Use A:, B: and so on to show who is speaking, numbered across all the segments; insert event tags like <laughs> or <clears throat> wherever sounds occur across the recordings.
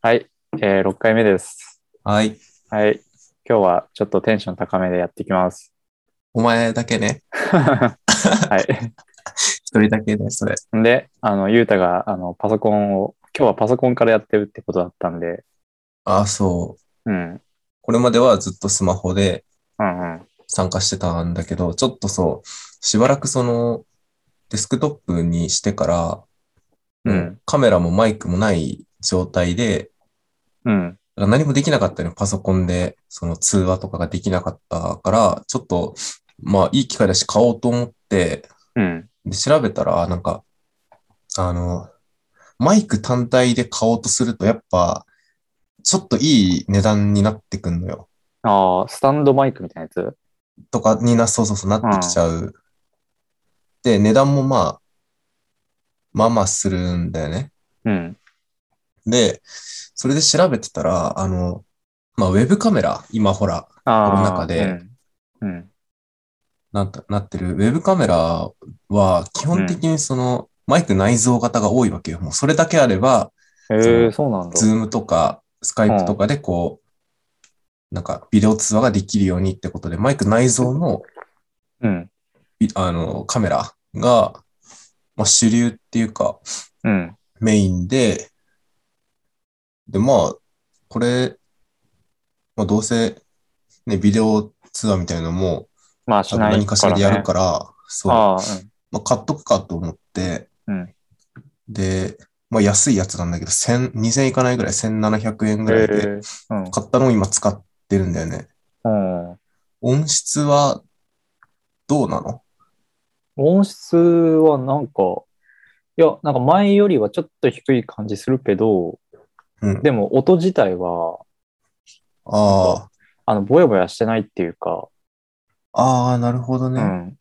A: はい、えー、6回目です。
B: はい。
A: はい、今日はちょっとテンション高めでやっていき
B: <laughs>
A: ます。
B: お前だけね。
A: は
B: 一人だけね、それ。
A: い。で、あの、ゆうたが、あの、パソコンを、今日はパソコンからやってるってことだったんで、
B: ああ、そう。
A: うん、
B: これまではずっとスマホで
A: うん、うん、
B: 参加してたんだけど、ちょっとそう、しばらくその、デスクトップにしてから、
A: うん、
B: カメラもマイクもない状態で、
A: うん、
B: 何もできなかったよね。パソコンで、その通話とかができなかったから、ちょっと、まあ、いい機会だし買おうと思って、
A: うん、
B: で、調べたら、なんか、あの、マイク単体で買おうとすると、やっぱ、ちょっといい値段になってくんのよ。
A: ああ、スタンドマイクみたいなやつ
B: とかにな、そうそうそうなってきちゃう。で、値段もまあ、まあまあするんだよね。
A: うん、
B: で、それで調べてたら、あの、まあ、ウェブカメラ、今ほら、
A: ああ、
B: この中で
A: うん、うん、
B: なんとなってる、ウェブカメラは、基本的にその、マイク内蔵型が多いわけよ。もうそれだけあれば、
A: え
B: そ
A: ー、
B: う
A: そうなんだ。
B: ズームとか、スカイプとかでこう、なんかビデオ通話ができるようにってことで、マイク内蔵の、
A: うん、
B: いあの、カメラが、まあ、主流っていうか、
A: うん、
B: メインで、で、まあ、これ、まあ、どうせ、ね、ビデオ通話みたいなのも、
A: まあ、し
B: 多分
A: ないから、ね。
B: 何かしらでやるから、そう、
A: ああ、
B: まあ、買っとくかと思って、
A: うん
B: で、まあ、安いやつなんだけど、1000、2000いかないぐらい、1700円
A: うん、
B: ぐらいで、
A: えー、
B: 買ったのを今使ってるんだよね。
A: うん、うん。
B: 音質はどうなの
A: 音質はなんか、いや、なんか前よりはちょっと低い感じするけど、
B: うん。
A: でも音自体は、
B: あ
A: あの、ぼやぼやしてないっていうか、
B: あ、ああ、なるほど
A: う
B: ね。
A: ん。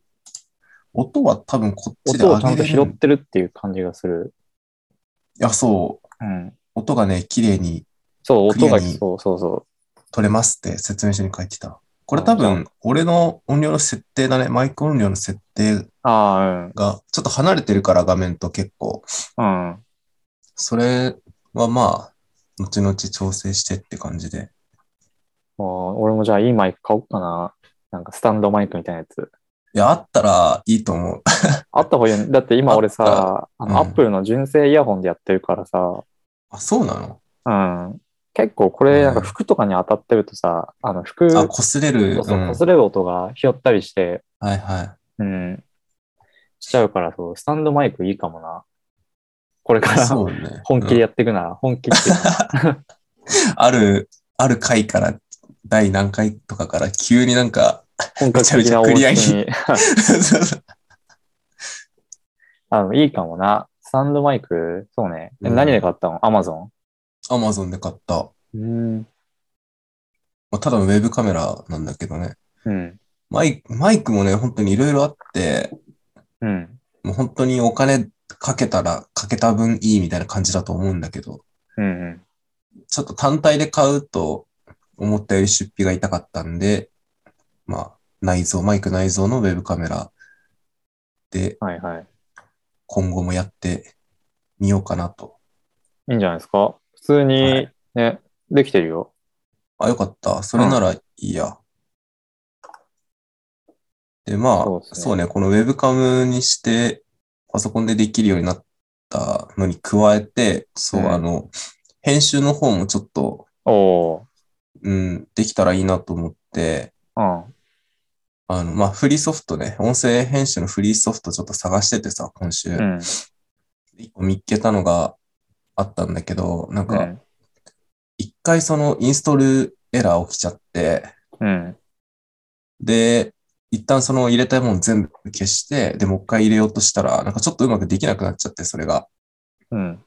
B: 音は多分こっちで
A: 音を
B: 上
A: ちゃん
B: げ
A: と
B: れ
A: 拾
B: る。
A: っ
B: い
A: てるっていう感じがする。
B: や、そう。
A: うん。
B: 音がね、綺麗に
A: そう、
B: クリ
A: 音
B: ア
A: が、
B: に
A: そうそうそ
B: 取れますって説明書に書いてた。これ多
A: あ
B: 分、俺の音量の設定だね。マイク音量の設定
A: う。あ
B: が、ちょっと離れてるから画面と結構。
A: あ、うん。うん。
B: それはまあ、後々調整してって感じで。
A: まあ、俺もじゃあいいマイク買おうかな。なんかスタンドマイクみたいなやつ。
B: いや、あったらいいと思う。
A: あった方がいいよね。だって今俺さ、あ
B: た
A: の、ア
B: うん
A: ップルの純正イヤホンでやってるからさ、
B: あ、そうなの
A: うん。結構これ、なんか服とかに当たってるとさ、あの、服、
B: あ、擦れる。
A: そうそう、
B: うん
A: 擦れる音が拾ったりして、
B: はいはい。
A: うん、しちゃうから、そう、スタンドマイクいいかもな。これか
B: あ
A: ら
B: そうね。
A: 本気でやっていくなら、本気っていう
B: <laughs>
A: か
B: うんある、ある回から、第何回とかから急になんか、 <laughs>
A: 本格的な音
B: めちゃめちゃ
A: 質に。あの、いいかもな。スタンドマイク、そうね。え
B: うん
A: 何で買ったのアマゾ
B: アマゾンで買った、
A: ンうん。
B: まあ、ただのウェブカメラなんだけどね。
A: うん。
B: マイマイクもね、本当にいろいろあって、
A: うん。
B: もう本当にお金かけたら、かけた分いいみたいな感じだと思うんだけど、
A: うん。
B: ちょっと単体で買うと、思ったより出費が痛かったんで、まあ、内蔵、マイク内蔵のウェブカメラで
A: はいはい。
B: 今後もやってみようかなと。
A: いいんじゃないですか普通に、
B: は
A: ね、できてるよ。
B: あ、よかった。それならいいや。で、ま
A: そ
B: あ、そうう
A: ですね
B: ね、このウェブカムにして、パソコンでできるようになったのに加えて、そう、
A: うん
B: あの、編集の方もちょっと、
A: お
B: うん、できたらいいなと思って、
A: ー。
B: あの、まあ、フリーソフトね、音声編集のフリーソフトちょっと探しててさ、今週、
A: うん。うん。
B: 一個見っけたのがあったんだけど、なん
A: う
B: か、
A: ん。
B: 一回そのインストールエラー起きちゃって、
A: うん。
B: で、一旦その入れたいもの全部消して、で、もう一回入れようとしたら、なんかちょっとうまくできなくなっちゃって、それが。
A: うん。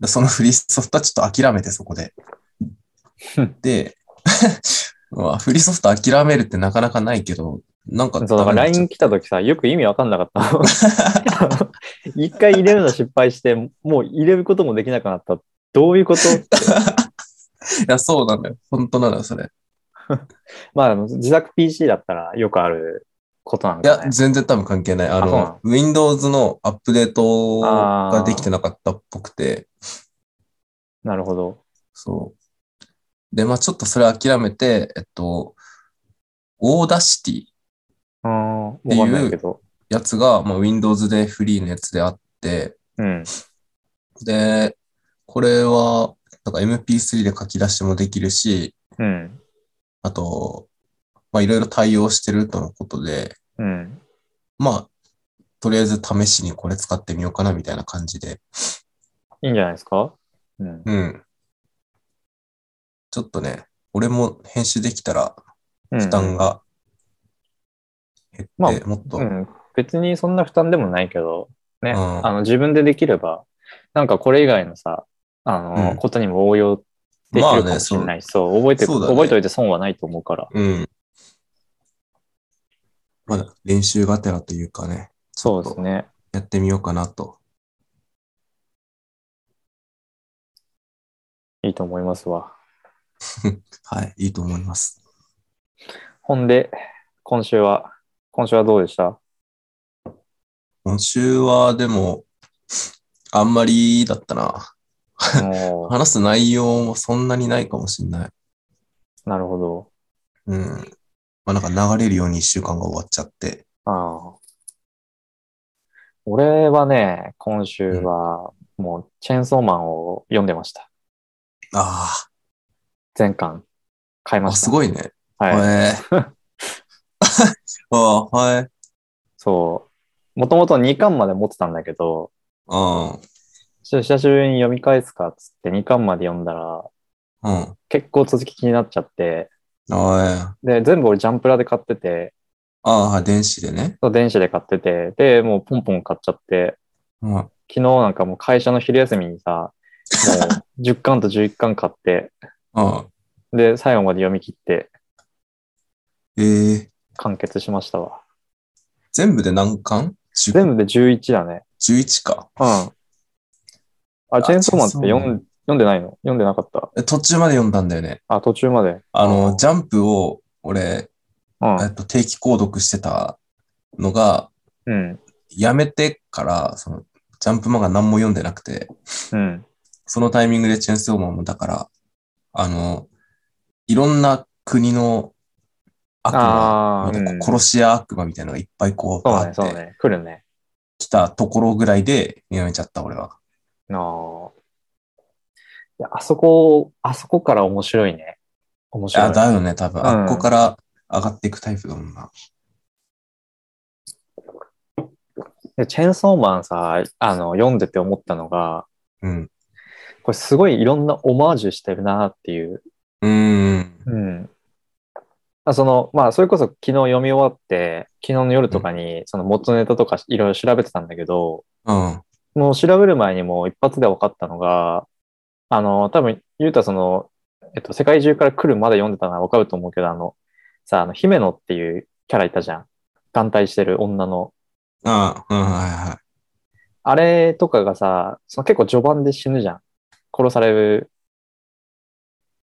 B: でそのフリーソフトはちょっと諦めて、そこで
A: ふん。
B: で、 <laughs> まあ、フリーソフト諦めるってなかなかないけど、なんか
A: そう、だ
B: ダ
A: か
B: メ
A: ら
B: になっちゃ
A: LINE
B: っ
A: 来た時さ、よく意味わかんなかった。 <laughs> 一回入れるの失敗して、もう入れることもできなくなった。どういうこと
B: たいや、そうなんだよ。本当なのよ、それ。
A: まああの、自作 PC だったらよくあることなん
B: い
A: だ
B: や、
A: ね。
B: 全然多分関係ない。あ
A: あそうなの、
B: の Windows のアップデート
A: あー
B: ができてなかったっぽくて、
A: なるほど。
B: そう。で、まあちょっとそれ諦めて、えっと、オーダーシティ
A: ああ、わかんないけど。
B: やつが、まあ、Windows でフリーのやつであって、
A: うん。
B: で、これは、なんか MP3 で書き出しもできるし、
A: うん。
B: あと、まあいろいろ対応してるとのことで、
A: うん。
B: まあ、とりあえず試しにこれ使ってみようかなみたいな感じで、
A: いいんじゃないですかうん。
B: うん。ちょっとね、俺も編集できたら
A: うん
B: 負担が減
A: まあ
B: って、もっと、
A: うん、別にそんな負担でもないけど、ね、
B: うん
A: あの自分でできれば、なんかこれ以外のさ、あの、
B: うん
A: ことにも応用できる
B: まあ
A: か
B: ね
A: もしれないし、そう、覚えて、
B: そうだね
A: 覚えておいて損はないと思うから。
B: うん。まだ練習がてらというかね、
A: そうですね。
B: やってみようかなと。
A: いいと思いますわ。
B: はい、いいと思います。
A: ほんで、今週は、今週はどうでした
B: 今週は、でも、あんまりだったな。
A: も
B: 話す内容もそんなにないかもしれない。 <laughs>
A: う、なるほど。
B: うん。まあなんか流れるように一週間が終わっちゃって。
A: ああ。俺はね、今週は、もう、チェーンソーマンを読んでました。
B: あ
A: 全巻、買い
B: ー
A: ま
B: あ、
A: した。
B: すごいね。
A: はい。
B: へーあーはい。 <laughs>
A: そう。もともと2巻まで持ってたんだけど、
B: う
A: ち
B: ん。
A: ょっと久しぶりに読み返すかっつって2巻まで読んだら、
B: うん。
A: 結構続き気になっちゃって、
B: あー
A: で、全部俺ジャンプラで買ってて、
B: あー、電子でね。
A: そう電子で買ってて、で、もうポンポン買っちゃって、
B: うん。あ
A: 昨日なんかもう会社の昼休みにさ、もう10巻と11巻買って、
B: あ
A: で、最後まで読み切って
B: えー、
A: 完結しましたわ。
B: 全部で何巻10
A: 全部で11だね。
B: 11か。
A: うん。あ、チェーンソーマンって
B: チェーンソー
A: 読
B: マン
A: ん読んでないの読んでなかった。
B: え途中まで読んだんだよね。
A: あ、途中まで。
B: あの、ジャンプを、俺、
A: うん
B: え。っと、定期購読してたのが、
A: うん。
B: やめてから、その、ジャンプ漫画何も読んでなくて、
A: うん。
B: そのタイミングでチェーンソーマンも、だから、あの、いろんな国の悪
A: あー
B: 魔みたいな、
A: うん
B: 殺し屋悪魔みたいなのがいっぱいこう、
A: そう
B: あ
A: ね、
B: っ
A: そう
B: て、
A: ね。来るね。
B: 来たところぐらいでやめちゃった、俺は。
A: なあ。いや、あそこ、あそこから面白いね。面白い。
B: あ、だよね、多分。
A: うん
B: あっこから上がっていくタイプだもんな。
A: でチェーンソーマンさ、あの、読んでて思ったのが、
B: うん。
A: これすごいいろんなオマージュしてるなっていう。
B: うーん。
A: うん。あその、まあ、それこそ昨日読み終わって、昨日の夜とかに、その元ネタとかいろいろ調べてたんだけど、
B: うん。
A: もう調べる前にもう一発で分かったのが、あの、多分、ゆうたその、えっと、世界中から来るまで読んでたのは分かると思うけど、あの、さ、あの、姫野っていうキャラいたじゃん。眼帯してる女の。
B: あうん、はいはい。
A: あれとかがさ、その結構序盤で死ぬじゃん。殺される。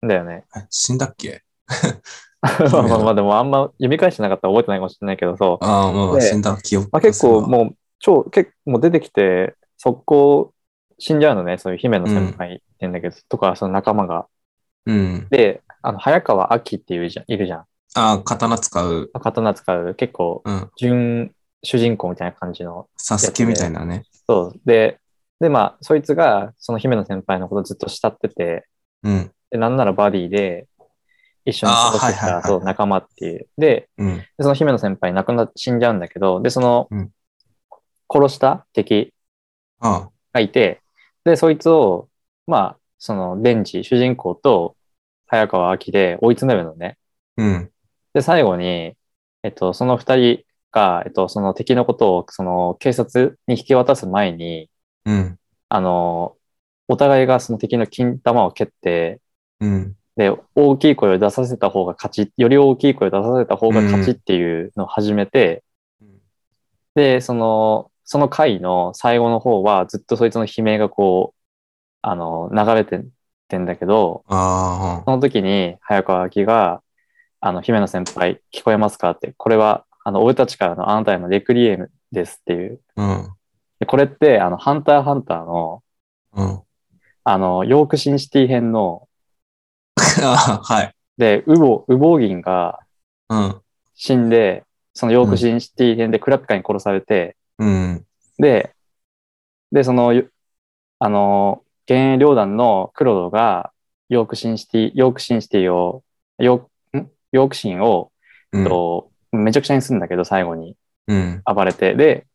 A: んだよね。
B: え死んだっけ
A: まあ <laughs> まあでもあんま読み返してなかったら覚えてないかもしれないけど、そう。
B: ああ、まあまあ、
A: で
B: 死んだ記憶
A: まあ、結構もう、超、結構もう出てきて、速攻死んじゃうのね。そういう姫野先輩ってんだけど、とか、その仲間が。
B: う。うん。
A: で、あの、早川明っていうじゃん、いるじゃん。
B: ああ、刀使う。
A: 刀使う、結構、
B: うん。
A: 純主人公みたいな感じの。
B: サスケみたいなね。
A: そう。で、で、まあ、そいつが、その姫野先輩のことずっと慕ってて、
B: うん。
A: で、なんならバディで、一緒に過ごして
B: あーはいはい
A: た、
B: はい
A: そう、仲間っていう。で、
B: うん。
A: でその姫野先輩亡くなっ、死んじゃうんだけど、で、その
B: うん、
A: 殺した敵
B: あ
A: がいて、で、そいつを、まあ、その、デンジ、主人公と、早川明で追い詰めるのね。
B: あ、うん。
A: で、最後に、えっと、その二人が、えっと、その敵のことを、その警察に引き渡す前に、
B: うん。
A: あの、お互いがその敵の金玉を蹴って、
B: うん。
A: で、大きい声を出させた方が勝ち、より大きい声を出させた方が勝ちっていうのを始めて、で、その、その回の最後の方は、ずっとそいつの悲鳴がこう、あの、流れてってんだけど、
B: あ
A: その時に早川明が、あの、姫野先輩、聞こえますかって、これは、あの、俺たちからのあなたへのレクリエムですっていう。
B: あ、うん。
A: でこれって、あの、ハンターハンターの、
B: うん。 <laughs>
A: あの、ヨークシンシティ編の、
B: あはい。
A: で、ウボ、ウボウギンが
B: うん。
A: 死んで、そのヨークシンシティ編でクラピカに殺されて、
B: うん。
A: で、で、その、よあの、幻影両団のクロドが、ヨークシンシティ、ヨークシンシティを、ヨーク、んヨークシンを、
B: うん。
A: とめちゃくちゃにするんだけど、最後に。
B: うん。
A: 暴れて、で、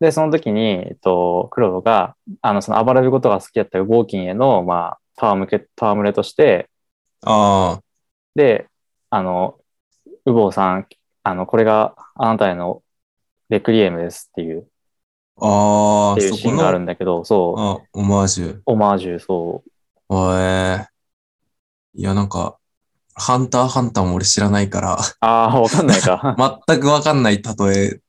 A: で、その時に、えっと、クロロが、あの、その暴れることが好きだったウボウキンへの、まあ、戯け、戯れとして、
B: ああ、
A: で、あの、ウボウさん、あの、これがあなたへのレクリエムですっていう、
B: あ
A: っ
B: あ、
A: ていう
B: そ
A: シー
B: こ
A: ン
B: の、
A: がある
B: あ、
A: んだけど、そう、
B: オマージュ。
A: オマージュ、そう。
B: ええ。いや、なんか、ハンターハンターも俺知らないから、 <laughs>
A: ああ、わかんないか。
B: 全くわかんない例え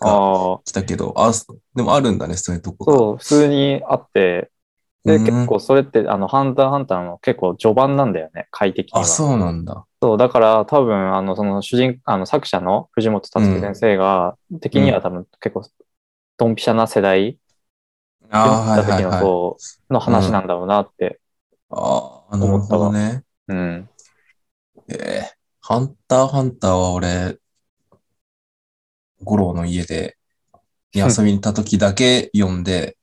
B: が
A: ああ、
B: 来たけど、あ、でもあるんだね、そういうとこが。
A: そう、普通にあって、で、
B: うん
A: 結構それって、あの、ハンターハンターの結構序盤なんだよね、快適には。
B: あ、そうなんだ。
A: そう、だから多分、あの、その主人、あの、作者の藤本達樹先生が、的には多分結構、ドンピシャな世代、
B: ああ、は
A: 読
B: い
A: んだ
B: は
A: 時
B: い
A: の、
B: はい。
A: そう、の話なんだろうなって。
B: ああ、なるほどね。
A: うん。
B: ええ。ハンターハンターは俺、五郎の家で、に遊びに行った時だけ読んで、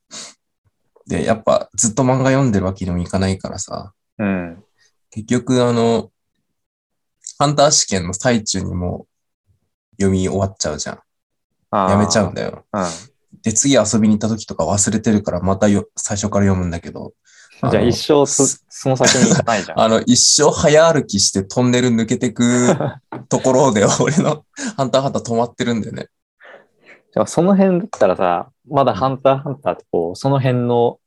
B: で、やっぱずっと漫画読んでるわけにもいかないからさ、
A: うん。
B: 結局、あの、ハンター試験の最中にもう読み終わっちゃうじゃん。
A: あー
B: やめちゃうんだよ。
A: うん。
B: で、次遊びに行った時とか忘れてるから、またよ最初から読むんだけど。
A: じゃあ
B: の
A: 一生そ、その先に行かないじゃん。
B: <laughs> あの、一生早歩きしてトンネル抜けて
A: <laughs>
B: くところで、俺のハンターハンター止まってるんだよね。
A: でもその辺だったらさ、まだハンターハンターってこう、その辺の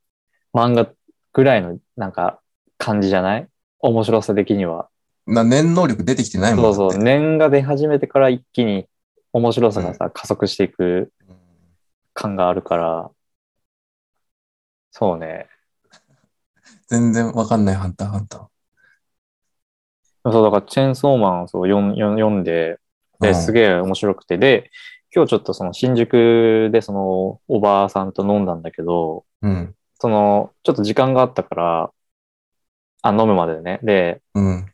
A: 漫画ぐらいの、なんか、感じじゃない面白さ的には。
B: な、念能力出てきてない
A: そ
B: も
A: うんそう。
B: ね。
A: 年が出始めてから一気に面白さがさ、加速していく感があるから、そうね。
B: 全然わかんないハンターハンタ
A: そう、だから、チェーンソーマンをそう読ん読ん読んで、
B: ー。うん
A: ですげえ面白くて、で、今日ちょっとその新宿でそのおばあさんと飲んだんだけど、
B: うん。
A: その、ちょっと時間があったから、あ、飲むまでね。で、
B: うん。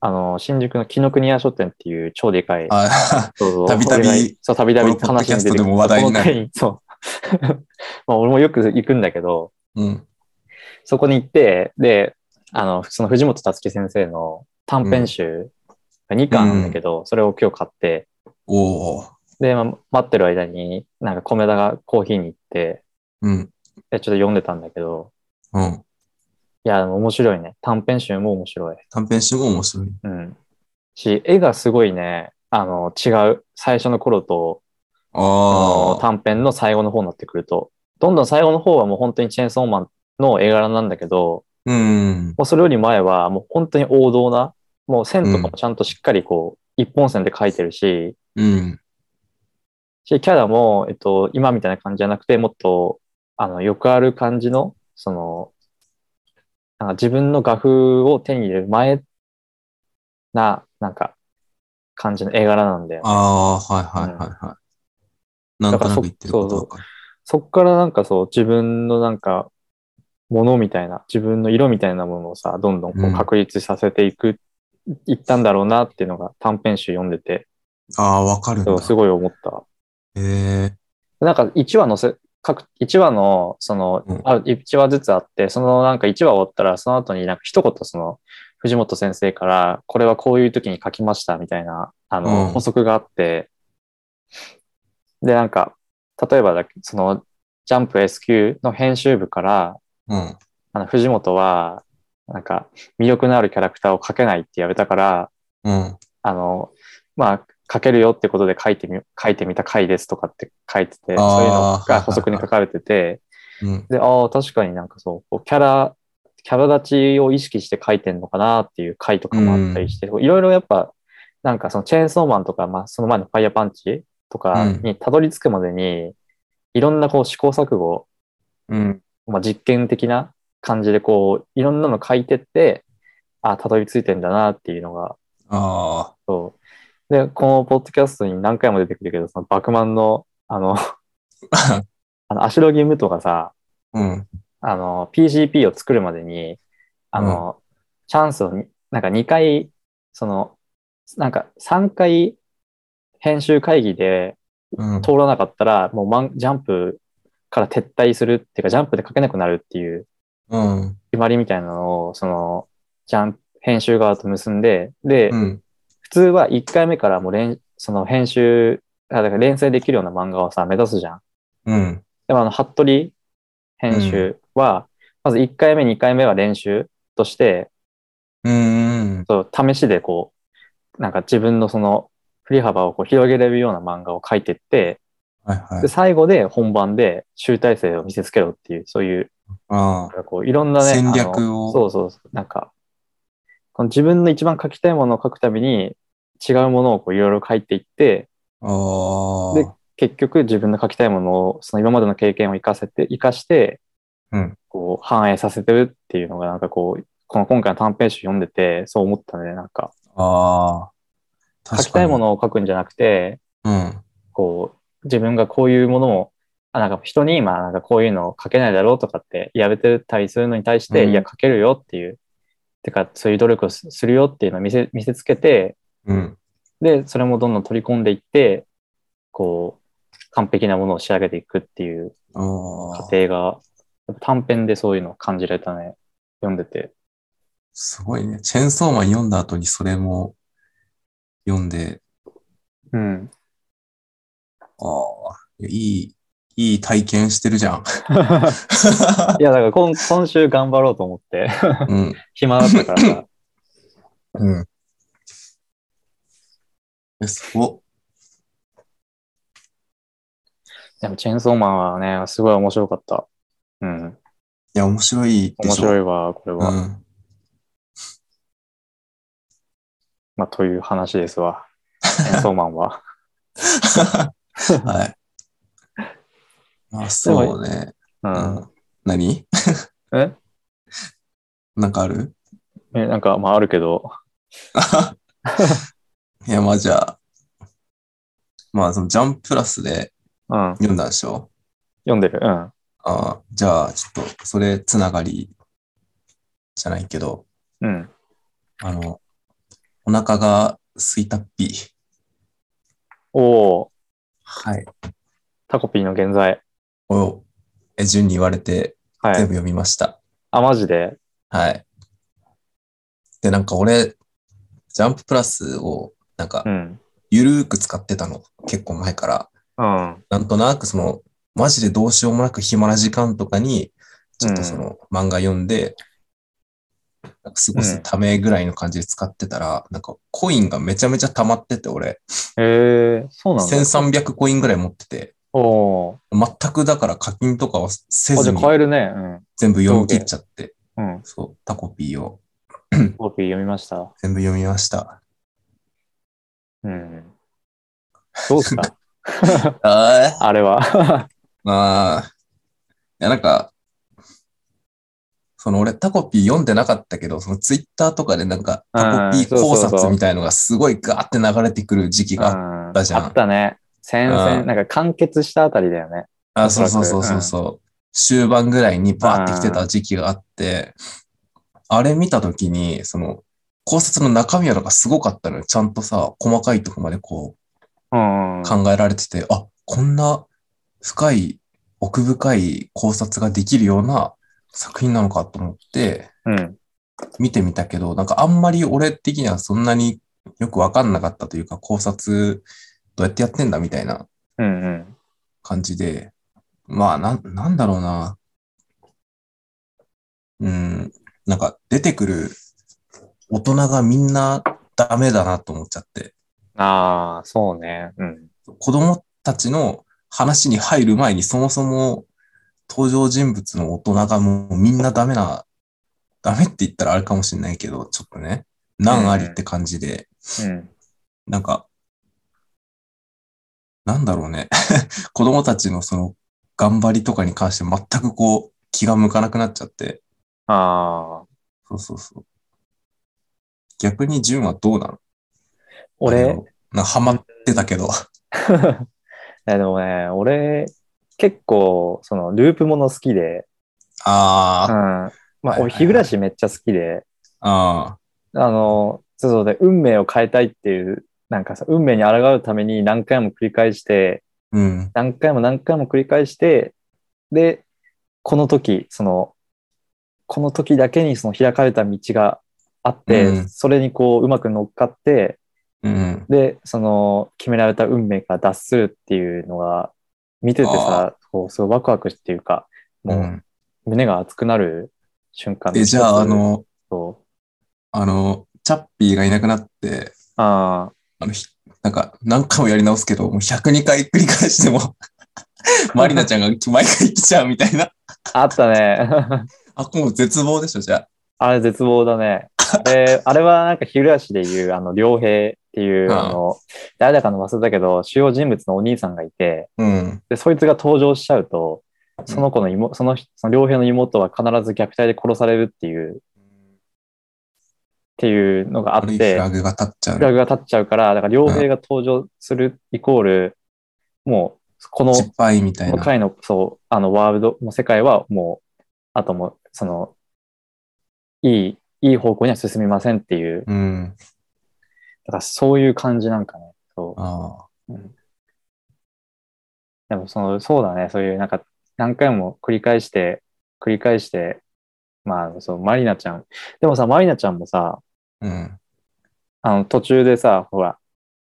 A: あの、新宿の紀ノ国屋書店っていう超でかい、
B: あ <laughs>
A: そうそう
B: たびたび
A: 俺がそう、たびたび
B: このポッド
A: 話
B: キャ
A: に
B: ス
A: 出
B: ト
A: て
B: でも話題になる
A: この回にそう。 <laughs> まあ、俺もよく行くんだけど、
B: うん。
A: そこに行って、で、あの、その藤本達樹先生の短編集が2巻あるんだけど、それを今日買って、
B: おー。
A: で、まあ待ってる間に、なんか米田がコーヒーに行って、
B: うん。
A: でちょっと読んでたんだけど、
B: うん。
A: いや、面白いね。短編集も面白い。
B: 短編集も面白い。
A: うん。し、絵がすごいね、あの、違う。最初の頃と、あ
B: あ
A: の
B: あ。
A: 短編の最後の方になってくると、どんどん最後の方はもう本当にチェーンソーマンの絵柄なんだけど、
B: うん。
A: もうそれより前はもう本当に王道な、もう線とかもちゃんとしっかりこう、一本線で描いてるし、
B: うん。
A: し、キャラも、えっと、今みたいな感じじゃなくて、もっと、あの、よくある感じの、その、なんか自分の画風を手に入れる前な、なんか、感じの絵柄なんだよ。
B: ああー、はいはいはいはい。なんとなく言ってることわかる。
A: そっからなんかそう、自分のなんか、ものみたいな、自分の色みたいなものをさ、どんどんこう
B: う
A: ん確立させていく、いったんだろうなっていうのが短編集読んでて、
B: ああ、わかるんだ
A: そ
B: <laughs>
A: う。すごい思った。
B: へえ。
A: なんか1話のせ、各、1話の、その
B: うん、
A: あ1話ずつあって、そのなんか1話終わったら、その後になんか一言その、藤本先生から、これはこういう時に書きましたみたいな、あの、
B: うん
A: 補足があって、で、なんか、例えばだけ、その、ジャンプ S q の編集部から、
B: うん。
A: あの、藤本は、なんか、魅力のあるキャラクターを描けないって言われたから、
B: うん。
A: あの、まあ、書けるよってことで書いてみ、書いてみた回ですとかって書いてて、
B: あー
A: そういうのが補足に書かれてて、
B: うん。
A: で、ああ、確かになんかそう、こうキャラ、キャラ立ちを意識して書いてんのかなっていう回とかもあったりして、いろいろやっぱ、なんかそのチェーンソーマンとか、まあその前のファイヤーパンチとかにたどり着くまでに、いろんなこう試行錯誤、
B: うん。
A: まあ、実験的な感じでこう、いろんなの書いてって、ああ、たどり着いてんだなっていうのが
B: あ
A: そう。で、このポッドキャストに何回も出てくるけど、そのバクマンの、あの、 <laughs>
B: あ。
A: あの、アシロギムトがさ、
B: <laughs> うん。
A: あの、PGP を作るまでに、あの、チャンスをになんか2回、その、なんか3回編集会議で
B: うん。
A: 通らなかったら、もうマンジャンプから撤退するっていうか、ジャンプで書けなくなるっていう
B: うん。
A: 決まりみたいなのを、その、ジャンプ、編集側と結んで、で、
B: うん。
A: 普通は1回目からもう連、その編集、あだから連載できるような漫画をさ、目指すじゃん。
B: うん。
A: でもあの、服部編集は、まず1回目、2回目は練習として、
B: うん。
A: そう試しでこう、なんか自分のその振り幅をこう広げれるような漫画を書いてって、
B: はいは
A: で、
B: い。
A: 最後で本番で集大成を見せつけろっていう、そういう、
B: あ
A: なんかこういろんなね、
B: 戦
A: あの
B: 略を
A: そうそうそう、なんか、この自分の一番書きたいものを書くたびに、違うものをこういろいろ書いていって、
B: あ。あ
A: で
B: あ。
A: 結局自分の書きたいものを、その今までの経験を生かせて、生かして、
B: うん
A: こう反映させてるっていうのが、なんかこう、この今回の短編集読んでて、そう思ったね。なんか、
B: ああ。
A: 書
B: 確かに
A: きたいも。のを書くんじゃなくて、
B: うん。
A: こう、自分がこういうものを、あなんか人に今、なんかこういうのを書けないだろうとかってやめてたりするのに対して、
B: うん
A: いや、書けるよっていう、てか、そういう努力をすするよっていうのを見せ、見せつけて、
B: うん。
A: で、それもどんどん取り込んでいって、こう、完璧なものを仕上げていくっていう
B: ああ。
A: 過程が、やっぱ短編でそういうのを感じられたね。読んでて。
B: すごいね。チェーンソーマン読んだ後にそれも読んで、
A: うん。
B: ああ。いやいい、いい体験してるじゃ
A: <laughs>
B: ん。
A: いや、だから今今週頑張ろうと思って、 <laughs>
B: うん。
A: 暇だったから
B: <laughs>
A: さ。
B: うん。え、すご
A: でも、チェーンソーマンはね、すごい面白かった。うん。
B: いや、面白いで
A: 面
B: しょ。
A: 白いわ、これは。
B: うん。
A: まあ、という話です
B: <laughs>
A: わ。チェーンソーマンは。
B: はい。まあ、そうね。
A: う。
B: うんん。何
A: え
B: なんかある
A: えなんか、まあ、あるけど。
B: いや、まあじゃあ、まあ、そのジャンププラスで
A: うん。
B: 読んだでしょ
A: 読んでる。うん。
B: ああ、じゃあ、ちょっと、それつながりじゃないけど、
A: うん。
B: あの、お腹が空いたっぴ。
A: おお
B: はい。
A: タコピーの現在。
B: を、え、順に言われて
A: は
B: 全
A: い。
B: 部読みました。
A: あ、マジで。
B: はい。で、なんか俺、ジャンププラスを、なんか
A: う、ん。
B: ゆるーく使ってたの。結構前から。
A: うん。
B: なんとなく、その、マジでどうしようもなく暇な時間とかに、ちょっとその、漫画読んで、なんか過ごすためぐらいの感じで使ってたら、なんか、コインがめちゃめちゃ溜まってて、俺、
A: ええそうなんだ。
B: 1300コインぐらい持ってて、
A: おお
B: 全くだから課金とかを
A: ー。
B: せ
A: あ、じ
B: ず
A: ゃ
B: に
A: あ、買えるね。うん。
B: 全部読み切っちゃって、
A: うん。
B: そう、タコピーを
A: コーピー読みました。
B: 全部読みました。
A: うん。どうっす
B: <laughs>
A: か
B: ああ、
A: あれは。
B: まあ、いや、なんか、その俺タコピー読んでなかったけど、そのツイッターとかでなんか
A: うん
B: タコピー
A: そうそ
B: 考
A: うそう
B: 察みたいのがすごいガーって流れてくる時期
A: うん
B: が、
A: あった
B: じゃん
A: ね。戦
B: う
A: 線、
B: ん
A: なんか完結したあたりだよね。
B: あ、そうそうそ
A: お
B: う
A: そらく
B: そうそう、終盤ぐらいにバーって来てた時期があって、あれ見た時に、その考察の中身はなんかすごかったのよ。ちゃんとさ、細かいとこまでこ
A: うん。
B: う考えられてて、あ、こんな深い、奥深い考察ができるような作品なのかと思って、
A: うん。
B: 見てみたけど、なんかあんまり俺的にはそんなによくわかんなかったというか、考察どうやってやってんだみたいな
A: うんうん。
B: 感じで、まあ、なん、なんだろうな。うん、なんか出てくる大人がみんなダメだなと思っちゃって、
A: ああ、そうね。うん。
B: 子供たちの話に入る前にそもそも登場人物の大人がもうみんなダメな、ダメって言ったらあれかもしれないけど、ちょっとね、難ありって感じで、
A: うん。
B: なんか、なんだろうね。 <laughs> 子供たちのその頑張りとかに関して全くこう気が向かなくなっちゃって。
A: ああ。
B: そうそうそう。逆に純はどうなのあ
A: 俺、
B: のなんかハマってたけど。
A: えでもね、俺、結構、その、ループもの好きで、うん。
B: あー、
A: まあ、
B: はいはいは
A: 俺、
B: い
A: 日暮らしめっちゃ好きで、
B: あ
A: あの、そうそうで、運命を変えたいっていう、なんかさ、運命に抗うために何回も繰り返して、
B: うん。
A: 何回も何回も繰り返して、で、この時、その、この時だけにその開かれた道があって、
B: うん
A: それにこう、うまく乗っかって、
B: うん。
A: で、その、決められた運命から脱するっていうのが、見ててさ、こう、すごいワクワクっていうか、
B: う
A: も
B: ん。
A: う、胸が熱くなる瞬間の
B: え、
A: 一つ
B: じゃあ、あ、の、
A: そう
B: あの、チャッピーがいなくなって、
A: あ
B: あの、ひなんか、何回もやり直すけど、もう102回繰り返しても、 <laughs> マリナちゃんが毎回来ちゃうみたいな。
A: あ、あったね。
B: あ、もう絶望でしょ、じゃ
A: あれ絶望だね。で、あれはなんか日暮らしでいう、あの、良平っていう、
B: うん
A: あの、誰だかの忘れたけど、主要人物のお兄さんがいて、
B: あ。うん。
A: で、そいつが登場しちゃうと、その子の妹、その、その良平の妹は必ず虐待で殺されるっていう、っていうのがあっ
B: 悪いフ
A: て
B: ラ、グが立っちゃ
A: フラ
B: う。
A: グが立っちゃうから、だから良平が登場するイコール、もう、この、
B: 失敗みたい
A: この
B: な。
A: 回の、そう、あの、ワールド、もう世界はもう、あともう、その、いい、いい方向には進みませんっていう、
B: うん。
A: だからそういう感じなんかね。そう。
B: あ
A: でもその、そうだね。そういうなんか何回も繰り返して、繰り返して、まあ、そう、マリナちゃん。でもさ、マリナちゃんもさ、
B: あ。うん。
A: あの、途中でさ、ほら、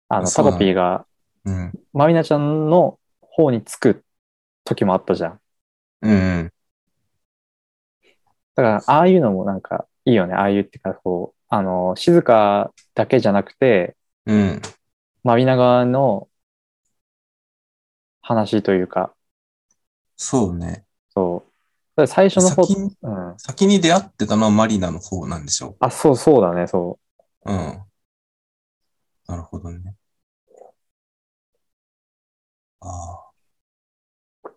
A: あの、
B: そ
A: タ
B: うな
A: コ
B: の
A: ピーが、
B: うん。
A: マリナちゃんの方につく時もあったじゃん。
B: うん。
A: だから、ああいうのもなんかいいよね。ああいうっていうか、こう、あの、静かだけじゃなくて、
B: うん。
A: マリナ側の話というか、
B: そうね。
A: そう。だから最初の方、
B: 先に、
A: うん。
B: 先に出会ってたのはマリナの方なんでしょ。
A: あ、そうそうだね、そう
B: うん。なるほどね。ああ。い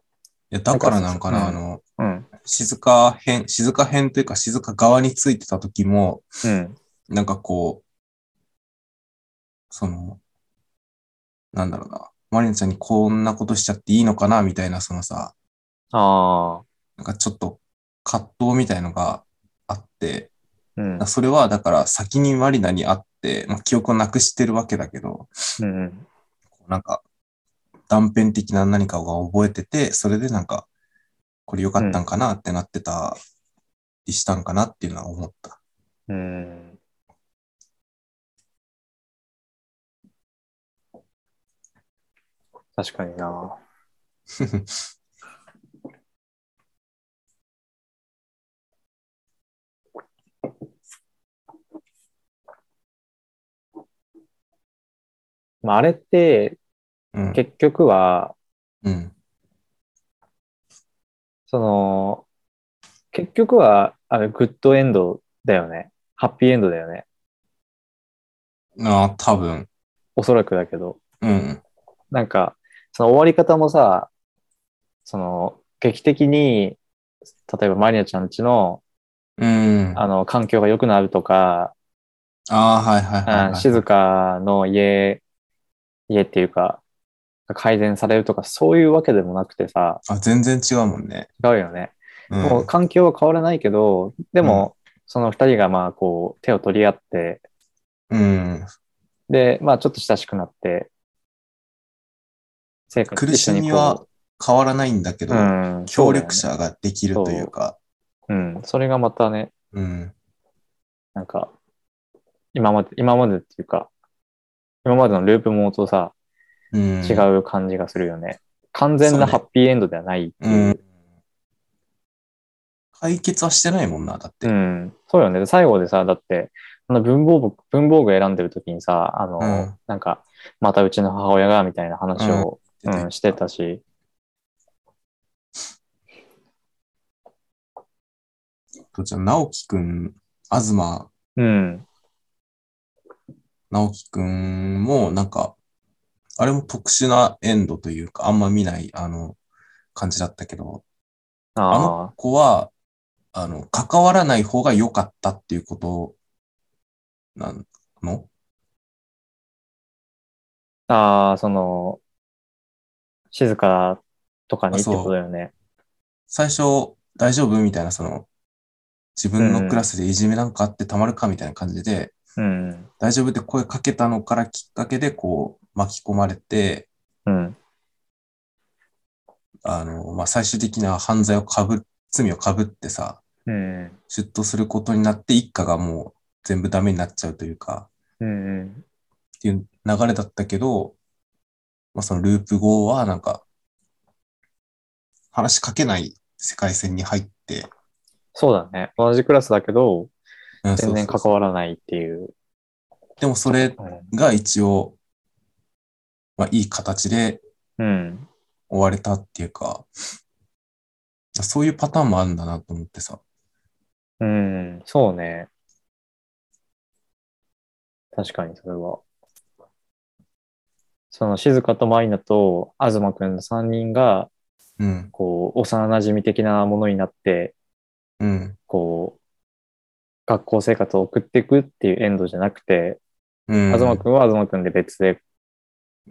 B: や、だからなんかな、
A: なんか
B: あの、
A: う。うん。
B: 静か編、静か編というか静か側についてた時も、
A: うん。
B: なんかこう、その、なんだろうな、マリナちゃんにこんなことしちゃっていいのかな、みたいな、そのさ、
A: ああ。
B: なんかちょっと葛藤みたいのがあって、
A: うん。
B: それはだから先にマリナに会って、まあ、記憶をなくしてるわけだけど、
A: うんうん。
B: こうなんか断片的な何かが覚えてて、それでなんか、これ良かったんかなってなってたりしたんかなっていうのは思った。
A: うん。確かにな。 <laughs> まあ、あれって、
B: うん。
A: 結局は、
B: うん。
A: その、結局は、あれ、グッドエンドだよね。ハッピーエンドだよね。
B: ああ、多分。
A: おそらくだけど。
B: うん。
A: なんか、その終わり方もさ、その、劇的に、例えばマリナちゃんちの、
B: うん。あ
A: あの、環境が良くなるとか、
B: あー、はいはいはい、はい
A: うん静かの家、家っていうか、が改善されるとか、そういうわけでもなくてさ、
B: あ、全然違うもんね。
A: 違うよね。
B: うん。
A: もう環境は変わらないけど、でも、その二人がまあこう、手を取り合って、
B: うん。
A: で、まあちょっと親しくなって、生活
B: 苦しみは変わらないんだけ
A: 一緒に
B: ど、
A: こう、うん、
B: 協力者ができるというか、
A: そうだよね。うん、それがまたね、
B: うん。
A: なんか、今まで、今までっていうか、今までのループものとさ、
B: うん。
A: 違う感じがするよね。完全なハッピーエンドではないっていう。
B: うん解決はしてないもんな、だっ
A: う
B: て。
A: ん。そうよね。最後でさ、だって、あの文房具、文房具選んでる時にさ、あの、
B: うん
A: なんか、またうちの母親が、みたいな話を、
B: 出て
A: うんしてたし、
B: とじゃあ、直樹くん、東
A: うん。
B: 直樹くんも、なんか、あれも特殊なエンドというか、あんま見ない、あの、感じだったけど、あ
A: あ
B: の子は、あの、関わらない方が良かったっていうこと、なんの
A: あ、ああ、その、静かとかにってことだよね。
B: 最初、大丈夫みたいな、その、自分のクラスでいじめなんかあってたまるかみたいな感じで、
A: うん。
B: 大丈夫って声かけたのからきっかけで、こう、巻き込まれて、
A: うん。
B: あの、まあ、最終的な犯罪をかぶ、罪をかぶってさ、
A: うん。
B: 出頭することになって、一家がもう全部ダメになっちゃうというか、
A: うん。
B: っていう流れだったけど、まあ、そのループ後は、なんか、話しかけない世界線に入って、
A: そうだね。同じクラスだけど、
B: う
A: 全
B: ん
A: 然
B: そうそうそ
A: 関わらないっていう。
B: うでもそれが一応、まあ、いい形で
A: うん。
B: 終われたっていうか、そういうパターンもあるんだなと思ってさ。
A: うん。そうね。確かに、それは。その、静香とマイナと、東くんの3人が、
B: うん、
A: こう、幼馴染的なものになって、
B: うん、
A: こう、学校生活を送っていくっていうエンドじゃなくて、
B: うん。
A: 東くんは東くんで別で、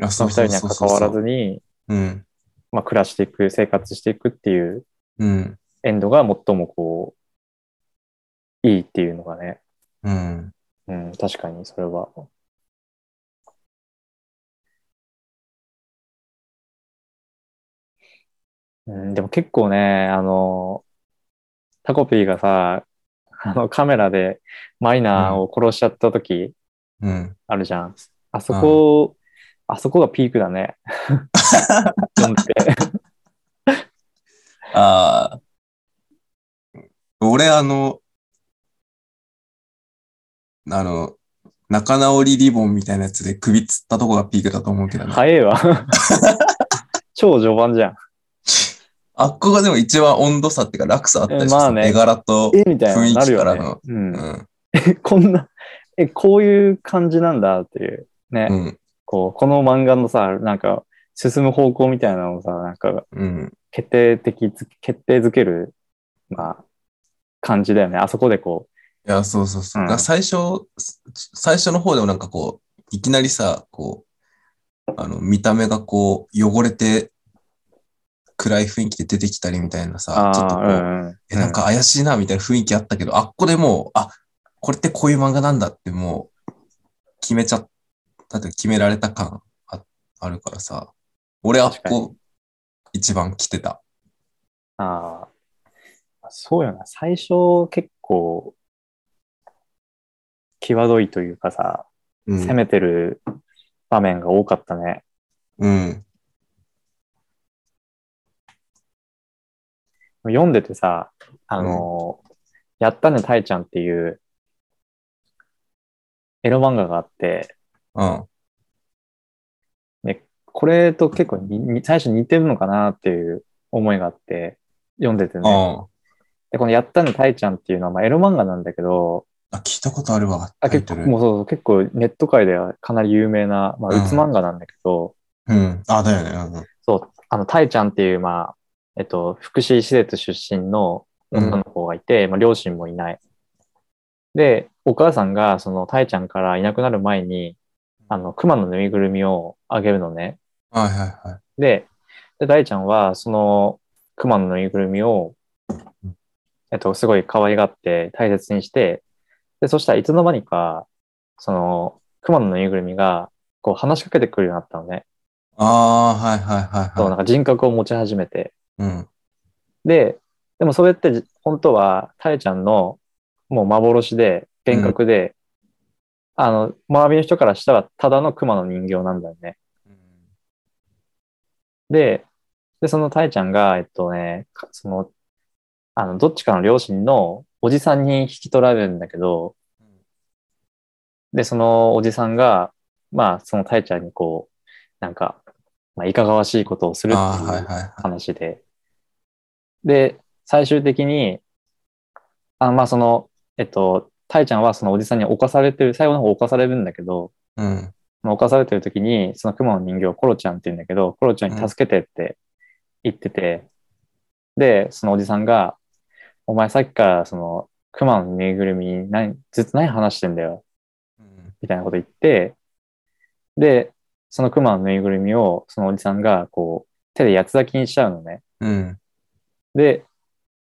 B: あ、
A: その二人には関わらず
B: に。
A: に、
B: うん、
A: まあ、暮らしていく、生活していくっていう
B: うん、
A: エンドが最もこう、いいっていうのがね、
B: うん。
A: うん、確かにそれは。うん、でも結構ね、あの、タコピーがさ、あのカメラでマイナーを殺しちゃった時
B: うん。
A: あるじゃん。あそこ、あそこがピークだ
B: <laughs>
A: ね。読んでて。
B: ああ。俺、あの、あの、仲直りリボンみたいなやつで首つったとこがピークだと思うけどね。
A: 早え
B: <laughs>
A: わ。超序盤じゃん。
B: あっこがでも一番温度差っていうか落差あったりして
A: ま
B: さ、
A: あね
B: 絵柄と、
A: えみたいななるよ
B: 雰囲気から
A: ね
B: の。
A: うん
B: う。ん、
A: こんな、え、こういう感じなんだっていう、ね、
B: うん、
A: こう、この漫画のさ、なんか、進む方向みたいなのをさ、なんか、
B: うん、
A: 決定的づ、決定づける、まあ、感じだよね。あそこでこ
B: いや、そうそうそう。
A: うん
B: だから最初、最初の方でもなんかこう、いきなりさ、こう、あの、見た目がこう、汚れて、暗い雰囲気で出てきたりみたいな
A: う、
B: さ、ちょっとこう、
A: うんうん、
B: え、なんか怪しいな、みたいな雰囲気あったけど、あっこでもう、あ、これってこういう漫画なんだってもう、決めちゃったって決められた感ああるからさ、俺あっ
A: 確か
B: こ、一番来てた。
A: ああ、そうよな。最初、結構、際どいというかさ、
B: う
A: 攻
B: ん。
A: めてる場面が多かったね。
B: うん。
A: 読んでてさ、あの、やったね、たいちゃんっていう、エロ漫画があって、
B: うん。
A: これと結構にに最初似てるのかなっていう思いがあって、読んでてね。
B: あ
A: で、このやったね、たいちゃんっていうのは、まあ、エロ漫画なんだけど、
B: あ、聞いたことあるわ。
A: あ
B: タイ
A: 結
B: ト
A: 構、
B: ル
A: もうそうそう、結構ネット界ではかなり有名な、まあ、
B: うん
A: うつ漫画なんだけど、
B: うん。あ、だよね。
A: そう、あの、たいちゃんっていう、まあ、えっと、福祉施設出身の
B: うん。
A: 女の子がいて、まあ、両親もいない。で、お母さんが、その、たいちゃんからいなくなる前に、あの、熊のぬいぐるみをあげるのね。
B: はいはいはい。
A: で、で大ちゃんは、その、熊のぬいぐるみを
B: うん、
A: えっと、すごい可愛がって大切にして、で、そしたらいつの間にか、その、熊のぬいぐるみが、こう、話しかけてくるようになったのね。
B: ああ、はいはいはい
A: そう、な
B: は
A: んか人格を持ち始めて。
B: い。うん。
A: で、でもそれってじ本当は、タエちゃんのもう幻で、幻覚で、あの、周りの人からしたらただの熊の人形なんだよね。で、で、そのタエちゃんが、えっとね、かその、あの、どっちかの両親のおじさんに引き取られるんだけど、で、そのおじさんが、まあ、そのタエちゃんにこう、なんか、まあ、いかがわしいことをするって
B: ああ、はいいうはいはい。
A: 話で。で、最終的に、あまあその、えっと、タイちゃんはそのおじさんに侵されてる、最後の方侵されるんだけど、
B: うん。
A: まあ侵されてる時に、そのクマの人形をコロちゃんって言うんだけど、コロちゃんに助けてって言ってて、で、そのおじさんが、お前さっきからその、クマのぬいぐるみに何、ずっと何話してんだよ、
B: うん
A: みたいなこと言って、で、そのクマのぬいぐるみを、そのおじさんが、こう、手で八つ裂きにしちゃうのね。
B: うん。
A: で、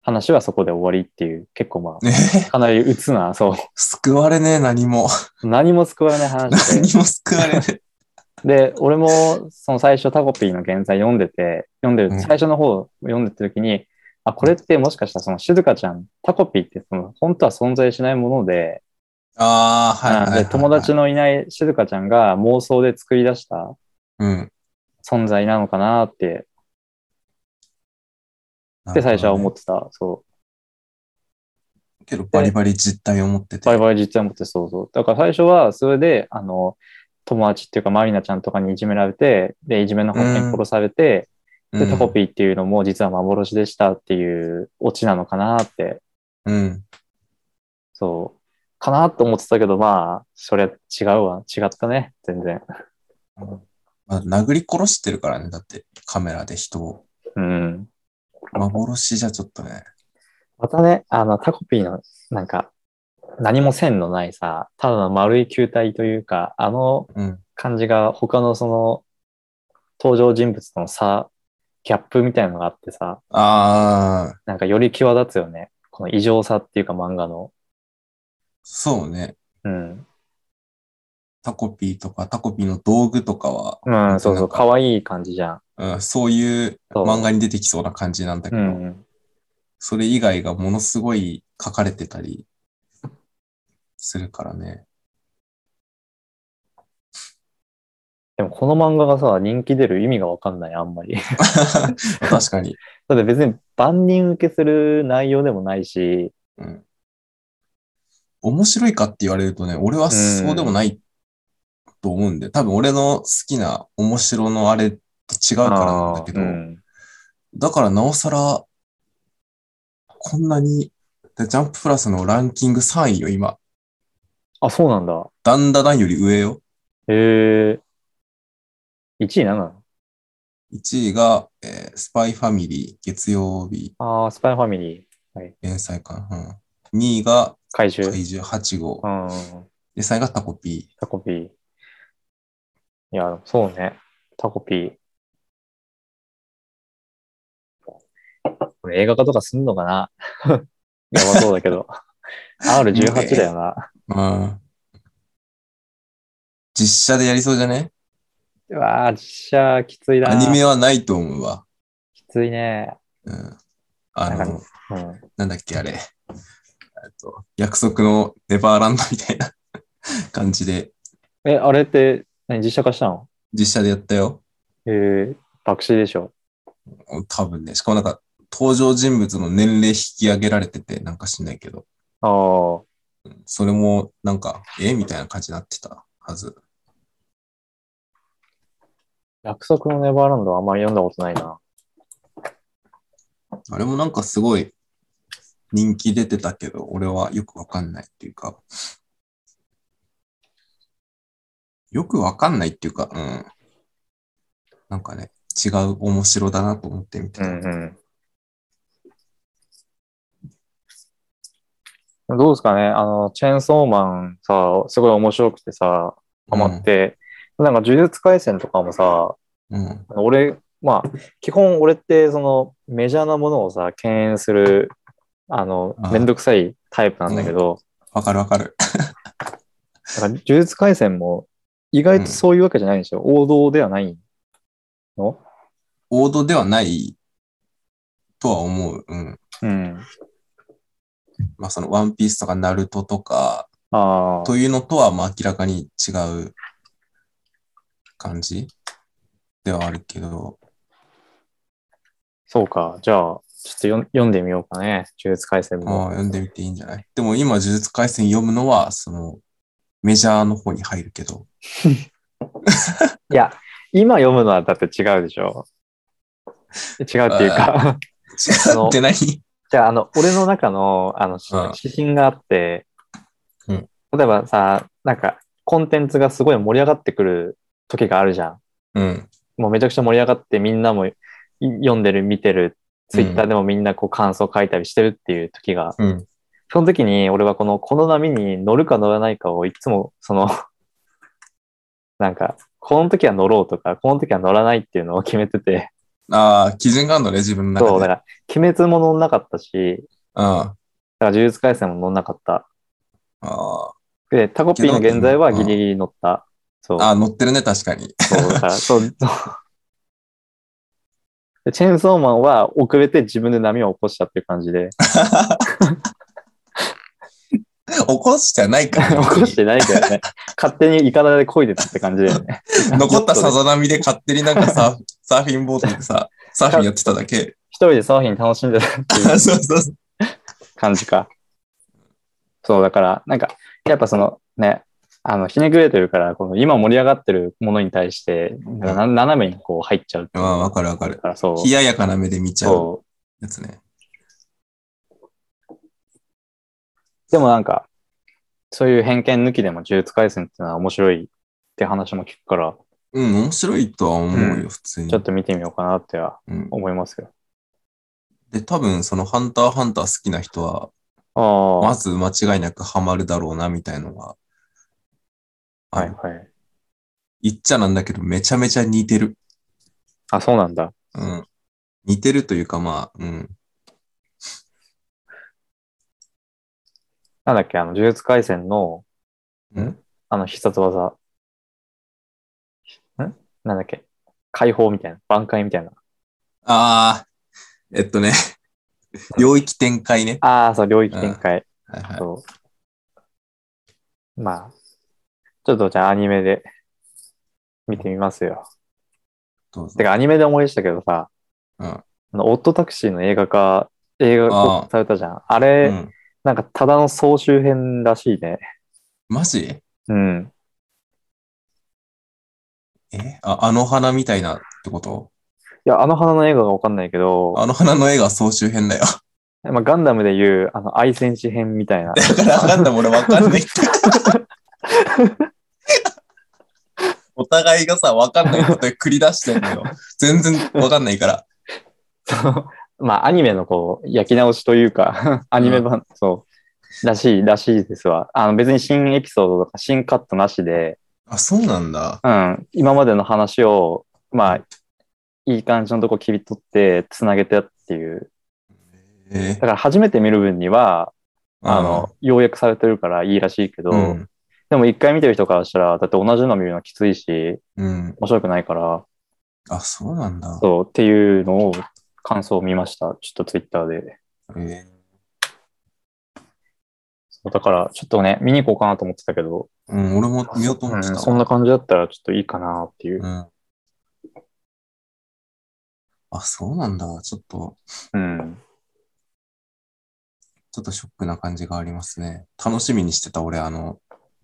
A: 話はそこで終わりっていう、結構ま
B: ね
A: あ、かなり鬱な、そう、
B: 救われねえ、何も。
A: 何も救われない話
B: 何
A: で。
B: も救われねえ。
A: <laughs> で、俺も、その最初タコピーの原罪読んでて、読んで
B: う
A: る、
B: ん
A: 最初の方読んでた時に、あ、これってもしかしたらその静香ちゃん、タコピーってその、本当は存在しないもので、
B: ああ、はいはいはい、は
A: あ
B: い。
A: で友達のいない静香ちゃんが妄想で作り出した
B: うん。
A: 存在なのかなって、って最初は思
B: っ
A: ってた。そう。
B: て。けど、バリバリ実態を持ってて。
A: バリバリ実際持ってそうそう。だから最初はそれで、あの、友達っていうか、マリナちゃんとかにいじめられて、で、いじめの発見殺されて、
B: う
A: で、
B: ん
A: タコピーっていうのも実は幻でしたっていうオチなのかなって、
B: うん。
A: そう、かなと思ってたけど、まあ、それ違うわ。違ったね。全然。
B: まあ、殴り殺してるからね、だって、カメラで人を。
A: うん。
B: 幻じゃちょっとね。
A: またね、あの、タコピーの、なんか、何も線のないさ、ただの丸い球体というか、あの
B: うん。
A: 感じが他のその、登場人物との差、ギャップみたいのがあってさ、
B: ああ、
A: なんかより際立つよね。この異常さっていうか漫画の。
B: そうね。
A: うん。
B: タコピーとか、タコピーの道具とかは、
A: うん、そう
B: な
A: そ
B: ん
A: う、
B: か
A: 可愛い感じじゃん。
B: うん、そういう
A: そう
B: 漫画に出てきそうな感じなんだけ
A: う
B: ど、
A: ん。
B: それ以外がものすごい書かれてたりするからね。 <laughs>
A: でもこの漫画がさ、人気出る意味がわかんない、あんまり。 <laughs>
B: 確かに。
A: だって別に万人受けする内容でもないし、
B: うん。面白いかって言われるとね、俺はそうでもないと思うんで、多分俺の好きな面白のあれと違うからなんだけど、
A: うん
B: だからなおさら、こんなに、でジャンププラスのランキング3位よ、今。
A: あ、そうなんだ。
B: ダンダダンより上よ。
A: へえ。1位何なの
B: 1位が、えースパイファミリー、月曜日、
A: ああ、スパイファミリー、
B: 連載かな。うん、2位が、
A: 怪獣。
B: 怪獣8号
A: う。ん。
B: で、3位がタコピ
A: タコピー。いや、そうね。タコピー。これ映画化とかすんのかな <laughs> やばそうだけ
B: <laughs>
A: ど。R18 だよな。
B: ー。うん。実写でやりそうじゃね
A: うわあ、実写きついな。
B: アニメはないと思うわ。
A: きついね。
B: うん。あ
A: なんか
B: の、
A: うん。
B: なんだっけ、あれ。えっと、約束のネバーランドみたいな感じで、
A: え、あれって何実写化したの
B: 実写でやったよ。
A: えー、爆死でしょ。
B: 多分ね。しかもなんか、登場人物の年齢引き上げられてて、なんか知んないけど。
A: ああ。
B: うんそれも、なんか、えみたいな感じになってたはず。
A: 約束のネバーランドはあんまり読んだことないな。
B: あれもなんかすごい人気出てたけど、俺はよくわかんないっていうか、よくわかんないっていうか、うん。なんかね、違う面白だなと思って見てた。
A: うん。どうですかねあの、チェーンソーマンさ、すごい面白くてさ、ハマって、なんか呪術廻戦とかもさ、
B: うん。
A: あの俺、まあ、基本俺ってそのメジャーなものをさ、敬遠する、あの
B: あ、あ
A: めんどくさいタイプなんだけど、
B: わかるわかる。
A: なんか呪術廻戦も意外とそういうわけじゃないんでしょ、王道ではないの
B: 王道ではないとは思う。うん。
A: うん。
B: まあそのワンピースとかナルトとか
A: ああ。
B: というのとはまあ明らかに違う感じではあるけど、
A: そうか。じゃあ、ちょっとよん読んでみようかね。呪術廻戦
B: ああ
A: も。
B: 読んでみていいんじゃないでも今、呪術廻戦読むのは、その、メジャーの方に入るけど。
A: いや、今読むのはだって違うでしょ。違うっていうか、
B: 違うって何
A: <laughs> じゃあ、あの、俺の中の、あの、
B: うん
A: 指針があって、
B: うん
A: 例えばさ、なんか、コンテンツがすごい盛り上がってくる時があるじゃん。
B: うん。
A: <laughs> もうめちゃくちゃ盛り上がって、みんなもい読んでる、見てる、ツイッターでもみんなこう感想書いたりしてるっていう時が
B: うん。
A: その時に俺はこの、この波に乗るか乗らないかをいつも、その、 <laughs> なんか、この時は乗ろうとか、この時は乗らないっていうのを決めてて、
B: ああ、基準があるのね、自分の
A: そう、だ
B: 中で。
A: から、鬼滅も乗んなかったし、
B: うん。あ
A: だから呪術廻戦も乗んなかった。
B: あ。
A: で、タコピーの現在はギリギリ乗った。そう。
B: あー乗ってるね、確かに。 <laughs>
A: そう、だから、そう、そうでチェーンソーマンは遅れて自分で波を起こしたっていう感じで、
B: 起こしてはないから、
A: <laughs> 起こしてないけどね、勝手にイカダで漕いでたって感じだよね。
B: <laughs> 残ったさざ波で勝手になんかさ、 <laughs> サーフィンボートでさ、サーフィンやってただけ。
A: <laughs> 一人でサーフィン楽しんでたっていう
B: <laughs> そうそうそう。
A: 感じか。そう、だから、なんか、やっぱそのね、あの、ひねくれてるから、この今盛り上がってるものに対して、なんかな斜めにこう入っちゃうっていう
B: まあ、わかるわかる
A: だ。から、そう。
B: 冷ややかな目で見ちゃう
A: そう。
B: やつね。
A: でもなんか、そういう偏見抜きでも呪術廻戦っていうのは面白いって話も聞くから、
B: うん、面白いとは思う
A: う
B: よ、普通に
A: ちょっ。と見てみようかなっては
B: うん
A: 思いますよ。
B: で、多分、その、ハンターハンター好きな人は、
A: ああ、
B: まず間違いなくハマるだろうな、みたいのが。あ
A: はい
B: の
A: はい。
B: 言っちゃなんだけど、めちゃめちゃ似てる。
A: あ、そうなんだ。
B: うん。似てるというか、まあ、うん。
A: なんだっけ、あの、呪術廻戦の、
B: うん
A: あの、必殺技。んなんだっけ解放みたいな。挽回みたいな。
B: ああ、えっ
A: <laughs>
B: とね、領域展開ね。
A: ああ、そう、領域展開。
B: はいはい。
A: そう。まあ、ちょっとじゃあアニメで見てみますよ。
B: どうぞ
A: てかアニメで思い出したけどさ、
B: うん
A: あのオットタクシーの映画化、映画
B: あ
A: 化
B: あ
A: されたじゃん。あ
B: う
A: れ、
B: ん。
A: なんかただの総集編らしいね。
B: マジ
A: うん。
B: えあ、あの花みたいなってこと
A: いや、あの花の映画がわかんないけど、
B: あの花の絵が総集編だよ。 <laughs>
A: まあ、ガンダムでいう、あの、愛戦士編みたい
B: <laughs>
A: な。
B: だから、なんだ、俺わかんない。
A: <laughs>
B: お互いがさ、わかんないこと繰り出してんのよ。全然わかんないから。
A: そのまあ、アニメのこう、焼き直しというか、 <laughs> アニメ版、そう、らしい、らしいですわ。あの、別に新エピソードとか新カットなしで、
B: あ、そうなんだ。
A: うん、今までの話を、まあ、いい感じのとこ切り取って、つなげてっていう。
B: え
A: だから初めて見る分には、あの、要約されてるからいいらしいけど、
B: うん、
A: でも一回見てる人からしたら、だって同じの見るのきついし、
B: うん。
A: 面白くないから、
B: あ、そうなんだ。
A: そう、っていうのを感想を見ました。ちょっとツイッターで。
B: え
A: そうだから、ちょっとね、見に行こうかなと思ってたけど、
B: ーうん、俺も見ようと思って
A: う
B: た
A: ん
B: わ。
A: そんな感じだったらちょっといいかなっていう
B: う。ん。あ、そうなんだ。ちょっと、
A: うん。
B: ちょっとショックな感じがありますね。楽しみにしてた俺、あの、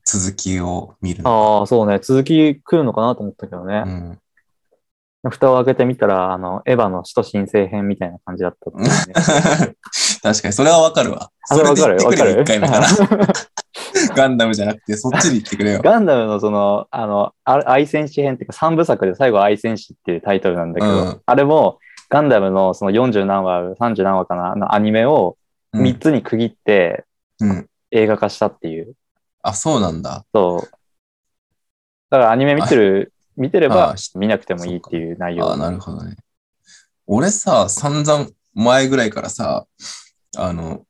B: 続きを見るの。
A: ああ、そうね、続き来るのかなと思ったけど
B: う
A: ね。
B: ん。 <laughs>
A: 蓋を開けてみたら、あの、エヴァの使徒新生編みたいな感じだったっていうね
B: <laughs> 確かに、それはわかるわ。
A: あ
B: それ
A: わ
B: で
A: か
B: 言っ
A: るわ
B: てく
A: か
B: れよ、
A: る
B: 一回目から。ガンダムじゃなくて、そっちで言ってくれよ。
A: <laughs> ガンダムのその、あの、あ愛戦士編っていうか3部作で最後愛戦士っていうタイトルなんだけど、
B: うん
A: あれもガンダムのその40何話、30何話かな、あのアニメを
B: うん
A: 3つに区切って
B: うん。
A: 映画化したっていう。
B: あ、そうなんだ。
A: そう。だからアニメ見てる、見てれ
B: あ
A: ば
B: し
A: 見なくてもいいっていう内
B: あ
A: 容。
B: なるほどね。俺さ、散々前ぐらいからさ、あの、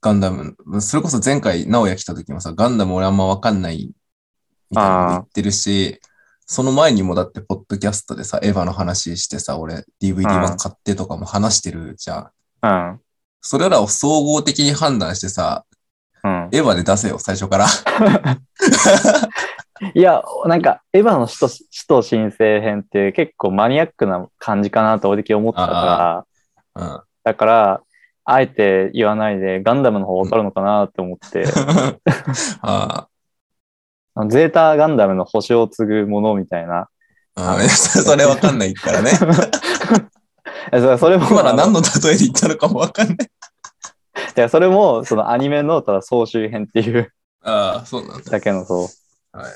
B: ガンダム、それこそ前回、直哉来た時もさ、ガンダム俺あんまわかんない、みたいなこと言ってるし、その前にもだって、ポッドキャストでさ、エヴァの話してさ、俺、DVD 版買ってとかも話してるじゃん。
A: うん。
B: それらを総合的に判断してさ、
A: うん。
B: エヴァで出せよ、最初から。
A: いや、なんか、エヴァの使徒使徒新生編って結構マニアックな感じかなと、俺的に思ってたから、
B: うん。
A: だから、あえて言わないで、ガンダムの方わかるのかなって思って、
B: ああ
A: あのゼータガンダムの星を継ぐものみたいな。
B: うん、 <laughs> それわかんないからね。
A: えそれそれも、
B: 今ら
A: あの
B: 何の例えで言ったのかもわかんない。
A: いやそれも、そのアニメのただ総集編っていう
B: ああ、そうなんだ。
A: だけの、そう。
B: はい。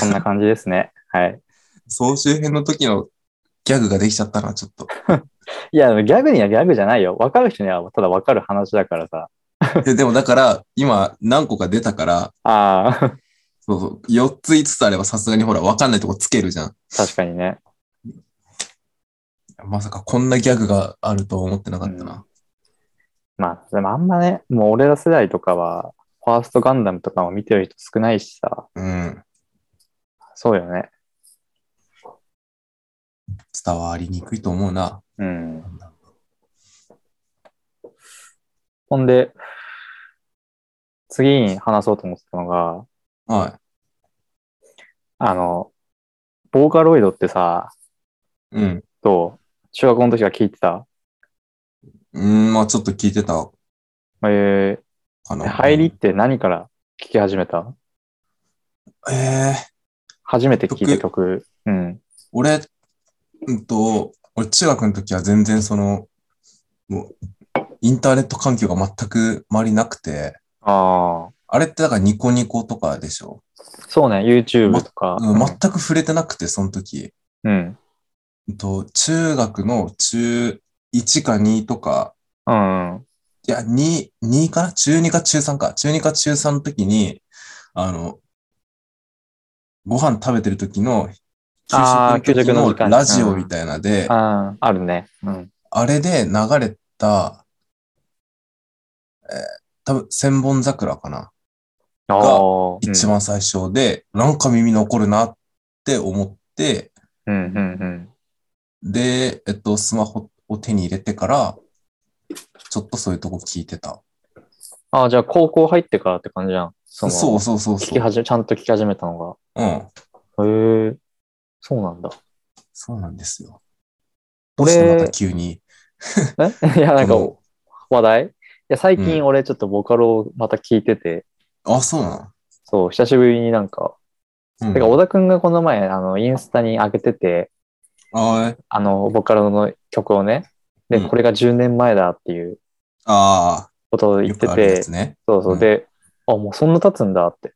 A: こんな感じですね。はい。
B: 総集編の時のギャグができちゃったな、ちょっと。
A: いや、ギャグにはギャグじゃないよ。わかる人にはただわかる話だからさ。
B: ででもだから、今何個か出たから、
A: ああ、 <laughs>
B: そうそう。4つ5つあればさすがにほら、わかんないとこつけるじゃん。
A: 確かにね。
B: まさかこんなギャグがあるとは思ってなかったな。
A: まあ、でもあんまね、もう俺ら世代とかは、ファーストガンダムとかも見てる人少ないしさ、
B: うん。
A: そうよね。
B: 伝わりにくいと思うな。
A: うん。ほんで、次に話そうと思ってたのが、
B: は
A: あの、ボーカロイドってさ、
B: い。うん。
A: と、中学校の時は聞いてた。
B: うん、まあちょっと聞いてた
A: え
B: か
A: ー、
B: な。
A: 入りって何から聞き始めた
B: ええ
A: 初めて聞いた曲。うん。
B: 俺、うんと、俺中学の時は全然その、もう、インターネット環境が全く周りなくて、
A: ああ、
B: あれってだからニコニコとかでしょ、
A: そうね、YouTube とか。
B: うん、全く触れてなくて、その時。
A: うん。
B: うんと、中学の中1か2とか、
A: うん。うん
B: いや、2、2かな中2か中3か。中2か中3の時に、あの、ご飯食べてる時の、
A: あー
B: 給食の
A: 給食の時
B: 時の
A: 間
B: ラジオみたいなで、
A: あーあるね。うん。
B: あれで流れた、えー、多分千本桜かな。
A: ああ。
B: 一番最初で、なんか耳残るなって思って、
A: うん。うん、うん、
B: で、えっと、スマホを手に入れてから、ちょっとそういうとこ聞いてた。
A: ああ、じゃあ高校入ってからって感じじゃん。そ
B: そう
A: の
B: そうそうそう
A: 聞き始め、ちゃんと聞き始めたの
B: うん。
A: が。へえ、そうなんだ。
B: そうなんですよ。どう
A: 俺
B: してまた急に。
A: え <laughs> いや、なんか
B: こ
A: 話題いや、最
B: う
A: 近俺ちょっとボカロをまた聞いてて、
B: のあ、そうな
A: そう、久しぶりになんか、
B: の、うん、
A: てか、小田くんがこの前、あの、インスタに上げてて、
B: あー
A: あの、ボカロの曲をね、で、
B: うん
A: これが10年前だっていう
B: あ
A: ことを
B: ー、
A: 言
B: よ
A: って
B: くある
A: て
B: や、つね。
A: そうそう、
B: うん
A: で、あ、もうそんな経つんだって。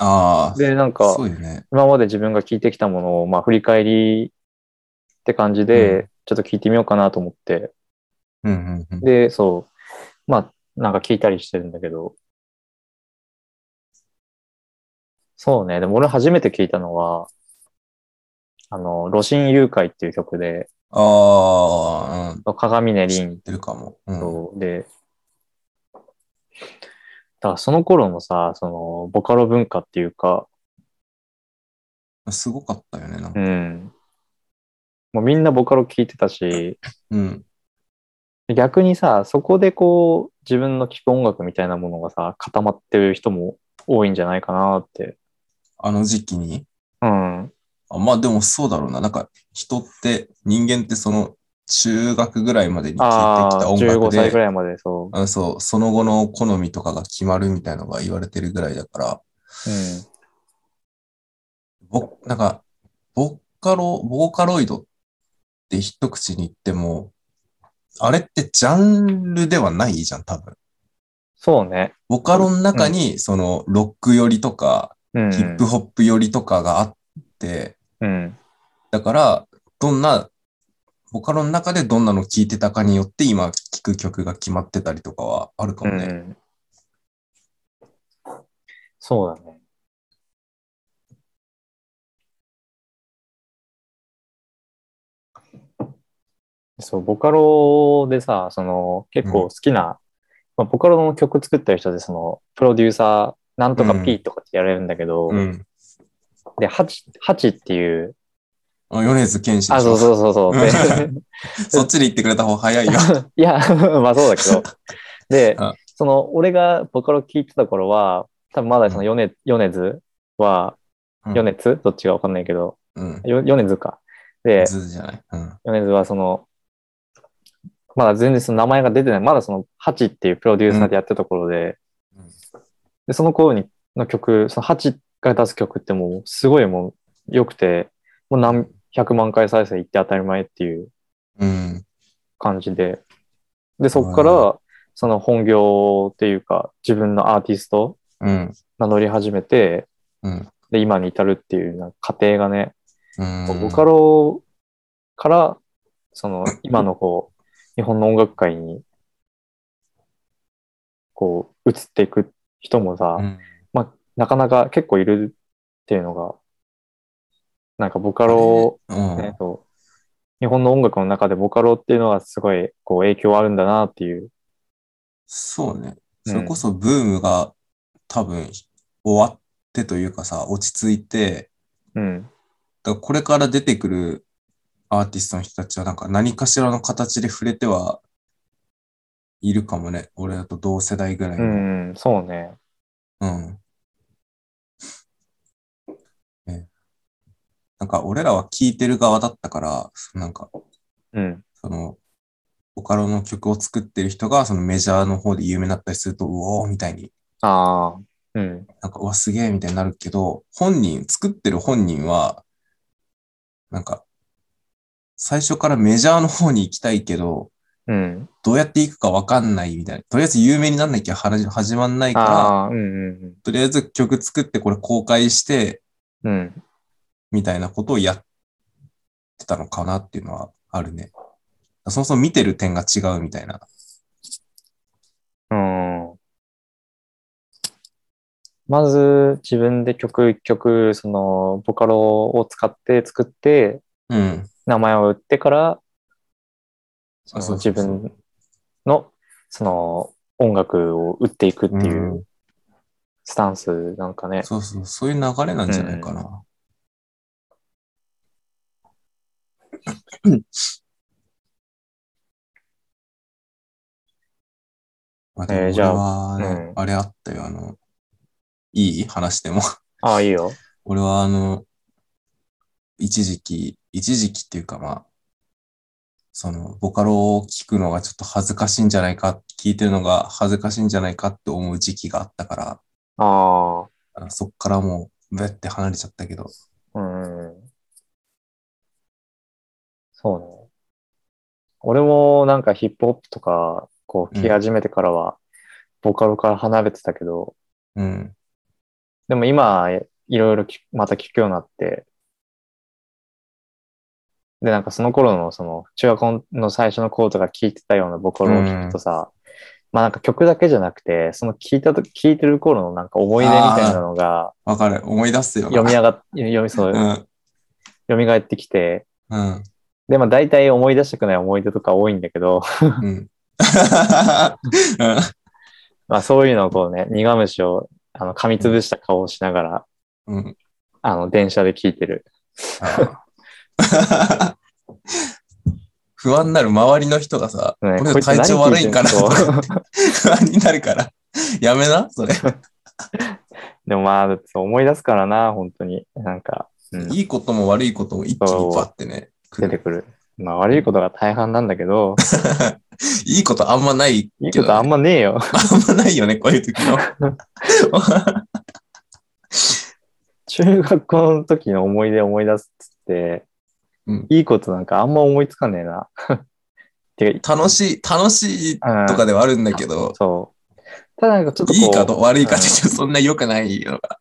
B: あ
A: で、なん
B: あ、
A: か、
B: そうよね。
A: 今まで自分が聞いてきたものを、まあ、振り返りって感じで、
B: う
A: ちょっと聞いてみようかなと思って、
B: うんうんうん。
A: で、そう、まあ、なんか聞いたりしてるんだけど、そうね、でも俺初めて聞いたのは、あの、露心誘拐っていう曲で、
B: ああ、うん、
A: 鏡音凛
B: 出るかも。うん。
A: と、で、だからその頃のさ、その、ボカロ文化っていうか、
B: すごかったよね、なん
A: う
B: か。
A: ん。もうみんなボカロ聞いてたし、
B: うん。
A: 逆にさ、そこでこう、自分の聴く音楽みたいなものがさ、固まってる人も多いんじゃないかなって。
B: あの時期に。
A: うん。
B: あまあでもそうだろうな。なんか人って、人間ってその中学ぐらいまでに聴い
A: あ
B: てき
A: あ
B: た
A: ー、
B: 音楽
A: 15歳ぐ
B: で、
A: らいまで、そう。
B: あのそう、その後の好みとかが決まるみたいなのが言われてるぐらいだから、
A: うん。
B: ぼ、なんか、ボッカロ、ボーカロイドって一口に言っても、あれってジャンルではないじゃん、多分。
A: そうね。
B: ボカロの中に、その、ロック寄りとか、
A: うん。
B: ヒップホップ寄りとかがあって、
A: うん。
B: だから、どんな、ボカロの中でどんなの聴いてたかによって今聴く曲が決まってたりとかはあるか
A: う
B: もね。
A: ん。そうだね。そう、ボカロでさ、その、結構好きな、まあ、ボカロの曲作ってる人で、その、プロデューサー、なんとか
B: うん
A: P とかってやれるんだけど、
B: うん。
A: で、ハチ、ハチっていう、
B: あ米津玄師で
A: あ、
B: し
A: そう
B: ょ。
A: そうそうそう。
B: <laughs>
A: で
B: そっちで言ってくれた方早いよ。
A: <laughs> いや、まあそうだけど。で
B: <laughs> うん、
A: その、俺がボカロ聞いてた頃は、多分まだそのヨネ、ヨネズは、
B: うん
A: ヨネツどっちがわかんないけど、
B: うん。
A: ヨヨネズか。で、
B: ずじゃない。うん。
A: ヨネズはその、まだ全然その名前が出てない。まだその、ハチっていうプロデューサーでやってたところで、
B: うんうん
A: で、その頃にの曲、そのハチが出す曲ってもう、すごいもう、良くて、もう何百万回再生いって当たり前っていう
B: うん。
A: 感じで。で、そこから、その本業っていうか、自分のアーティスト
B: うん。
A: 名乗り始めて、
B: うん。
A: で、今に至るっていうなんか過程がね、
B: うん。
A: ボカロから、その、今のこう、日本の音楽界に、こう、移っていく人もさ、
B: うん。
A: まあ、なかなか結構いるっていうのが、なんかボカロ、
B: うん。
A: ねそう日本の音楽の中でボカロっていうのはすごいこう影響あるんだなっていう。
B: そうね。
A: うん
B: それこそブームが多分終わってというかさ、落ち着いて、
A: うん。
B: だからこれから出てくるアーティストの人たちはなんか何かしらの形で触れてはいるかもね。俺だと同世代ぐらいうの。
A: ん、そうね。
B: うん。ねなんか俺らは聴いてる側だったから、なんか
A: うん。
B: その、ボカロの曲を作ってる人がそのメジャーの方で有名になったりすると、うおーみたいに
A: ああ、うん。
B: なんか、うわ、すげえみたいになるけど、本人、作ってる本人は、なんか、最初からメジャーの方に行きたいけど、
A: うん。
B: どうやって行くかわかんないみたいな。とりあえず有名になんなきゃ話始まんないから、
A: ああ、うんうん
B: とりあえず曲作ってこれ公開して、
A: うん。うん。
B: みたいなことをやってたのかなっていうのはあるね。そもそも見てる点が違うみたいな。
A: うん。まず自分で曲一曲、そのボカロを使って作って、
B: うん。
A: 名前を売ってから、そ
B: あ
A: の
B: そうそ
A: 自
B: うそう
A: 分のその音楽を売っていくっていううスタンスなんかね。
B: そうそう、そういう流れなんじゃないかな。まあでも
A: えー
B: 俺
A: じゃあ
B: はあの、
A: うん
B: あれあったよ、あの、いい話でも。
A: ああ、いいよ。
B: 俺はあの、一時期、一時期っていうかまあ、その、ボカロを聞くのがちょっと恥ずかしいんじゃないか、聞いてるのが恥ずかしいんじゃないかって思う時期があったから、
A: あ
B: あそっからもう、ブって離れちゃったけど。
A: あ、うん。そうね。俺もなんかヒップホップとか、こう、聴き始めてからは、ボカロから離れてたけど、
B: うん。
A: でも今、いろいろきまた聴くようになって、で、なんかその頃の、その、中学校の最初の頃とか聴いてたようなボカロを聴くとさ、まあなんか曲だけじゃなくて、その聴いたと、聴いてる頃のなんか思い出みたいなのが、
B: わかる。思い出すよな。
A: 読み上がっ、読み、そう、蘇ってきて、
B: うん。うん。
A: で、まあ大体思い出したくない思い出とか多いんだけど、 <laughs>
B: うん。 <laughs> うん
A: まあそういうのをこうね、苦虫をあの噛みつぶした顔をしながら、
B: うん。 <laughs>
A: あの電車で聞いてる。
B: あー不安になる周りの人がさ、
A: ね
B: 俺
A: こいつ何
B: 体調悪いんかな
A: 聞いてんの <laughs>
B: とかって不安になるから。やめな、それ。
A: でもまあ、そう思い出すからな、本当に。なんか、うん、
B: いいことも悪いことも一気にパってね。来
A: 出て
B: る
A: くる。まあ悪いことが大半なんだけど、
B: いいことあんまない
A: いいこ
B: けどね、
A: とあんまねえよ。 <laughs>
B: あんまないよね、こういう時の。
A: 中学校の時の思い出思い出すっつって、
B: うん
A: いいことなんかあんま思いつかねえな。 <laughs> て
B: 楽しい、楽しい
A: か、うん
B: とかではあるんだけど、
A: そう。ただなんかちょっとこう、
B: いいかと悪いかって
A: うん
B: そんな良くないのが。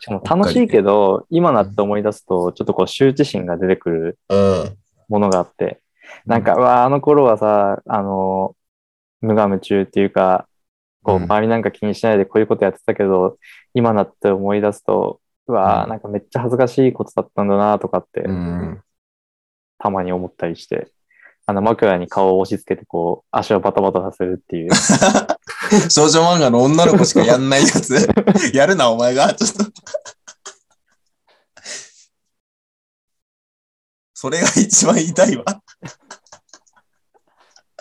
A: しかも楽しいけど、今なって思い出すと、ちょっとこう羞恥心が出てくる
B: うん。
A: ものがあって、なんか、うわあ、あの頃はさ、あの、無我夢中っていうか、こう、
B: うん
A: 周りなんか気にしないでこういうことやってたけど、今なって思い出すと、うわあ、
B: うん
A: なんかめっちゃ恥ずかしいことだったんだなとかって、
B: うん。
A: たまに思ったりして、あの、枕に顔を押し付けて、こう、足をバタバタさせるっていう。
B: 少女漫画の女の子しかやんないや
A: <laughs>
B: つ。やるな、お前が。ちょっと。それが一番痛いわ。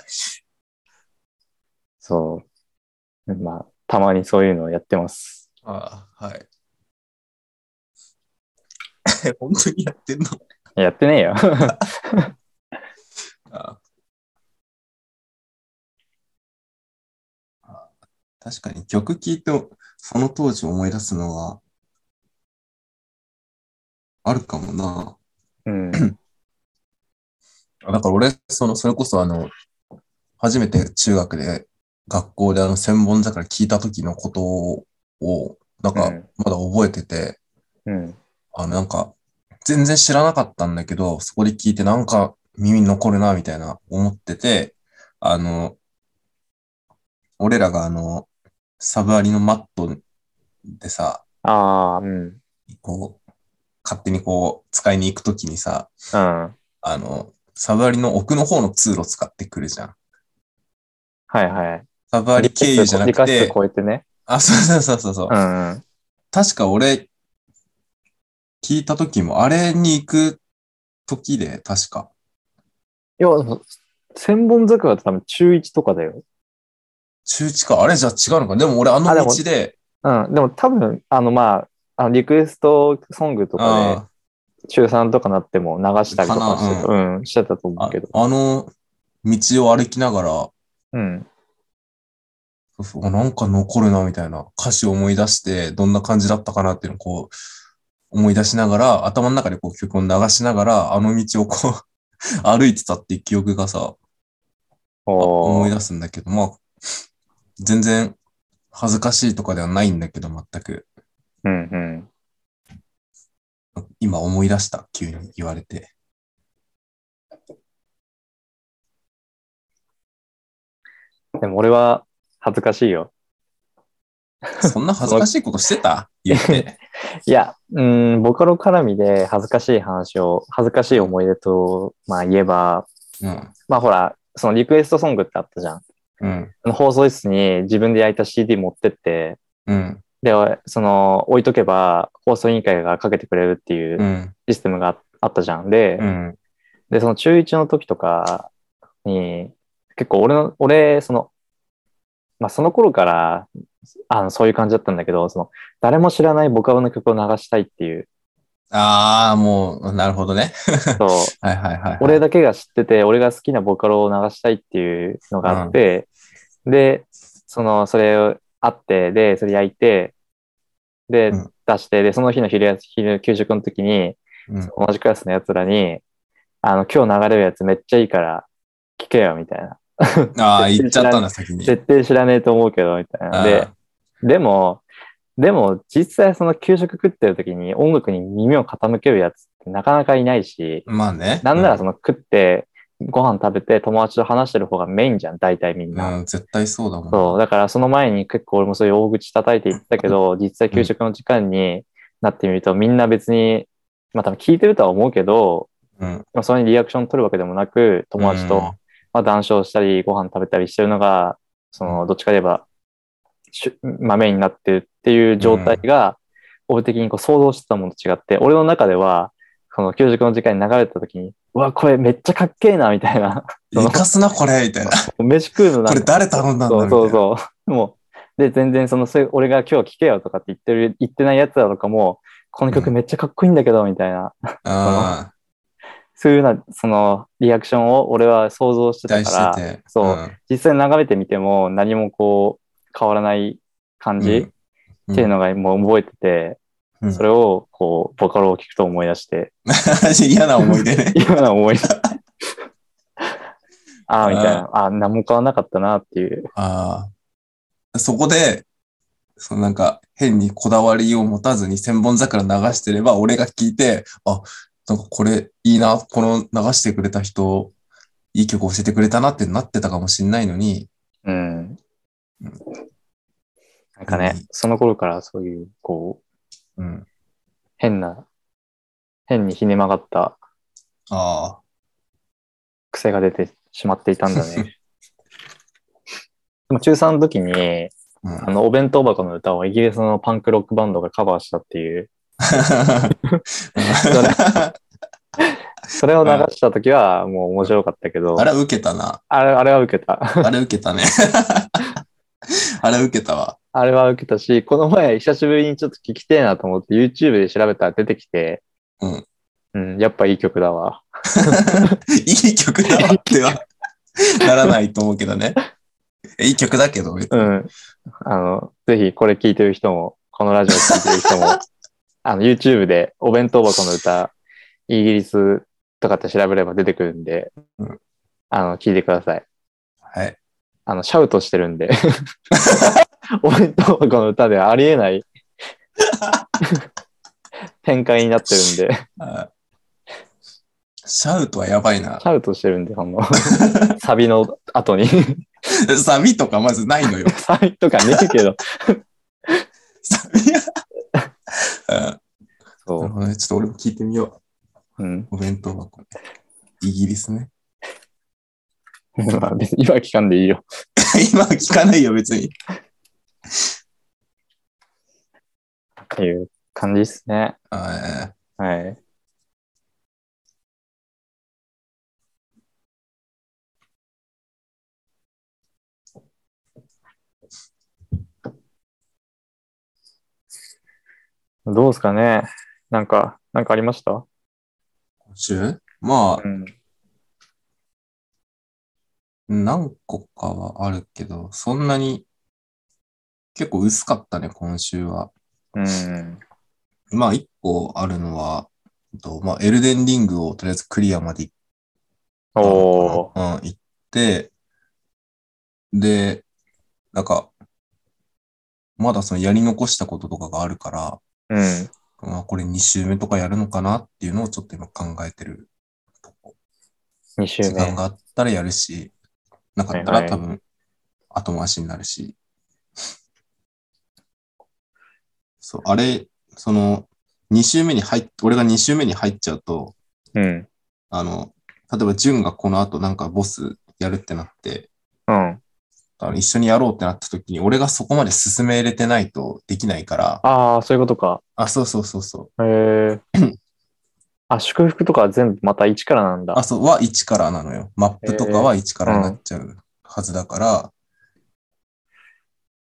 A: <laughs> そう。まあ、たまにそういうのをやってます。
B: ああ、はい。 <laughs> 本当にやってんの
A: やってねえよ。
B: ああ確かに曲聴いてその当時思い出すのはあるかもな。
A: うん。
B: だから俺、その、それこそあの、初めて中学で学校であの千本桜聴いた時のことを、なんか
A: うん
B: まだ覚えてて、
A: うん。
B: あのなんか全然知らなかったんだけど、そこで聞いてなんか耳に残るなみたいな思ってて、あの、俺らがあの、サブアリのマットでさ、
A: ああ、うん。
B: こう、勝手にこう、使いに行くときにさ、
A: うん。はい
B: あの、サブアリの奥の方の通路使ってくるじゃん。
A: はい。
B: サブアリ経由じゃな
A: 理
B: く
A: 科室
B: て
A: 理、科室超えてね。
B: あ、そうそうそうそうそう、
A: うんうん。
B: 確か俺、聞いたときも、あれに行くときで、確か。
A: いや、でも千本桜って多分中1とかだよ。
B: 中地か。あれじゃあ違うのか。でも俺あの
A: あでも
B: 道で、
A: うん。でも多分、あの、まあ、あのリクエストソングとか
B: あ
A: で、中3とかなっても流したりとかしてた、
B: か
A: うん、してたと思う
B: あ
A: けど。
B: あの道を歩きながら、
A: うん。
B: そうそうあなんか残るなみたいな歌詞を思い出して、どんな感じだったかなっていうのをこう思い出しながら、頭の中でこう曲を流しながら、あの道をこう <laughs> 歩いてたっていう記憶がさ、
A: お
B: 思い
A: ー
B: 出すんだけど、まあ、全然恥ずかしいとかではないんだけど、全く。
A: うんうん。
B: 今思い出した、急に言われて。
A: でも俺は恥ずかしいよ。
B: そんな恥ずかしいことし
A: <laughs>
B: てた言って。
A: いや、うん、ボカロ絡みで恥ずかしい話を、恥ずかしい思い出と、まあ言えば、
B: うん。
A: まあほら、そのリクエストソングってあったじゃん。
B: うん。
A: あの放送室に自分で焼いた CD 持ってって、
B: うん。。
A: で、その置いとけば放送委員会がかけてくれるっていううんシステムがああったじゃん。で、
B: うん。
A: で、その中1の時とかに、結構俺の、俺、その、まあその頃から、あの、そういう感じだったんだけど、その、誰も知らないボカロの曲を流したいって <laughs> いう、
B: ああ、もう、なるほどね。
A: そう、
B: はいはいはいはい。
A: 俺だけが知ってて、俺が好きなボカロを流したいっていうのがあって、で、その、それをあって、で、それ焼いて、で、
B: うん
A: 出して、で、その日の昼や昼給食の時に、
B: うん、
A: 同じクラスのやつらに、あの、今日流れるやつめっちゃいいから、聞けよ、みたいな。
B: ああ、言っちゃったんだ、先に。
A: 絶対知らねえと思うけど、みたいな。で、でも、でも、実際その給食食ってる時に音楽に耳を傾けるやつってなかなかいないし、
B: うんまあね。
A: なんならその食って、ご飯食べて友達と話してる方がメインじゃん、大体みん
B: う
A: な。
B: ん、うん、絶対そうだもん。
A: そう、だからその前に結構俺もそういう大口叩いていったけど、実際給食の時間になってみるとみんな別に、まあ多分聞いてるとは思うけど、
B: うん。
A: でもそれにリアクション取るわけでもなく、友達
B: う
A: と
B: ん、
A: まあ、談笑したり、ご飯食べたりしてるのが、その、どっちかで言えば、しゅまあ、メインになってるっていう状態が、俺的にこう想像してたものと違って、俺の中では、その給食の時間に流れた時に、うわ、これめっちゃかっけえな、みたいな。 <laughs> その
B: 生かすな、これみたいな。
A: 飯食うのなん
B: これ
A: か
B: 誰頼んだんだ
A: そう
B: みたい
A: そ
B: な
A: うそう。もう、で、全然その、そういう俺が今日聞けよとかって言ってる、言ってないやつらとかも、この曲めっちゃかっこいいんだけど、みたいな。
B: ああ、
A: そういうような、その、リアクションを俺は想像して
B: 期
A: た
B: 待
A: から、
B: してて。
A: そうん実際眺めてみても何もこう変わらない感じ
B: うん
A: っていうのがもう覚えてて、
B: うん
A: それをこうボカロを聞くと思い出
B: <laughs>
A: して、
B: <laughs> 嫌な思い出ね。
A: 今の
B: <laughs>
A: 思い出ああみたいなああ何も変わらなかったなっていう
B: ああ。そこで、そのなんか変にこだわりを持たずに千本桜流してれば、俺が聞いて、あ、なんかこれいいな、この流してくれた人、いい曲教えてくれたなってなってたかもしんないのに、
A: うん
B: うん
A: なんかね
B: うん
A: その頃からそういうこう
B: うん。
A: 変な変にひね曲がった
B: ああ、
A: 癖が出てしまっていたんだ
B: <laughs>
A: ねでも中3の時に
B: うん
A: <laughs> あの、お弁当箱の歌をイギリスのパンクロックバンドがカバーしたって
B: <laughs>
A: いう、それを流した時はもう面白かったけど、
B: あれは受けたな。
A: あれあれは受けた。 <laughs>
B: あれ受けたね。 <laughs> あれ受けたわ。
A: <laughs> あれは受けたし、この前久しぶりにちょっと聞きてえなと思って YouTube で調べたら出てきて、
B: うん。
A: うん、やっぱいい曲だわ。
B: いい曲だわってはならないと思うけどね。いい曲だけど、別に
A: うん。あの、ぜひこれ聞いてる人も、このラジオ聞いてる人も、
B: <laughs>
A: あの、YouTube でお弁当箱の歌、イギリスとかって調べれば出てくるんで、
B: うん
A: あの、聞いてください。
B: はい。
A: あの、シャウトしてるんで。お弁当箱の歌ではありえない展開になってるんで、
B: あシャウトはやばいな
A: シ。
B: <laughs>
A: ャウトしてるんで、あの、サビの後に。
B: サビとかまずないのよ。 <laughs>
A: サビとかねえけど、
B: サビは。う
A: そ
B: んな
A: う。
B: るほどねちょっと俺も聞いてみよ
A: うん。
B: う。お弁当箱ね。イギリスね。 <laughs>
A: まあ別に今は聞かんでいいよ。
B: 今は聞かないよ、別に。
A: っていう感じですね。
B: あ
A: はい。どうですかねなんか、なんかありました
B: ー今週まあ
A: う、ん。
B: 何個かはあるけど、そんなに、結構薄かったね、今週は。
A: うん。
B: まあ、一個あるのは、えっとまあ、エルデンリングをとりあえずクリアまで行っ
A: おー。
B: うん、行って、で、なんか、まだそのやり残したこととかがあるから、
A: うん。
B: まあ、これ2周目とかやるのかなっていうのをちょっと今考えてるとこ。
A: 2周
B: 時間
A: 目。
B: があったらやるし、なかった
A: はいは
B: ら
A: い
B: 多分後回しになるし。そう、あれ、その、2周目に入っ、俺が2周目に入っちゃうと、
A: うん。
B: あの、例えば、ジュンがこの後なんかボスやるってなって、
A: うん。
B: あの一緒にやろうってなった時に、俺がそこまで進めれてないとできないから、
A: ああ、そういうことか。
B: あ、そうそうそうそう。
A: へ
B: <clears throat>
A: え。あ、祝福とかは全部また一からなんだ
B: あ、。そう、は1からなのよ。マップとかは1からになっちゃうはずだから、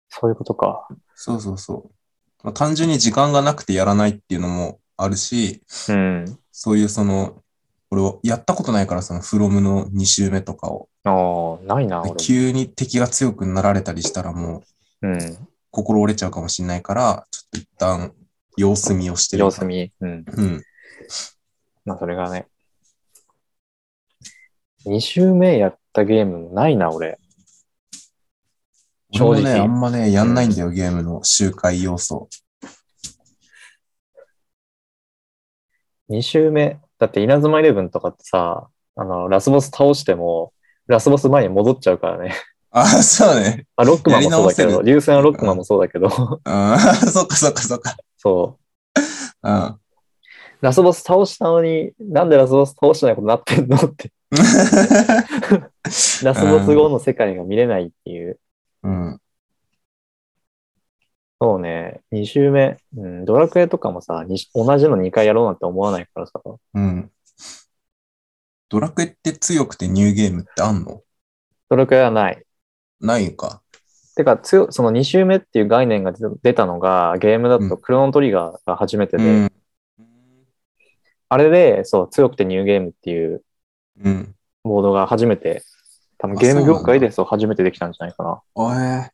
A: そういうことか。
B: そうそうそう。まあ、単純に時間がなくてやらないっていうのもあるし、
A: うん。
B: そういうその、俺はやったことないから、そのフロムの2周目とかを。
A: ああ、ないな、
B: で
A: 俺も。
B: 急に敵が強くなられたりしたらもう
A: うん。
B: 心折れちゃうかもしれないから、ちょっと一旦様子見をしてる。
A: 様子見。うん。
B: うん。
A: まあ、それがね。2周目やったゲームもないな、俺。正
B: 俺もね、
A: 直
B: あんまね、やんないんだよ、ゲームの周回要素。
A: 2周目。だって、稲妻イレブンとかってさ、あの、ラスボス倒しても、ラスボス前に戻っちゃうからね。 <laughs>
B: あ、そうね。
A: あ、ロックマンもそうだけ
B: やり直せ
A: ど、
B: る
A: 流線はロックマンもそうだけど、 <laughs>
B: うん、 <laughs> そっかそっかそっか。
A: そう。
B: うん。 <laughs>
A: ラスボス倒したのに、なんでラスボス倒してないことになってんのって。 <laughs> ラスボス後の世界が見れないっていう。
B: うん。
A: そうね、2周目、うん、ドラクエとかもさ、に同じの2回やろうなんて思わないからさ、
B: うん。ドラクエって強くてニューゲームってあんの
A: ドラクエはない。
B: ないか。
A: てか、つよその2周目っていう概念が出出たのが、ゲームだ
B: う
A: と
B: ん
A: クロノトリガーが初めてで、
B: うん。
A: あれで、そう、強くてニューゲームっていう
B: うん。
A: モードが初めて、多分
B: あ
A: ゲーム業
B: そうな
A: 界
B: んだ
A: でそう初めてできたんじゃないかな。
B: おえ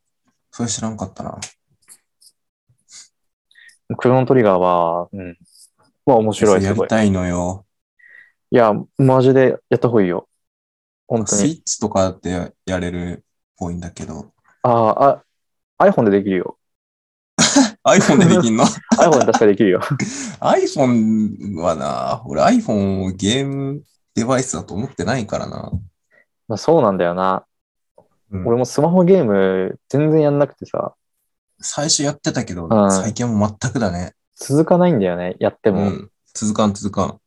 B: それ知らんかったな。
A: クロノトリガーは、うん。まあ面白い、
B: や
A: す
B: り
A: ごい。
B: たいのよ。
A: いや、マジでやった方がいいよ。本当
B: スイ
A: に。
B: ッチとかでやれるっぽいんだけど。
A: ああ、iPhone でできるよ。
B: iPhone でで
A: <laughs>
B: きんの
A: iPhone で確かでき
B: <laughs>
A: るよ。
B: ?iPhone はな、俺 iPhone をゲームデバイスだと思ってないからな。
A: まあそうなんだよな。
B: うん
A: 俺もスマホゲーム全然やんなくてさ、
B: 最初やってたけ
A: う
B: ど、
A: ん
B: 最近はもう全くだね。
A: 続かないんだよね、やって
B: で
A: も。
B: うん、続かん続かん。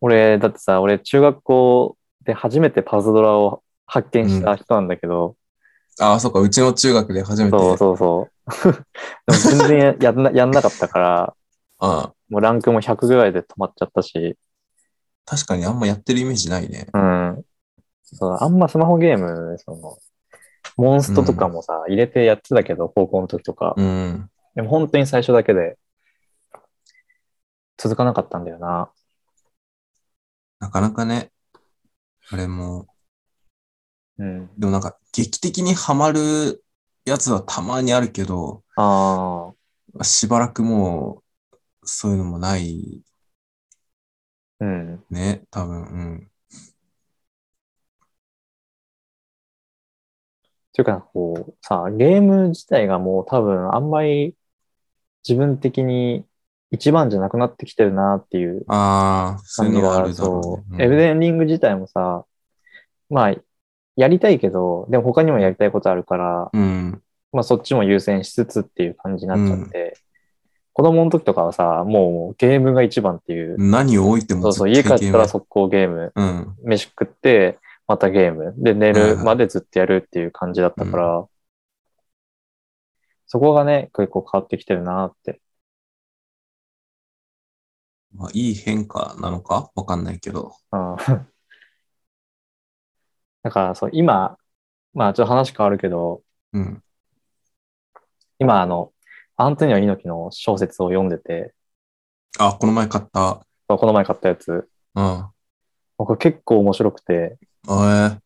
A: 俺、だってさ、俺中学校で初めてパズドラを発見した人なんだけど、
B: ああ、そっか、うちの中学で初めて。
A: そうそうそう。 <laughs> でも全然ややんなやんなかったから、
B: ああ
A: もうランクも100ぐらいで止まっちゃったし、
B: 確かにあんまやってるイメージないね。
A: うん。そうあんまスマホゲーム、その、モンストとかもさ、入れてやってたけど、高校の時とか。
B: うん。
A: でも本当に最初だけで、続かなかったんだよな。
B: なかなかね、あれも、
A: うん。
B: でもなんか劇的にハマるやつはたまにあるけど、
A: ああ。
B: しばらくもう、そういうのもない
A: うん。
B: ね、多分、うん。
A: というか、こう、さ、ゲーム自体がもう多分あんまり自分的に一番じゃなくなってきてるなっていう
B: ああ、そうい
A: 感じ
B: うのがあ
A: が、
B: るだろ
A: そうう、
B: ね。
A: エル
B: うん
A: デンリング自体もさ、まあ、やりたいけど、でも他にもやりたいことあるから、
B: うん。
A: まあそっちも優先しつつっていう感じになっちゃって、子供の時とかはさ、もうゲームが一番っていう。
B: 何を置いて
A: そ
B: も
A: う
B: 絶
A: そう、
B: 対
A: 家帰
B: ゲ
A: っ
B: ー
A: た
B: ム
A: ら速攻ゲーム。
B: うん。
A: 飯食って、またゲーム。で、寝るまでずっとやるっていう感じだったから、そこがね、結構変わってきてるなって。
B: まあ、いい変化なのかわかんないけど。
A: うん。 <laughs> だから、そう、今、まあちょっと話変わるけど、
B: うん。
A: 今、あの、アントニオ猪木の小説を読んでて、
B: あ、この前買った。
A: この前買ったやつ、
B: うん。
A: 僕結構面白くて、
B: えー、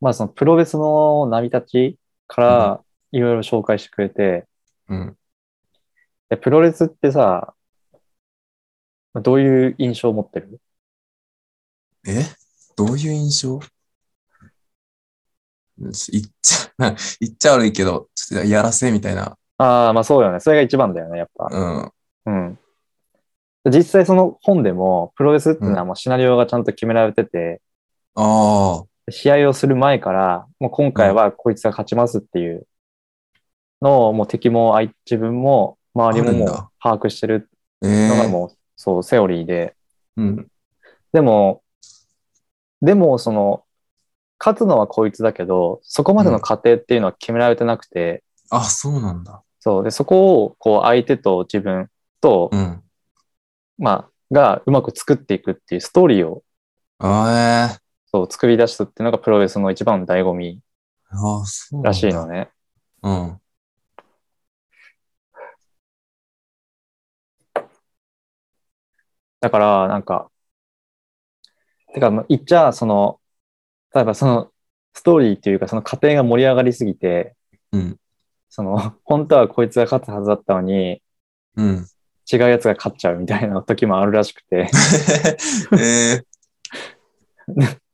A: まあそのプロレスの成り立ちからいろいろ紹介してくれて、
B: うん。
A: で、プロレスってさ、どういう印象を持ってる
B: えどういう印象言っちゃ、 <laughs> 言っちゃ悪いけど、ちょっとやらせみたいな。
A: ああ、まあそうよね。それが一番だよね、やっぱ。
B: うん。
A: うん。実際その本でも、プロレスっていうのはもうシナリオがちゃんと決められてて、
B: あ
A: 試合をする前から、もう今回はこいつが勝ちますっていうのを、もう敵も相自分も周りもも
B: あるん
A: う
B: だ
A: 把握してる
B: あ、え
A: のが
B: えー。
A: もう、そう、セオリーで、
B: うん。
A: でも、でも、その、勝つのはこいつだけど、そこまでの過程っていうのは決められてなくて、
B: あ、そうなんだ。
A: そう。で、そこを、こう、相手と自分と、
B: うん。
A: まあ、がうまく作っていくっていうストーリーを、
B: あえー。
A: そう、作り出すっていうのがプロレスの一番の醍醐味
B: ああ、そうなんだ。
A: らしいのね。
B: うん。
A: だから、なんか、てか、まあ言っちゃ、その、例えばその、ストーリーっていうか、その過程が盛り上がりすぎて、
B: うん
A: その、 <laughs> 本当はこいつが勝つはずだったのに、
B: うん。 <laughs>
A: 違うやつが勝っちゃうみたいな時もあるらしくて、 <laughs>
B: え
A: で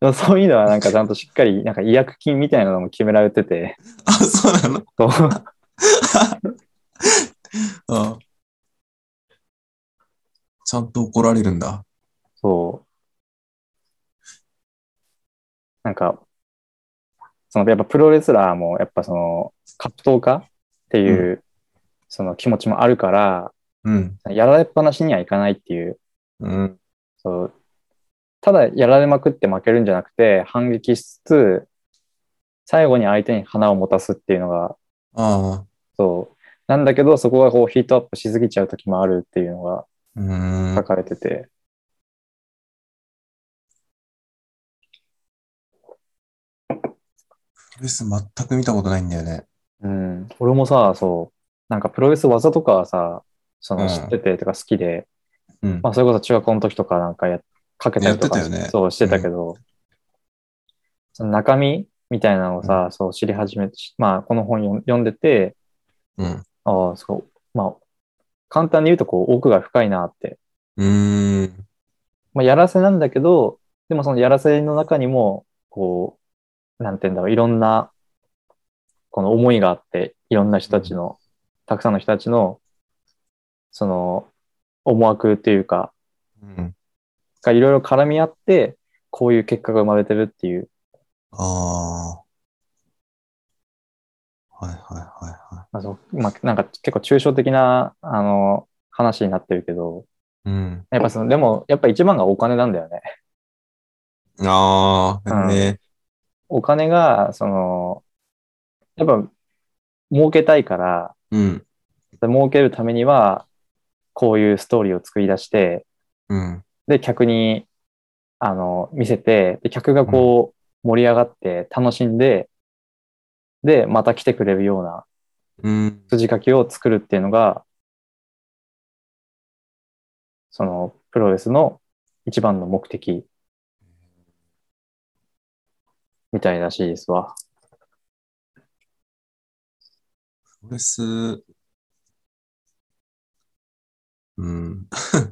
A: もそういうのはなんかちゃんとしっかり、なんか違約金みたいなのも決められてて、
B: ー。あ、そうなの
A: そう
B: あちゃんと怒られるんだ。
A: そう。なんか、そのやっぱプロレスラーもやっぱその格闘家っていう、その気持ちもあるから、
B: うん。
A: やられっぱなしにはいかないっていう、
B: うん。
A: そうただやられまくって負けるんじゃなくて、反撃しつつ、最後に相手に花を持たすっていうのが、
B: ああ。
A: そう。なんだけど、そこがこうヒートアップしすぎちゃう時もあるっていうのが
B: うー
A: 書
B: ん。
A: かれてて。
B: プロレス全く見たことないんだよね。
A: うん、俺もさ、そう、なんかプロレス技とかはさ、そ
B: うん
A: の知ってて、とか好きで、
B: うん。
A: まあそれこそ中学校の時とかなんかやかけたりとか
B: やってたよね
A: そうしてたけど、その中身みたいなのをさ、そう知り始めて、まあこの本読ん読んでて、
B: うん。
A: ああ、そう、まあ簡単に言うとこう奥が深いなって。
B: うーん。
A: まあやらせなんだけど、でもそのやらせの中にも、こう、なんて言うんだろう、いろんな、この思いがあって、いろんな人たちの、たくさんの人たちの、その、思惑というか、
B: うん。
A: がいろいろ絡み合って、こういう結果が生まれてるっていう、
B: ああ。はいはいはいは
A: まあそうまあ、なんか結構抽象的な、あの、話になってるけど、
B: い。うん。
A: やっぱその、でも、やっぱ一番がお金なんだよね。
B: あ
A: う
B: あ。
A: ん
B: ね。
A: お金が、その、やっぱ、儲けたいから、
B: うん。
A: 儲けるためには、こういうストーリーを作り出して、
B: うん。
A: で、客に、あの、見せて、で、客がこう、盛り上がって、楽しんで、で、また来てくれるような
B: うん。
A: 筋書きを作るっていうのが、その、プロレスの一番の目的、みたいらしいですわ。
B: プロレス、 <laughs> うん。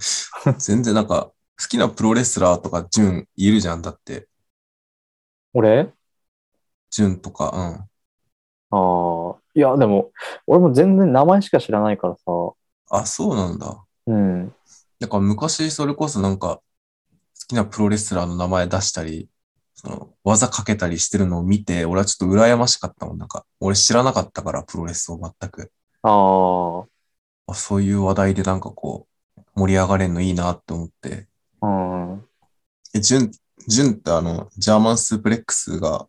B: <laughs> 全然なんか、好きなプロレスラーとか、ジュンいるじゃん。だって、
A: 俺
B: ジュンとか、
A: ああ、いや、でも、俺も全然名前しか知らないからさ、
B: うん。あ、そうなんだ。
A: うん。
B: なんか昔、それこそなんか、好きなプロレスラーの名前出したり、その、技かけたりしてるのを見て、俺はちょっと羨ましかったもん。なんか、俺知らなかったから、プロレスを全く。
A: ああ、
B: あそういう話題でなんかこう、盛り上がれんのいいなって思って。
A: うん。
B: え、ジュン、ジュンってあの、ジャーマンスープレックスが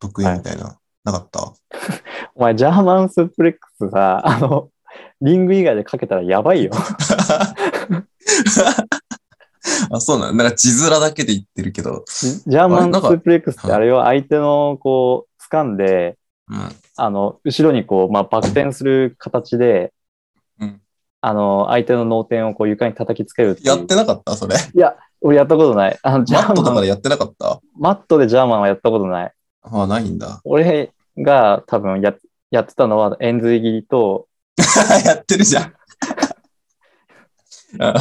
B: 得意みたいな、なかった
A: お前、ジャーマンスープレックスさ、あの、リング以外でかけたらやばい
B: <laughs>
A: よ。
B: あ、そうなんなんか字面だけで言ってるけど。
A: ジジャーマ
B: あれ
A: ンス
B: なんか
A: ープレックスってあれを相手のこう、掴んで、
B: うん。
A: あの、後ろにこう、まあ、バク転する形で、
B: うん
A: あの、相手の脳天をこう床に叩きつけるっていう
B: やってなかったそれ。
A: 俺やったことない。あの、ジ
B: マ
A: ャーマ
B: ッ
A: ン
B: トとかでやってなかった
A: マットでジャーマンはやったことない。
B: あ、ないんだ。
A: 俺が多分ややってたのは、円髄切りと、
B: <laughs> やってるじゃん。あ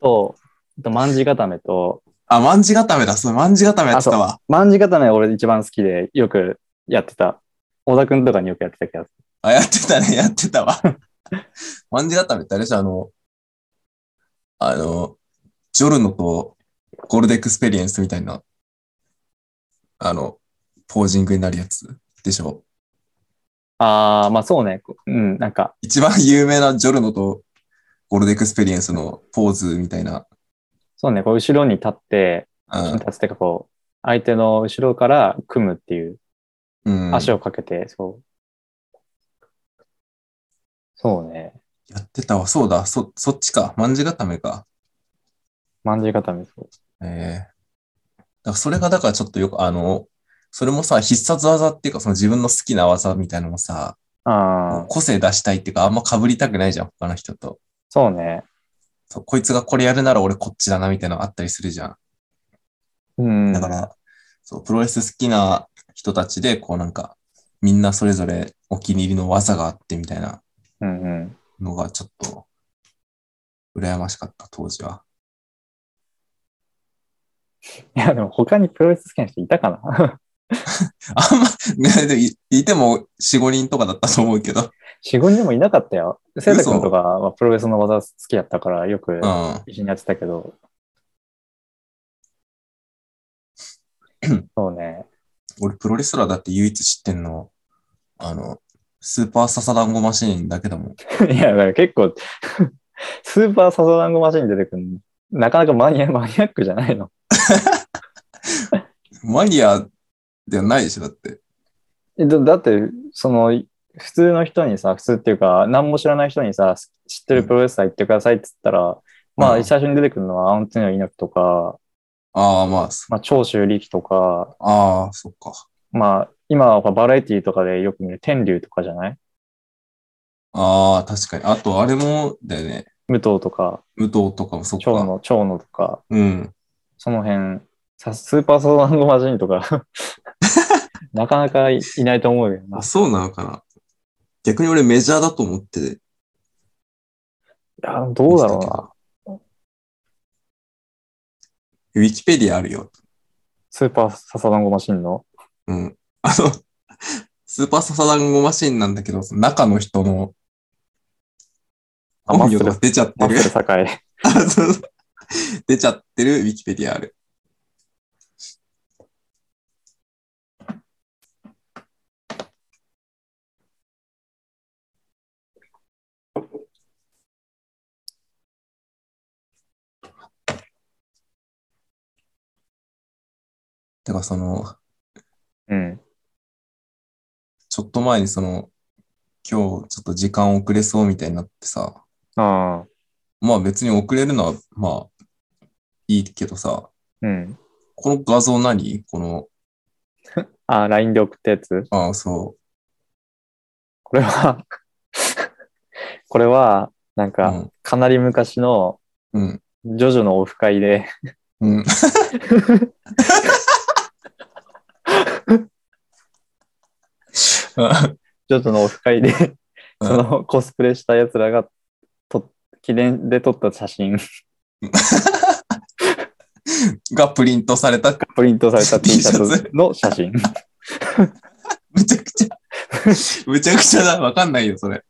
A: と、あと万字固めと、
B: あ、まんじ固めだ。そう、まんじ固めやってたわ。
A: 万字固め俺一番好きでよくやってた。小田くんとかによくやってたけど。
B: あ、やってたね、やってたわ。 <laughs> まんじ固めってあれじゃん、あの、あの、ジョルノとゴールドエクスペリエンスみたいな、あの、ポージングになるやつでしょ。
A: ああ、まあそうね。こうん、なんか、
B: 一番有名なジョルノとゴールドエクスペリエンスのポーズみたいな。
A: そうね、こう後ろに立って、
B: うん
A: 立つっていうかこう、相手の後ろから組むっていう、
B: うん。
A: 足をかけて、そう。そうね、
B: やってたわ。そうだ。そ、そっちか。まんじ固めか。
A: まんじ固めそう。
B: ええだからそれが、だからちょっとよく、あの、それもさ、必殺技っていうか、その自分の好きな技みたいなのもさ、
A: ああ、
B: 個性出したいっていうか、あんま被りたくないじゃん、他の人と。
A: そうね。
B: そうこいつがこれやるなら俺こっちだな、みたいなのあったりするじゃん。
A: うん。
B: だか、ら、そう、プロレス好きな人たちで、こうなんか、みんなそれぞれお気に入りの技があってみたいな
A: うんうん。
B: のがちょっと、羨ましかった、当時は。
A: いや、でも他にプロレス好きな人いたかな <laughs>
B: あんま、 <laughs> ね、でいいても4、5人とかだったと思うけど。
A: ?4、5人もいなかったよ。せいたくんとかはプロレスの技好きやったから、よく
B: うん。
A: 一緒にやってたけ <clears throat> ど。そうね。
B: 俺、プロレスラーだって唯一知ってんの、あの、スーパーササダンゴマシーンだけだもん。
A: いや、だから結構、 <laughs> スーパーサザダンゴマシン出てくるのなかなかマニア <laughs> マニアックじゃないの。
B: マニアではないでしょ、だって。
A: えだだって、その、普通の人にさ、普通っていうか、何も知らない人にさ、知ってるプロレスラー行ってくださいって言ったら、ま
B: うん
A: あ、最初に出てくるのはアントニオ猪木とか、
B: ああ、まあ、そ
A: まあ、長州力とか、
B: ああ、そっか。
A: まあ、今はバラエティとかでよく見る天竜とかじゃない
B: ああ、確かに。あと、あれも、だよね。
A: 武藤とか、
B: 武藤とかもそっ
A: 長
B: か。
A: 野、長野とか、
B: うん。
A: その辺、さスーパーサザンゴマジンと
B: <laughs>
A: か、なかなかいいないと思うよな。
B: あ、
A: い
B: そうなのかな。逆に俺メジャーだと思って。
A: や、どうだろうな。
B: ウィキペディアあるよ。
A: スーパーサザンゴマシンの。
B: うん。あの、スーパーササダンゴマシーンなんだけど、その中の人の、
A: あマ
B: <laughs>
A: ッ
B: 本
A: ス
B: 名と
A: ル
B: か、出ちゃって
A: マッ
B: る。
A: スル栄。
B: あそうそう <laughs> 出ちゃってるウィキペディアある。てかその、
A: うん。
B: ちょっと前にその、今日ちょっと時間遅れそうみたいになってさ、
A: ああ。
B: まあ別に遅れるのは、まあ、いいけどさ、
A: うん。
B: この画像何この、
A: ああ、LINE で送ったやつ
B: ああ、そ
A: これは、これは、なん
B: う。う
A: か、
B: ん。
A: かなり昔の、
B: うん。
A: ジョジョのオフ会で、
B: うん。 <laughs>
A: ジョジョのオフ会で、そのコスプレした奴らが、と、記念で撮った写真
B: がプリントされた。
A: プリントされた T シャ
B: T シャ
A: ツの写真。
B: むちゃくちゃ。むちゃくちゃだ。わかんないよ、それ。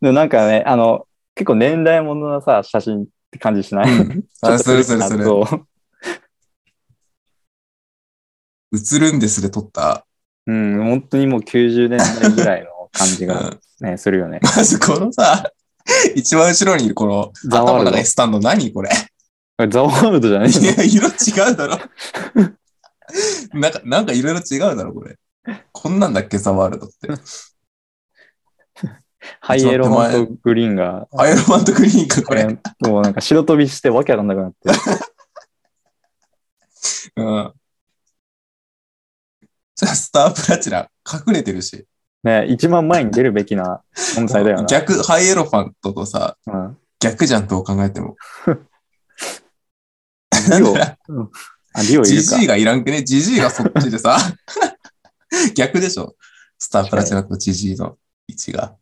A: でもなんかね、あの、結構年代物のさ、写真って感じしない、 <laughs>
B: あれ、それそれそれ。
A: そう
B: 映るんですで撮った。
A: うん、本当にもう90年代ぐらいの感じ
B: う
A: が
B: ん。 <laughs>
A: ね、するよね。
B: まずこのさ、一番後ろにいるこの
A: ザワー
B: 頭
A: ルド
B: がないスタンド何これ
A: ザワールドじゃない
B: <laughs> いや、色違うだろ。なんか、なんかいろいろ違うだろ、これ。こんなんだっけ、ザワールドって。
A: ハイエローマンとグリーンが、
B: アイロマンとグリーンか、これ。
A: もうなんか白飛びしてわけわかんなくなって。
B: うん。じゃあ、スタープラチナ、隠れてるし。
A: ね、一番前に出るべきな存在だよな。
B: 逆、ハイエロファントとさ、
A: うん。
B: 逆じゃんと考えても。
A: リオ、うんあ、リオい
B: ジ
A: るか
B: ジイ。がいらんくねジジイがそっちでさ、 <laughs> 逆でしょ。スタープラチナとジジイの位置が。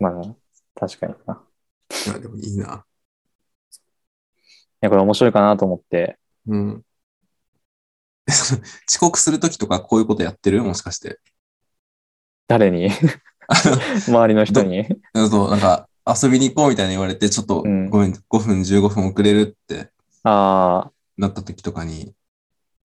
A: まあ、確かにな。い
B: いや、でもいいな。
A: や、これ面白いかなと思って。
B: うん。 <laughs> 遅刻するときとかこういうことやってるもしかして。 <laughs>
A: 誰に <laughs>
B: あ
A: 周りの人に。
B: の、そう、なんか、遊びに行こうみたいに言われて、ちょっと
A: うん
B: 5分、5分、15分遅れるって
A: あ
B: なったときとかに、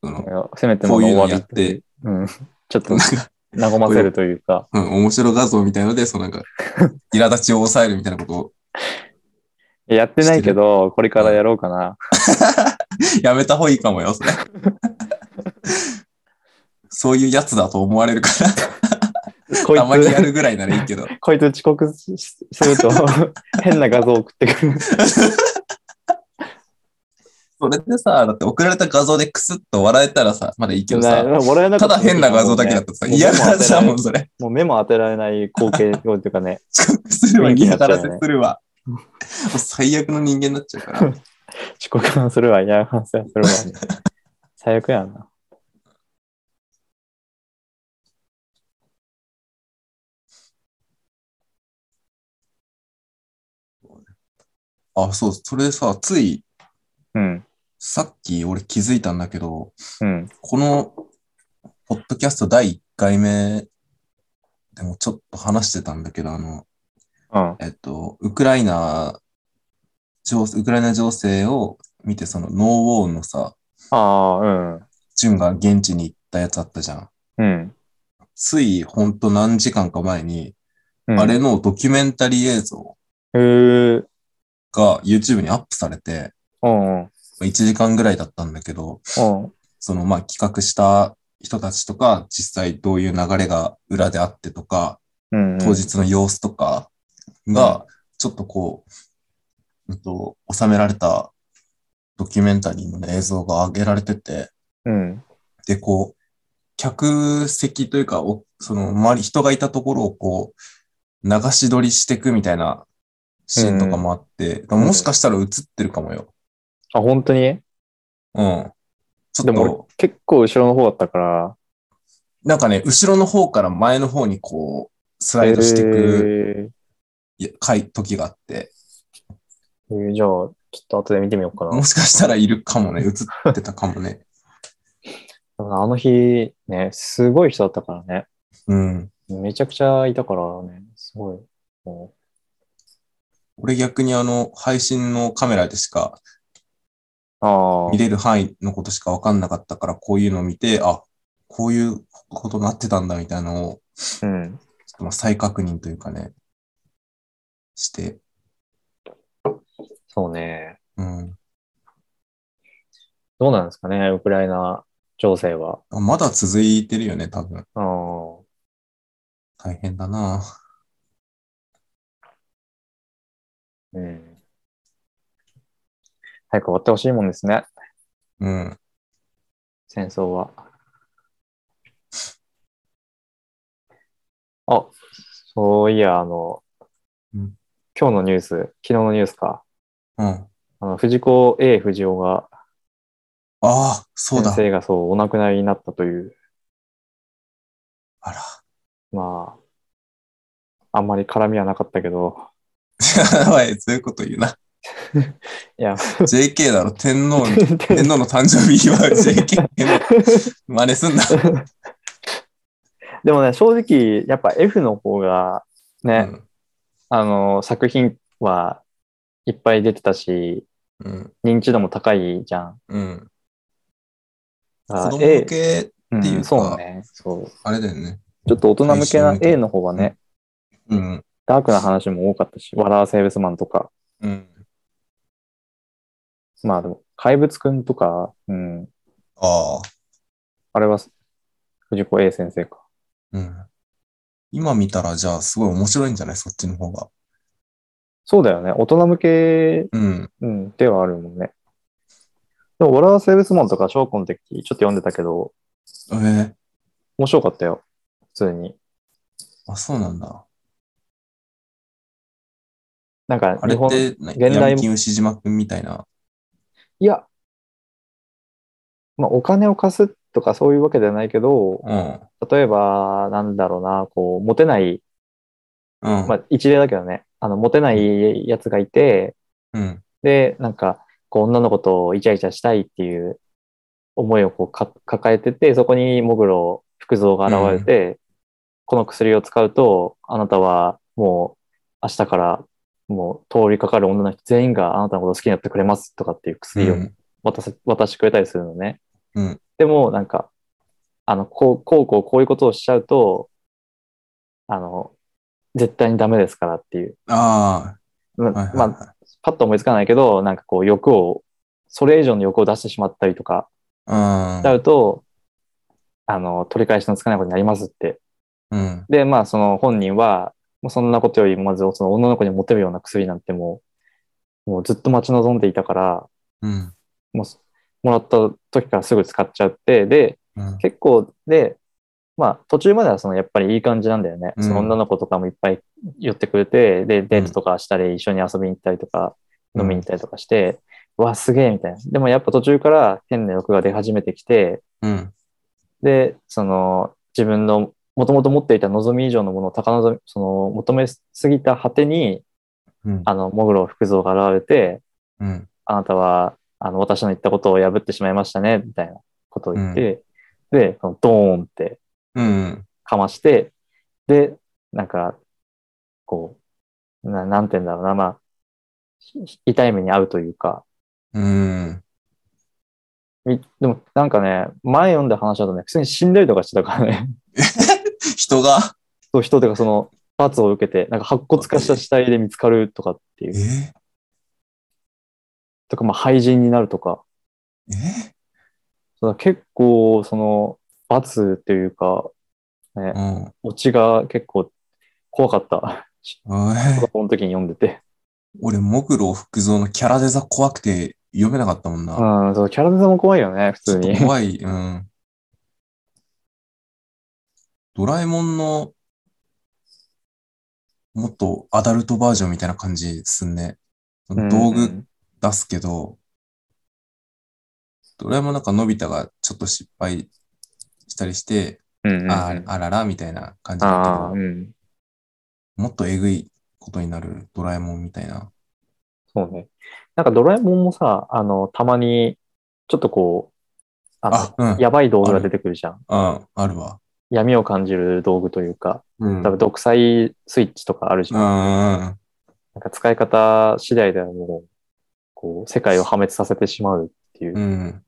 B: その、
A: あ、せめても
B: こう
A: の
B: いう
A: お
B: の
A: 詫
B: や
A: び
B: っ。て、
A: うん。ちょっ
B: な
A: と
B: んか、
A: 和ませるというか。
B: うん、面白画像みたいので、そのなんか、 <laughs> 苛立ちを抑えるみたいなことを、
A: やってないけど、これからやろうかな。
B: <laughs> やめた方がいいかもよ、それ。 <laughs> そういうやつだと思われるか
A: こい
B: ら、たまにや
A: つ、
B: るぐらいならいいけど。
A: こいつ遅刻しすると <laughs> 変な画像送ってくる。
B: それでさ、だって送られた画像でクスッと笑えたらさ、まだいいけどさ、
A: 笑えなか
B: た
A: った
B: だ変な画像だけだったらさ、嫌なやつだもん、それ。
A: もう目も当てられない光景というかね、
B: 遅刻するわ、
A: 雰囲気になっ
B: 嫌
A: ちゃ
B: が
A: うよ
B: ら
A: ね
B: せするわ。もう最悪の人間になっちゃうから。
A: 遅刻はするわ、嫌がらせはするわ、
B: <laughs>
A: 最悪やな。
B: あ、そう、それでさ、つい、
A: うん、
B: さっき俺気づいたんだけど、
A: うん、
B: この、ポッドキャスト第1回目でもちょっと話してたんだけど、あの、
A: うん、
B: えっと、ウクライナ、情ウクライナ情勢を見て、その、ノーウォーのさ、
A: ああ、うん、
B: ジュンが現地に行ったやつあったじゃん。
A: うん。
B: つい、ほんと何時間か前に、
A: うん
B: あれのドキュメンタリー映像
A: へえ
B: が YouTube にアップされて、
A: うん、うん、
B: 1時間ぐらいだったんだけど、その、まあ、企画した人たちとか、実際どういう流れが裏であってとか、
A: うん。
B: 当日の様子とかが、ちょっとこう、うんと、収められたドキュメンタリーのね、映像が上げられてて、
A: うん、
B: で、こう、客席というか、おその、周り、人がいたところをこう、流し撮りしていくみたいなシーンとかもあって、だからもしかしたら映ってるかもよ。
A: あ、本当に
B: うん。ちょ
A: で
B: っ
A: も俺
B: と、
A: 結構後ろの方だったから。
B: なんかね、後ろの方から前の方にこう、スライドしていく、
A: え
B: いや回時があって、
A: えーじゃあ、ちょっと後で見てみようかな
B: も。しかしたらいるかもね、映ってたかもね。
A: あの日、ね、すごい人だったからね。
B: うん。
A: めちゃくちゃいたからね、すごい。も
B: 俺逆にあの、配信のカメラでしか、
A: うああ
B: 見、れる範囲のことしかわかんなかったから、こういうのを見て、あ、こういうことになってたんだみたいなのを、
A: うん。
B: ちょっとまあ再確認というかね、して、
A: そうね。
B: うん。
A: どうなんですかね、ウクライナ情勢は。
B: あまだ続いてるよね、多分。
A: あー
B: 大変だな
A: うん。早く終わってほしいもんですね、
B: うん。
A: 戦争は。あ、そういや、あの、
B: うん
A: 今日のニュース、昨日のニュースか。
B: うん。あ
A: あの藤子 A 不二雄が、
B: あー、そ
A: 先
B: うだ。
A: 生がそう、お亡くなりになったという。
B: あら。
A: まあ、あんまり絡みはなかったけど、
B: やばい、そういうこと言うな。
A: いや、
B: JK だろ、天皇に。天皇の誕生日祝う JK の真似すんな。
A: <laughs> でもね、正直、やっぱ F の方が
B: う
A: ね、
B: ん
A: あの、作品はいっぱい出てたし、
B: うん。
A: 認知度も高いじゃん。
B: うん。
A: だから
B: 子供向
A: A
B: け、っていうか
A: んそうね。そう。
B: あれだよね。
A: ちょっと大人向け
B: 配信
A: な
B: 向け
A: A の方はね、
B: うん。
A: ダークな話も多かったし、ワラーセーブスマンとか、
B: うん。
A: まあでも、怪物くんとか、うん、
B: ああ。
A: あれは藤子 A 先生か。
B: うん。今見たら、じゃあ、すごい面白いんじゃないそっちの方が。
A: そうだよね。大人向け、
B: うん。
A: うん、ではあるもんね。でも、ワラーセーブスマンとか、小コの時、ちょっと読んでたけど、
B: ええ
A: 面白かったよ。普通に。
B: あ、そうなんだ。
A: なんか、
B: あ
A: 日
B: れっ
A: 本、
B: て、な
A: 現代
B: 闇金牛島くんみたいな。
A: いや、まあ、お金を貸すとかそういうわけではないけど、
B: うん。
A: 例えば、なんだろうな、こう、モテない、
B: うん。
A: まあ、一例だけどね、あの、モテないやつがいて、
B: うん。
A: で、なんか、こう、女の子とイチャイチャしたいっていう思いをこうか抱えてて、そこにモグロ、福蔵が現れて、この薬を使うと、あなたはもう、明日から、もう、通りかかる女の人全員があなたのことを好きになってくれますとかっていう薬を
B: うん。
A: 渡せ、渡してくれたりするのね。
B: うん
A: でも、なんか、あの、こう、こう、こう、こういうことをしちゃうと、あの、絶対にダメですからっていう。
B: あ
A: ま
B: あ。はいはい
A: ま
B: はい。
A: あ、パッと思いつかないけど、なんかこう、欲を、それ以上の欲を出してしまったりとか、しちゃうと、あの、取り返しのつかないことになりますって。
B: うん。うん。
A: で、まあ、その本人は、もうそんなことより、まず、その女の子にモテるような薬なんてもう、もうずっと待ち望んでいたから、
B: うん。
A: もう、もらった時からすぐ使っちゃって、で、
B: うん。
A: 結構で、まあ途中まではそのやっぱりいい感じなんだよね。
B: うん
A: その女の子とかもいっぱい寄ってくれて、で、デートとかしたり、一緒に遊びに行ったりとか、
B: うん
A: 飲みに行ったりとかして、うわ、すげえみたいな。でもやっぱ途中から変な欲が出始めてきて、
B: うん。
A: で、その自分のもともと持っていた望み以上のものを高望み、その求めすぎた果てに、
B: うん。
A: あの、モグロ福蔵が現れて、
B: うん。
A: あなたは、あの、私の言ったことを破ってしまいましたね、みたいなことを言って、で、そのドーンって、
B: うん。
A: かまして、で、なんか、こう、ななんて言うんだろうな、まあ、ひ痛い目に遭うというか、
B: うん。
A: みでもなんかね、前読んだ話だとね、普通に死んだりとかしてたからね、 <laughs>
B: 人が、
A: そう人というかその罰を受けて、なんか白骨化した死体で見つかるとかっていう、
B: え
A: とか、まあ廃人になるとか、
B: え
A: その結構、その、罰というか、ね
B: う、ん。
A: オチが結構怖か
B: <laughs>
A: った。
B: あえ
A: 子供の時に読んでて。
B: 俺、モグロ福蔵のキャラデザ怖くて読めなかったもんな。
A: うん、そう、キャラデザも怖いよね、普
B: ちょ
A: 通
B: っと
A: に。
B: 怖い。うん。ドラえもんの、もっとアダルトバージョンみたいな感じすんね。道
A: う
B: 具
A: ん
B: 出すけど、ドラえもんなんかのび太がちょっと失敗したりして、
A: うんうん
B: ああららみたいな感じ
A: ああ、
B: だ
A: う
B: け
A: ん。
B: ど、もっとえぐいことになるドラえもんみたいな。
A: そうね。なんかドラえもんもさ、あの、たまに、ちょっとこう、あ
B: あ、う
A: の、
B: ん。
A: やばい道具が出てくるじゃん。
B: うん、あるわ。
A: 闇を感じる道具というか、
B: うん。
A: 多分独裁スイッチとかあるじ
B: う
A: ゃん。
B: んうんうん。
A: なんか使い方次第ではもう、こう、世界を破滅させてしまうっていう。
B: うん。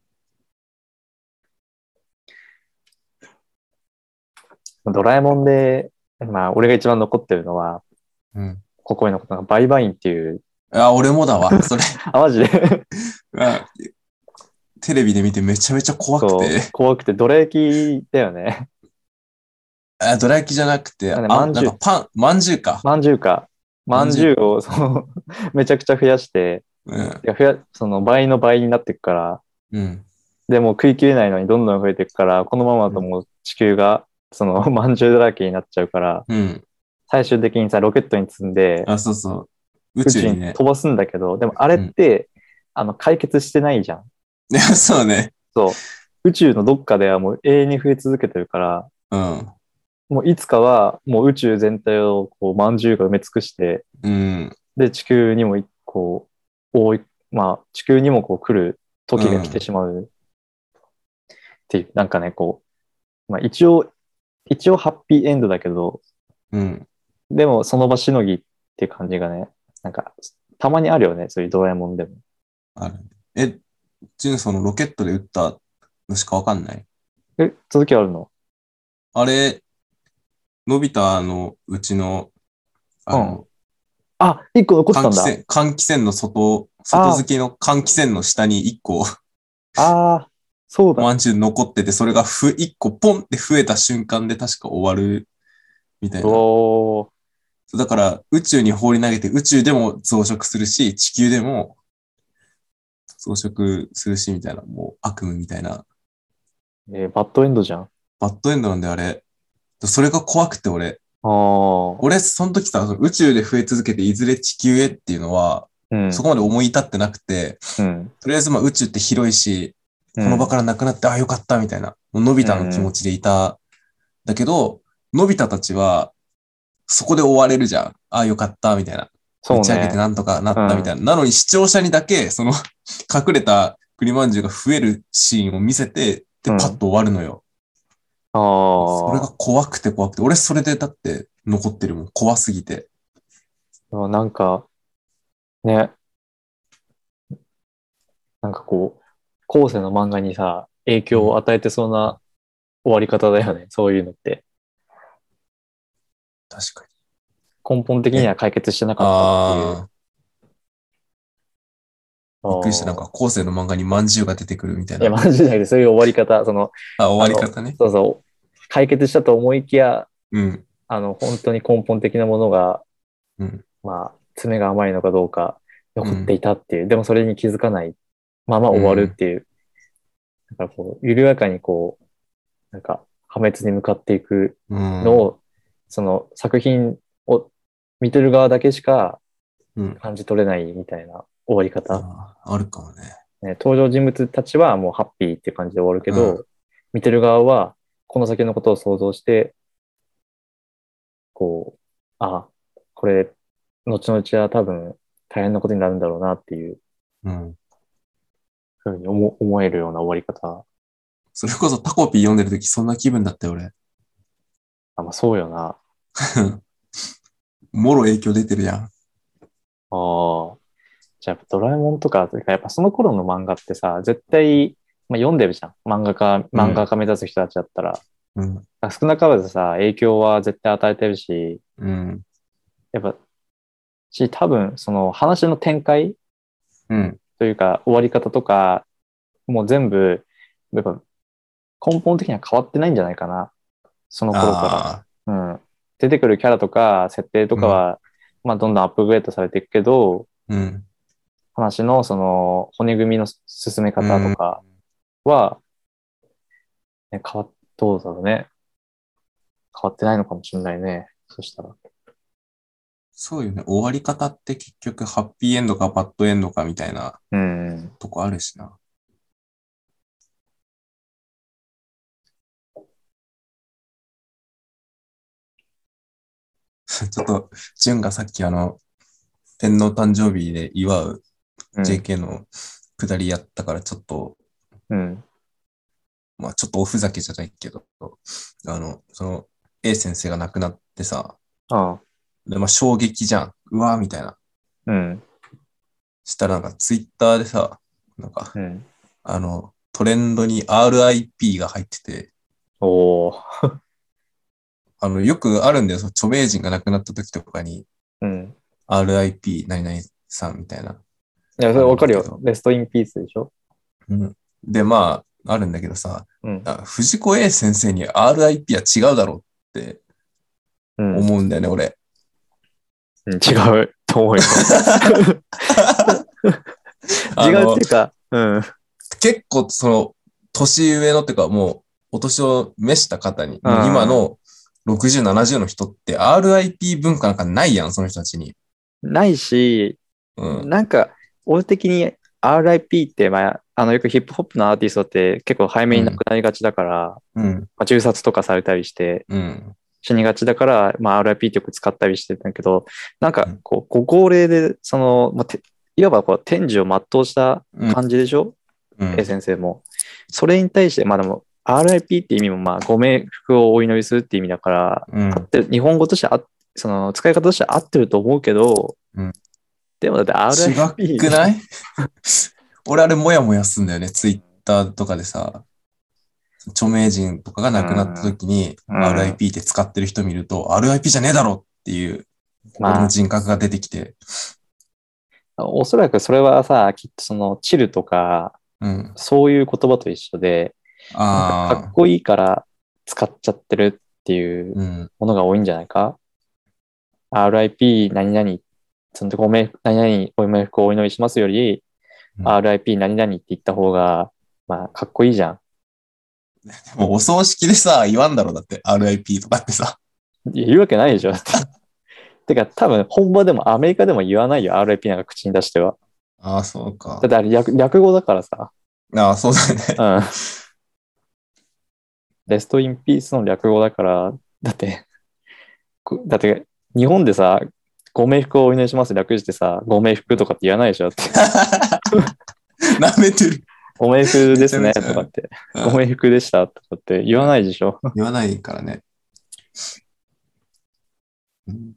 A: ドラえもんで、まあ、俺が一番残ってるのは、
B: うん。
A: ここへのことがバイバインっていう、
B: あ、俺もだわ。それ、
A: あ、マジで
B: あテレビで見てめちゃめちゃ怖
A: そ
B: く
A: う
B: て、、
A: 怖くて、ドラ焼きだよね。
B: あドラ焼きじゃなくて、
A: あ
B: あ、
A: れ
B: な
A: まん
B: ん
A: じゅう
B: かパン、まんじゅうか。
A: まんじゅうか。まんじゅうを、その、めちゃくちゃ増やして、
B: うん。
A: いや増やその倍の倍になっていくから、
B: うん。
A: でもう食い切れないのにどんどん増えていくから、このままだともう地球が、その、 <laughs> まんじゅうだらけになっちゃうから、
B: うん。
A: 最終的にさ、ロケットに積んで、
B: あ、そうそう。宇
A: 宇
B: 宙
A: 宙
B: に
A: に
B: ね。
A: 飛ばすんだけど、でもあれって、あの、解決してないじゃん。
B: いや、 <laughs> そうね。
A: そう。宇宙のどっかではもう永遠に増え続けてるから、
B: うん。
A: もういつかはもう宇宙全体をこう、まんじゅうが埋め尽くして、
B: うん。
A: で、地球にもい、こう、多い、まあ、地球にもこう来る時が来てしまううっていう、なんかね、こう、まあ一応、一応ハッピーエンドだけど、
B: うん。
A: でもその場しのぎっていう感じがね、なんか、たまにあるよね、そういうドラえもんでも。
B: ある。え、ジュン、そのロケットで撃ったのしかわかんない
A: え、続きあるの
B: あれ、のび太のうちのあの、
A: あ、一個残ってた
B: 換
A: んだ。
B: 気扇、換気扇の外、外付きの換気扇の下に1個、
A: ああ、そうだ。
B: まんじゅう残ってて、それがふ、1個ポンって増えた瞬間で確か終わる、みたいな。
A: おー
B: だから、宇宙に放り投げて、宇宙でも増殖するし、地球でも増殖するし、みたいな、もう悪夢みたいな。
A: えーバッドエンドじゃん。あ
B: バッドエンドなんで、あれ。それが怖くて、俺。
A: あ、
B: 俺、その時さ、その宇宙で増え続けて、いずれ地球へっていうのは、
A: うん。
B: そこまで思い至ってなくて、
A: うん。
B: とりあえず、まあ、宇宙って広いし、この場からなくなって、ああ、よかった、みたいな。もう、のび太の気持ちでいた。だけど、のび太たちは、そこで終われるじゃん。ああ、よかった、みたいな。
A: そう
B: 打ち上げて
A: ね。
B: なんとかなったみたいな。なのに視聴者にだけ、その、 <laughs> 隠れた栗まんじゅうが増えるシーンを見せて、
A: う
B: で、パ
A: ん
B: ッと終わるのよ。
A: ああ
B: それが怖くて怖くて。俺、それでだって残ってるもん。怖すぎて。
A: ー、なんか、ね。なんかこう、後世の漫画にさ、影響を与えてそうな終わり方だよね。そういうのって。
B: 確かに。
A: 根本的には解決してなかったっていう。
B: ああ、びっくりした。なんか、後世の漫画にまんじゅうが出てくるみたい
A: いや、
B: な。
A: マジじゃなくて、そういう終わり方、その、
B: あ、終わり方ね。
A: そうそう、解決したと思いきや、
B: うん。
A: あの、本当に根本的なものが、
B: うん
A: まあ、爪が甘いのかどうか、残っていたっていう、でもそれに気づかないまま終わるっていう、なんかこう、緩やかにこう、なんか、破滅に向かっていく
B: うん。
A: のを、その作品を見てる側だけしか
B: うん
A: 感じ取れないみたいな終わり方。
B: あーあるかもね。
A: ね、登場人物たちはもうハッピーっていう感じで終わるけど、
B: う
A: 見てる側はこの先のことを想像して、こう、あ、これ、後々は多分大変なことになるんだろうなっていう
B: うん。
A: ふうに思思えるような終わり方。
B: それこそタコピー読んでるとき、そんな気分だったよ、俺。
A: あまあそうよな。
B: もろ影響出てるやん。
A: ああ。じゃあやっぱドラえもんとか、というかやっぱその頃の漫画ってさ、絶対、まあ、読んでるじゃん。漫画家、漫画家目指す人たちだったら。
B: うん。
A: 少なからずさ、影響は絶対与えてるし、
B: うん。
A: やっぱ、し、多分、その話の展開
B: うん。
A: というか、終わり方とか、もう全部、やっぱ、根本的には変わってないんじゃないかな。その頃か
B: ああ
A: ら。うん。出てくるキャラとか、設定とかは、まあ、どんどんアップグレードされていくけど、
B: ー。うん。
A: 話の、その、骨組みの進め方とかは、ね、変わっ、どうだろうね。変わってないのかもしれないね。そしたら。
B: そうよね。終わり方って結局、ハッピーエンドかバッドエンドかみたいな
A: うん。
B: とこあるしな。 <laughs> ちょっと、ジュンがさっきあの、天皇誕生日で祝う
A: うん。
B: JK の下りやったから、ちょっと、
A: うん。
B: まあちょっとおふざけじゃないけど、あの、その、A 先生が亡くなってさ、
A: ああ。
B: でまあ衝撃じゃん。うわーみたいな。
A: うん。
B: したらなんかツイッターでさ、なんか、
A: うん。
B: あの、トレンドに RIP が入ってて、
A: おお。
B: あの、よくあるんだよ、その著名人が亡くなった時とかに、
A: うん。
B: RIP 何々さんみたいな。
A: いや、それわかる
B: あるんだ
A: よ。レストインピースでしょ
B: うん。で、まあ、あるんだけどさ、
A: うん。
B: あ藤子 A 先生に RIP は違うだろうって
A: うん。うん
B: 思うんだよね、俺。
A: 違うと
B: <laughs>
A: 思うよ。
B: あ
A: 違う
B: の
A: っていうか、うん。
B: 結構その、年上のっていうかもう、お年を召した方に、
A: うん
B: 今の60、70の人って RIP 文化なんかないやん、その人たちに。
A: ないし、
B: うん。
A: なんか、俺的に RIP って、まあ、あの、よくヒップホップのアーティストって結構早めに亡くなりがちだから、
B: うん。
A: まあ、銃殺とかされたりして
B: うん。
A: 死にがちだから、まあ、RIP ってよく使ったりしてたけど、なんか
B: うん、
A: こう、ご高齢で、その、まあ、ていわばこう、天寿を全うした
B: うん
A: 感じでしょ、
B: うん。
A: A 先生も。それに対して、まあでも、RIP って意味も、まあ、ご冥福をお祈りするって意味だから、
B: うん
A: 合ってる日本語としてあ、その、使い方として合ってると思うけど、
B: うん
A: でもだって RIP。
B: 違くない <laughs> 俺あれもやもやすんだよね、ツイッターとかでさ。著名人とかが亡くなった時に
A: うん
B: RIP って使ってる人見ると RIP じゃねえだろっていう
A: ま
B: 俺の
A: あ、
B: 人格が出てきて、
A: おそらくそれはさ、きっとその、チルとか、
B: うん。
A: そういう言葉と一緒で、なんかか
B: あ
A: っこいいから使っちゃってるってい
B: あ、
A: う
B: うん。
A: ものが多いんじゃないか、?RIP 何々、そのとこおめ、何々お冥福をお祈りしますより、
B: うん
A: RIP 何々って言った方が、まあ、かっこいいじゃん。
B: でもお葬式でさ、言わんだろ、だって、RIP とかってさ。
A: 言うわけないでしょ。だ <laughs> っててか、多分、本場でもアメリカでも言わないよ、RIP なんか口に出しては。
B: ああ、そうか
A: だっ。てあれ略略語だからさ。
B: ああ、そうだよ
A: う
B: ね。 <laughs>
A: ん。レストインピースの略語だから、だって、こだって、日本でさ、ご冥福をお祈りします略してさ、ご冥福とかって言わないでしょだって。
B: 舐めてる。
A: ご冥福ですねとかって。ご
B: うん
A: 冥福でしたとかって言わないでしょ。
B: 言わないからね。うん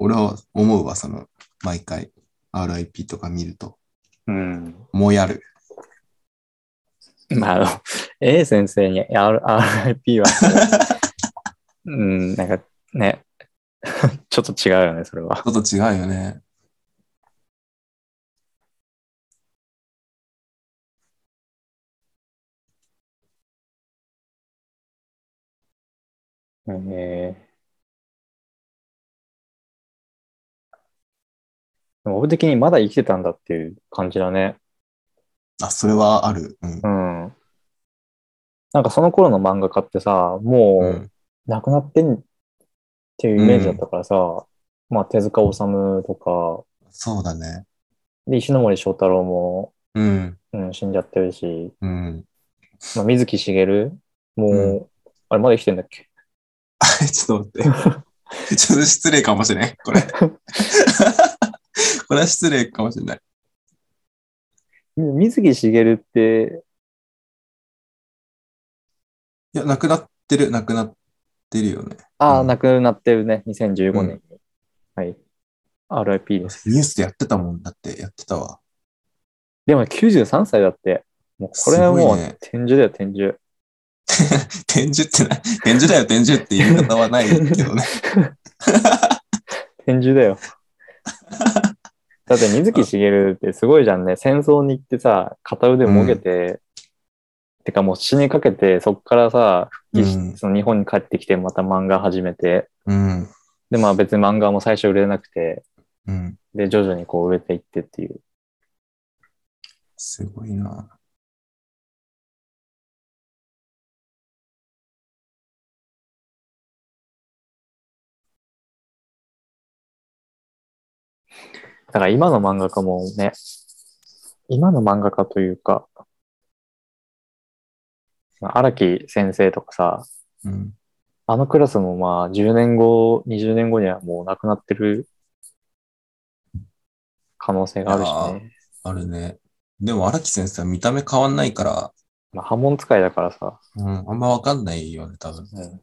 B: 俺は思うわ、その、毎回、RIP とか見ると、
A: うん。
B: もうやる。
A: まああの、A 先生に R- RIP はもう、うん、なんかね、ちょっと違うよね、それは。
B: ちょっと違うよね。
A: ええでも俺的にまだ生きてたんだっていう感じだね。
B: あ、それはある。うん。
A: うん。なんかその頃の漫画家ってさ、
B: う
A: も
B: ん
A: う亡くなってんっていうイメージだったからさ、まあ手塚治虫とか、
B: そうだね。
A: で、石ノ森章太郎も、
B: うん。
A: うん、死んじゃってるし、
B: うん。 <laughs>
A: まあ、水木しげるもう、
B: う
A: あれまだ生きてんだっけ
B: あれ、ちょっと待 <laughs> って。ちょっと失礼かもしれん。こ <laughs> れ。これは失礼かもしれない。
A: み水木しげるって、
B: いや、なくなってる、なくなってるよね。
A: ああ、
B: うん
A: 亡くなってるね、2015年に。はい。RIP です。
B: ニュースでやってたもんだって、やってたわ。
A: でも93歳だって、もうこれは
B: す
A: も
B: ご
A: う
B: いね
A: 天獣だよ、天獣。
B: 天獣ってない。天獣だよ、天獣って言い方はないけどね。
A: 天獣だ
B: <laughs>
A: よ。だって水木しげるってすごいじゃんね。戦争に行ってさ、片腕もげて、てかもう死にかけて、そっからさ、復帰し
B: うん
A: その日本に帰ってきて、また漫画始めて、
B: うん。
A: で、まあ別に漫画も最初売れなくて、
B: うん。
A: で、徐々にこう売れていってっていう。
B: すごいな。
A: だから今の漫画家もね、今の漫画家というか、まあ荒木先生とかさ、
B: うん。
A: あのクラスもまあ10年後、20年後にはもうなくなってる可能性があるしね。
B: あるね。でも、荒木先生は見た目変わんないから、
A: まあ波紋使いだからさ。
B: うん、あんまわかんないよね、多分。
A: うん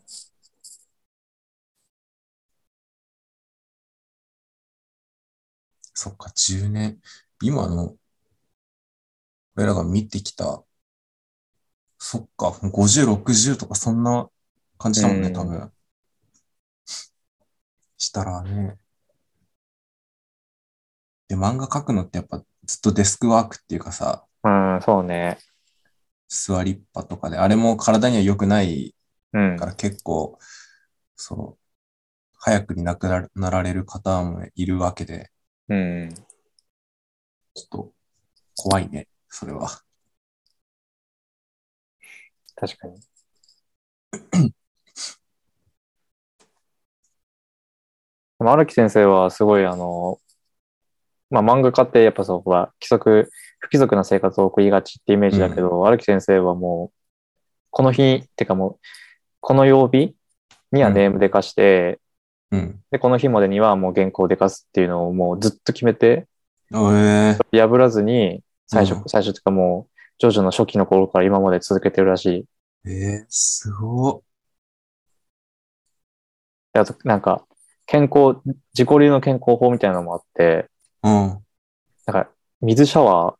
B: そっか、10年。今の、俺らが見てきた、そっか、50、60とかそんな感じだもんね、
A: うん
B: 多分。したらね。で、漫画描くのってやっぱずっとデスクワークっていうかさ、
A: うん、そうね。
B: 座りっぱとかで、あれも体には良くない
A: うん
B: か。ら結構、そう、早くに亡くなるなられる方もいるわけで、
A: うん。
B: ちょっと怖いね、それは。
A: 確
B: <clears throat>
A: かに。でも荒木先生はすごいあの、まあ、漫画家ってやっぱそうほら規則不規則な生活を送りがちってイメージだけど、荒木先生はもうこの日ってかもうこの曜日にはネームでかして、
B: うん。
A: でこの日までにはもう原稿をでかすっていうのをもうずっと決めて
B: ええ
A: 破らずに最初、
B: うん
A: 最初っていうかもうジョジョの初期の頃から今まで続けてるらしい
B: ええすごっ。
A: であと、なんか、健康、自己流の健康法みたいなのもあって、
B: うん。
A: なんか、水シャワ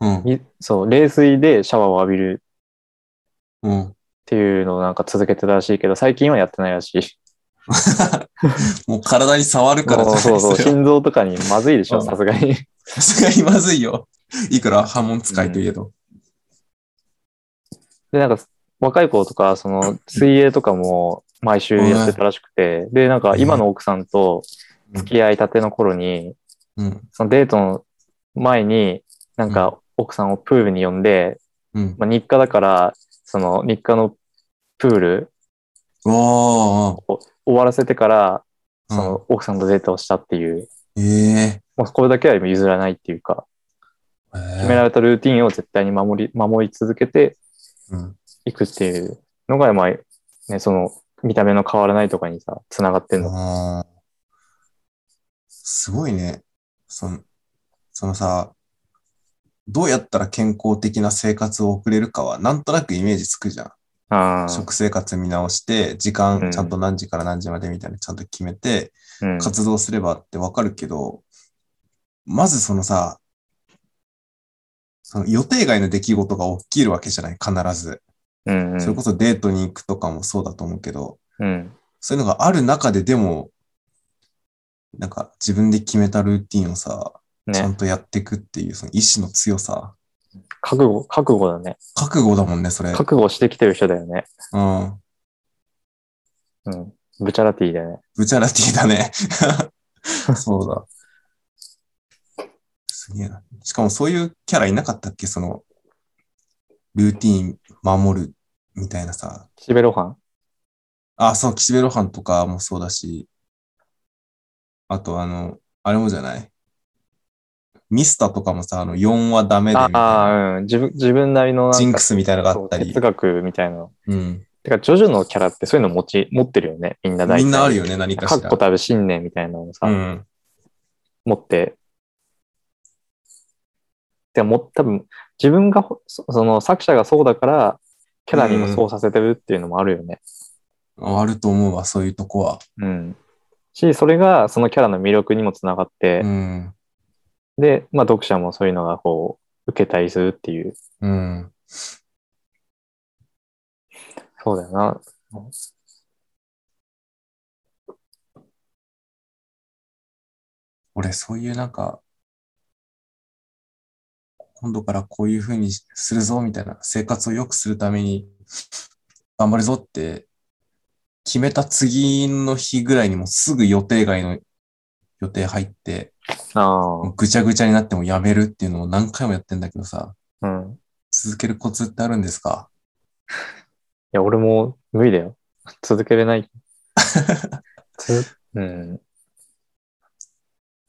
B: うん
A: ー、。みそう、冷水でシャワーを浴びるっ
B: うん。
A: ていうのをなんか続けてたらしいけど、最近はやってないらしい。
B: もう体に触るからじ
A: も
B: ゃ
A: う
B: ない
A: そうそう、
B: <laughs> それは
A: 心臓とかにまずいでしょ、
B: うん
A: さすがに。
B: さすがにまずいよ。いくら波紋使いといえど。
A: で、なんか、若い子とか、その、水泳とかも毎週やってたらしくて、で、なんか、今の奥さんと付き合いたての頃に、
B: うん。
A: そのデートの前に、なんか、奥さんをプールに呼んで、
B: うん。
A: まあ、日課だから、その、日課のプール
B: わ
A: 終わらせてから、
B: あ、
A: その、奥さんとデートをしたっていう、
B: うん、え
A: もうこれだけは譲らないっていうか、
B: え
A: 決められたルーティンを絶対に守り、守り続けて
B: うん。
A: いくっていうのが、まあ、ね、その、見た目の変わらないとかにさ、繋がってんの
B: あーすごいね。その、そのさ、どうやったら健康的な生活を送れるかは、なんとなくイメージつくじゃん。
A: ああ、
B: 食生活見直して、時
A: うん
B: 間ちゃんと何時から何時までみたいなのちゃんと決めて、
A: うん、
B: 活動すればってわかるけど、まずそのさ、その予定外の出来事が起きるわけじゃない、必ず。
A: うんうん、
B: それこそデートに行くとかもそうだと思うけど、
A: うん、
B: そういうのがある中ででも、なんか自分で決めたルーティンをさ、ちゃ
A: ね
B: ん、とやっていくっていうその意志の強さ、
A: 覚悟、覚悟だね。
B: 覚悟だもんね、それ。
A: 覚悟してきてる人だよね。
B: うん。
A: うん。ブチャラティだよね。
B: ブチャラティだね。そうだ。すげえな。しかもそういうキャラいなかったっけその、ルーティン守るみたいなさ。
A: 岸辺露伴
B: あ、そう、岸辺露伴とかもそうだし、あとあの、あれもじゃないミスタとかもさ、あの、4はダメでみたい
A: あ
B: な、
A: あ、うん。自分、自分なりのなんか
B: ジンクスみたいなのが
A: そ
B: あ
A: う
B: ったり
A: 哲、学みたいな。
B: うん。
A: てか、ジョジョのキャラってそういうの持ち、持ってるよね。みんな大体。
B: みんなあるよね、何か
A: かっ
B: しら
A: こ。たる信念みたいなのをさ、
B: うん。
A: 持って。でも、多分、自分がほ、そその作者がそうだから、キャラにもそうさせてるっていうのもあるよね。
B: あると思うわ、そういうとこは。
A: うん。し、それがそのキャラの魅力にもつながって、
B: うん。
A: で、まあ、読者もそういうのがこう、受けたりするっていう。
B: うん。
A: そうだよな。
B: 俺、そういうなんか、今度からこういう風にするぞ、みたいな、生活を良くするために、頑張るぞって、決めた次の日ぐらいにもうすぐ予定外の予定入って、
A: あ
B: もうぐちゃぐちゃになってもやめるっていうのを何回もやってんだけどさ、
A: あ。うん。い
B: 続けるコツってあるんですか
A: や、俺も無理だよ。続けれ
B: <laughs>
A: ない。つうん。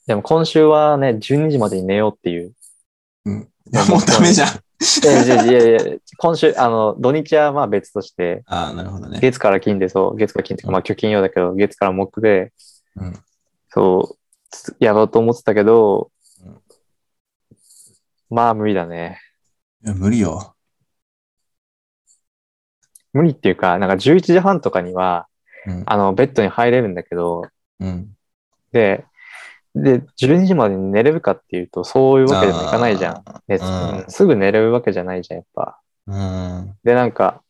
A: でも今週はね、12時までに寝ようっていう。
B: うん。い
A: いや
B: や、もうダメじゃん。
A: いやいやいやいやいや今週、あの、土日はまあ別として、
B: ああ、なるほどね。
A: 月から金でそう、月から金っていうか、まあ今日金曜だけど、月から木で、
B: うん
A: そうつ、やろうと思ってたけど
B: うん、
A: まあ無理だね。
B: いや、無理よ。
A: 無理っていうか、なんか11時半とかには、
B: うん。
A: あの、ベッドに入れるんだけど、
B: うん。
A: で、で、12時までに寝れるかっていうと、そういうわけでもいかないじゃん。で
B: うん
A: うんすぐ寝れるわけじゃないじゃん、やっぱ。
B: あー。
A: で、なんか、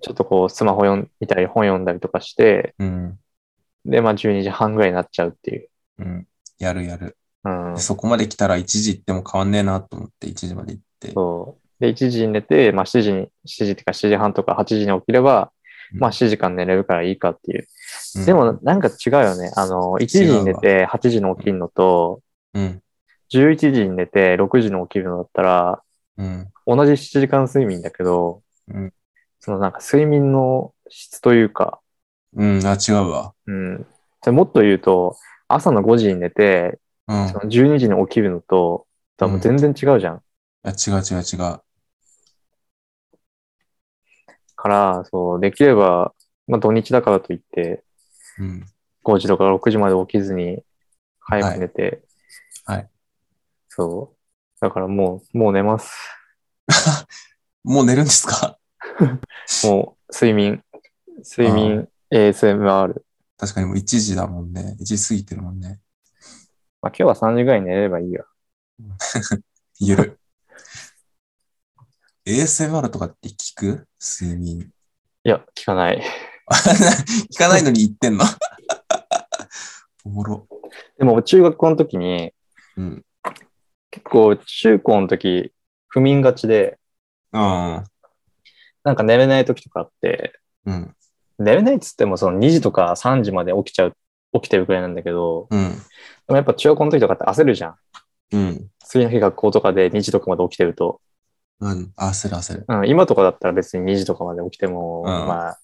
A: ちょっとこう、スマホ読ん見たり、本読んだりとかして、
B: うん。うん。
A: で、まあ12時半ぐらいになっちゃうっていう。
B: うん。やるやる。
A: うん
B: で。そこまで来たら1時行っても変わんねえなと思って1時まで行って。
A: そう。で、1時に寝て、まあ7時に、7時っていうか7時半とか8時に起きれば、
B: うん
A: まあ7時間寝れるからいいかっていう。
B: うん
A: でも、なんか違うよね。あの、1時に寝て8時に起きるのと、
B: うん。
A: 11時に寝て6時に起きるのだったら、
B: うん。
A: 同じ7時間睡眠だけど、
B: うん
A: そのなんか睡眠の質というか、
B: うん。あ、違うわ。
A: うん。でもっと言うと、朝の5時に寝て、
B: うん。あ
A: そ、の12時に起きるのと、とはもう全然違うじゃん。
B: 違う違う違う。
A: から、そう、できれば、まあ土日だからといって、
B: うん。
A: 5時とか6時まで起きずに、早く寝て、
B: はいはい
A: そう。だからもう、もう寝ます。
B: もう寝るんですか <laughs>
A: もう、睡眠、睡眠 ASMR。ま
B: 確かにもう1時だもんね。1時過ぎてるもんね。
A: あ今日は3時ぐらいに寝ればいいよ。
B: ゆる。ASMR とかって聞く睡眠。 <laughs>
A: いや、聞かない。
B: 聞かないのに言ってんの。 <laughs> おもろ。
A: でも中学校の時に、
B: うん。
A: 結構中高の時、不眠がちで、
B: ああ。
A: なんか寝れない時とかあって、
B: うん。
A: 寝れないっつってもその2時とか3時まで起きちゃう、起きてるくらいなんだけど、
B: うん。
A: でもやっぱ中学校の時とかって焦るじゃん。
B: うん。
A: 次の日学校とかで2時とかまで起きてると、
B: うん。焦る焦る。
A: うん、今とかだったら別に2時とかまで起きても、
B: うん
A: まあ、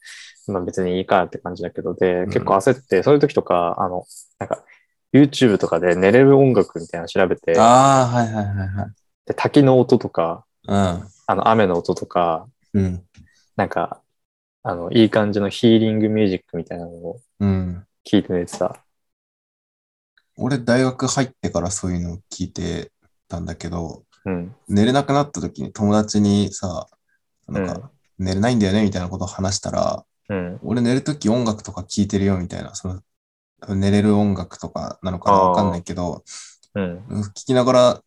A: まあ別にいいかって感じだけど、で
B: ん、
A: 結構焦って、そういう時とか、あの、なんか、YouTube とかで寝れる音楽みたいなの調べて、
B: ああ、はいはいはい
A: で滝の音とか、
B: はい。
A: あの、雨の音とか、
B: うん。うん。
A: なんか、あの、いい感じのヒーリングミュージックみたいなのを
B: うん。
A: 聞いて寝てた。
B: 俺、大学入ってからそういうのを聞いてたんだけど、
A: うん。
B: 寝れなくなった時に友達にさ、なん
A: うん
B: か、寝れないんだよねみたいなことを話したら、
A: うん。
B: 俺寝るとき音楽とか聞いてるよみたいな、その、寝れる音楽とかなのかな
A: あー
B: わかんないけど、
A: うん。
B: うん聞きながら、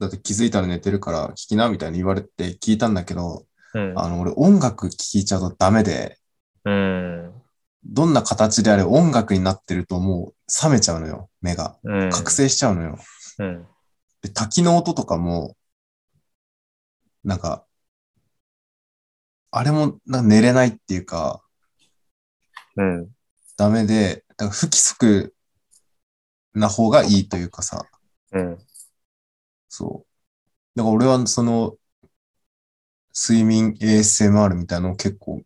B: だって気づいたら寝てるから聞きなみたいに言われて聞いたんだけど、
A: うん。
B: あの、俺音楽聞いちゃうとダメで、
A: うん。
B: どんな形であれ音楽になってるともう冷めちゃうのよ、目が。
A: うん。
B: 覚醒しちゃうのよ。
A: うん。
B: で、滝の音とかも、なんか、あれもなんか寝れないっていうか、
A: うん。
B: ダメで、だから不規則な方がいいというかさ、
A: うん。
B: そう。だから俺はその、睡眠 ASMR みたいなのを結構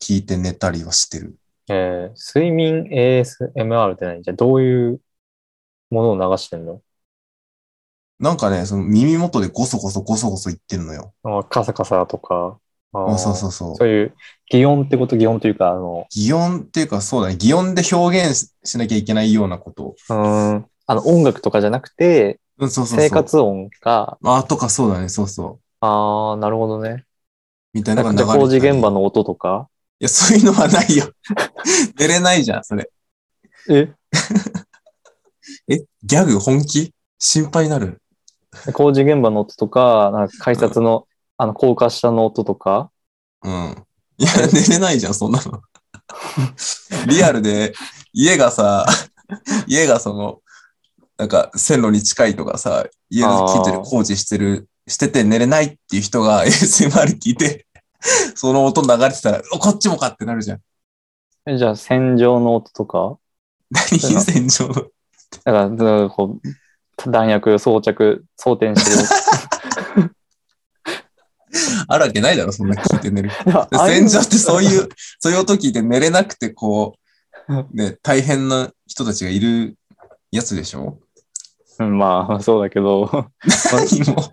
B: 聞いて寝たりはしてる。
A: えー、睡眠 ASMR って何じゃあどういうものを流してんの
B: なんかね、その耳元でゴソゴソゴソゴソ言ってんのよ。
A: あカサカサとか。あ。
B: あそうそううそう。
A: そういう、擬音ってこと、擬音というか、あの、
B: 擬音っていうかそうだね、擬音で表現ししなきゃいけないようなこと。
A: うーん、あの音楽とかじゃなくて、
B: うん、そうそうそう。
A: 生活音が、
B: あとかそうだね、そうそう。
A: ああ、なるほどね。
B: みたいな
A: なん
B: の
A: かじ
B: が
A: ゃ
B: 流
A: あ工
B: れてたり
A: 事現場の音とか。
B: いや、そういうのはないよ。 <laughs> 寝れないじゃん、それ。
A: え
B: え、ギャグ本気心配になる。
A: 工事現場の音とか、なんか改札の、あの、高架下の音とか。
B: うん。いや、寝れないじゃん、そんなの。 <laughs> リアルで、家がさ、 <laughs> 家がその、なんか線路に近いとかさ、家の近所で工事してる、してて寝れないっていう人が ASMR 聞いて、その音流れてたら、おこっちもかってなるじゃん。
A: えじゃあ、戦場の音とか。
B: 何 <laughs>
A: そうだ
B: 戦場の。
A: だから、だからこう、弾薬装着、装填して
B: あるわけないだろ、そんな聞いて寝る人。
A: るああい
B: <laughs> 戦
A: う。
B: 場ってそういう、そういう音聞いて寝れなくて、こう、ね、大変な人たちがいるやつでしょ
A: うんまあ、そうだけど、
B: 何も。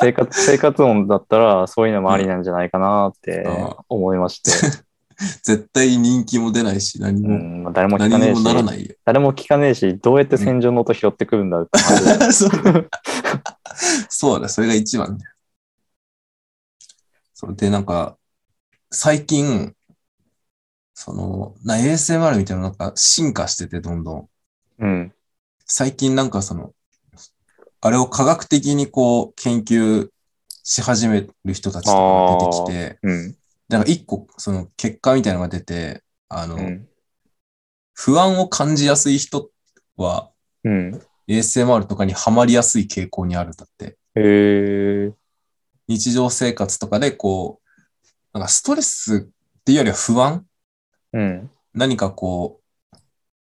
A: 生活、生活音だったら、そういうのもありなんじゃないかなって思いまして。
B: <laughs> 絶対人気も出ないし、何
A: う
B: も、
A: ん、まあ、誰も聞
B: 何
A: かねえ
B: にも
A: し。
B: ならないよ。
A: 誰も聞かねえし、どうやって戦場の音拾ってくるんだって感じだよ
B: <laughs> そうだ。そうだ、それが一番だよ。それで、なんか、最近、その、な、ASMR みたいなのなんか進化してて、どんどん。
A: うん。
B: 最近なんかその、あれを科学的にこう研究し始める人たちとかが出てきて、
A: うん。
B: なんか一個その結果みたいなのが出て、あの、
A: うん。
B: 不安を感じやすい人は
A: うん。
B: ASMR とかにはまりやすい傾向にあるんだって。
A: へえ。
B: 日常生活とかでこう、なんかストレスっていうよりは不安
A: うん。
B: 何かこう、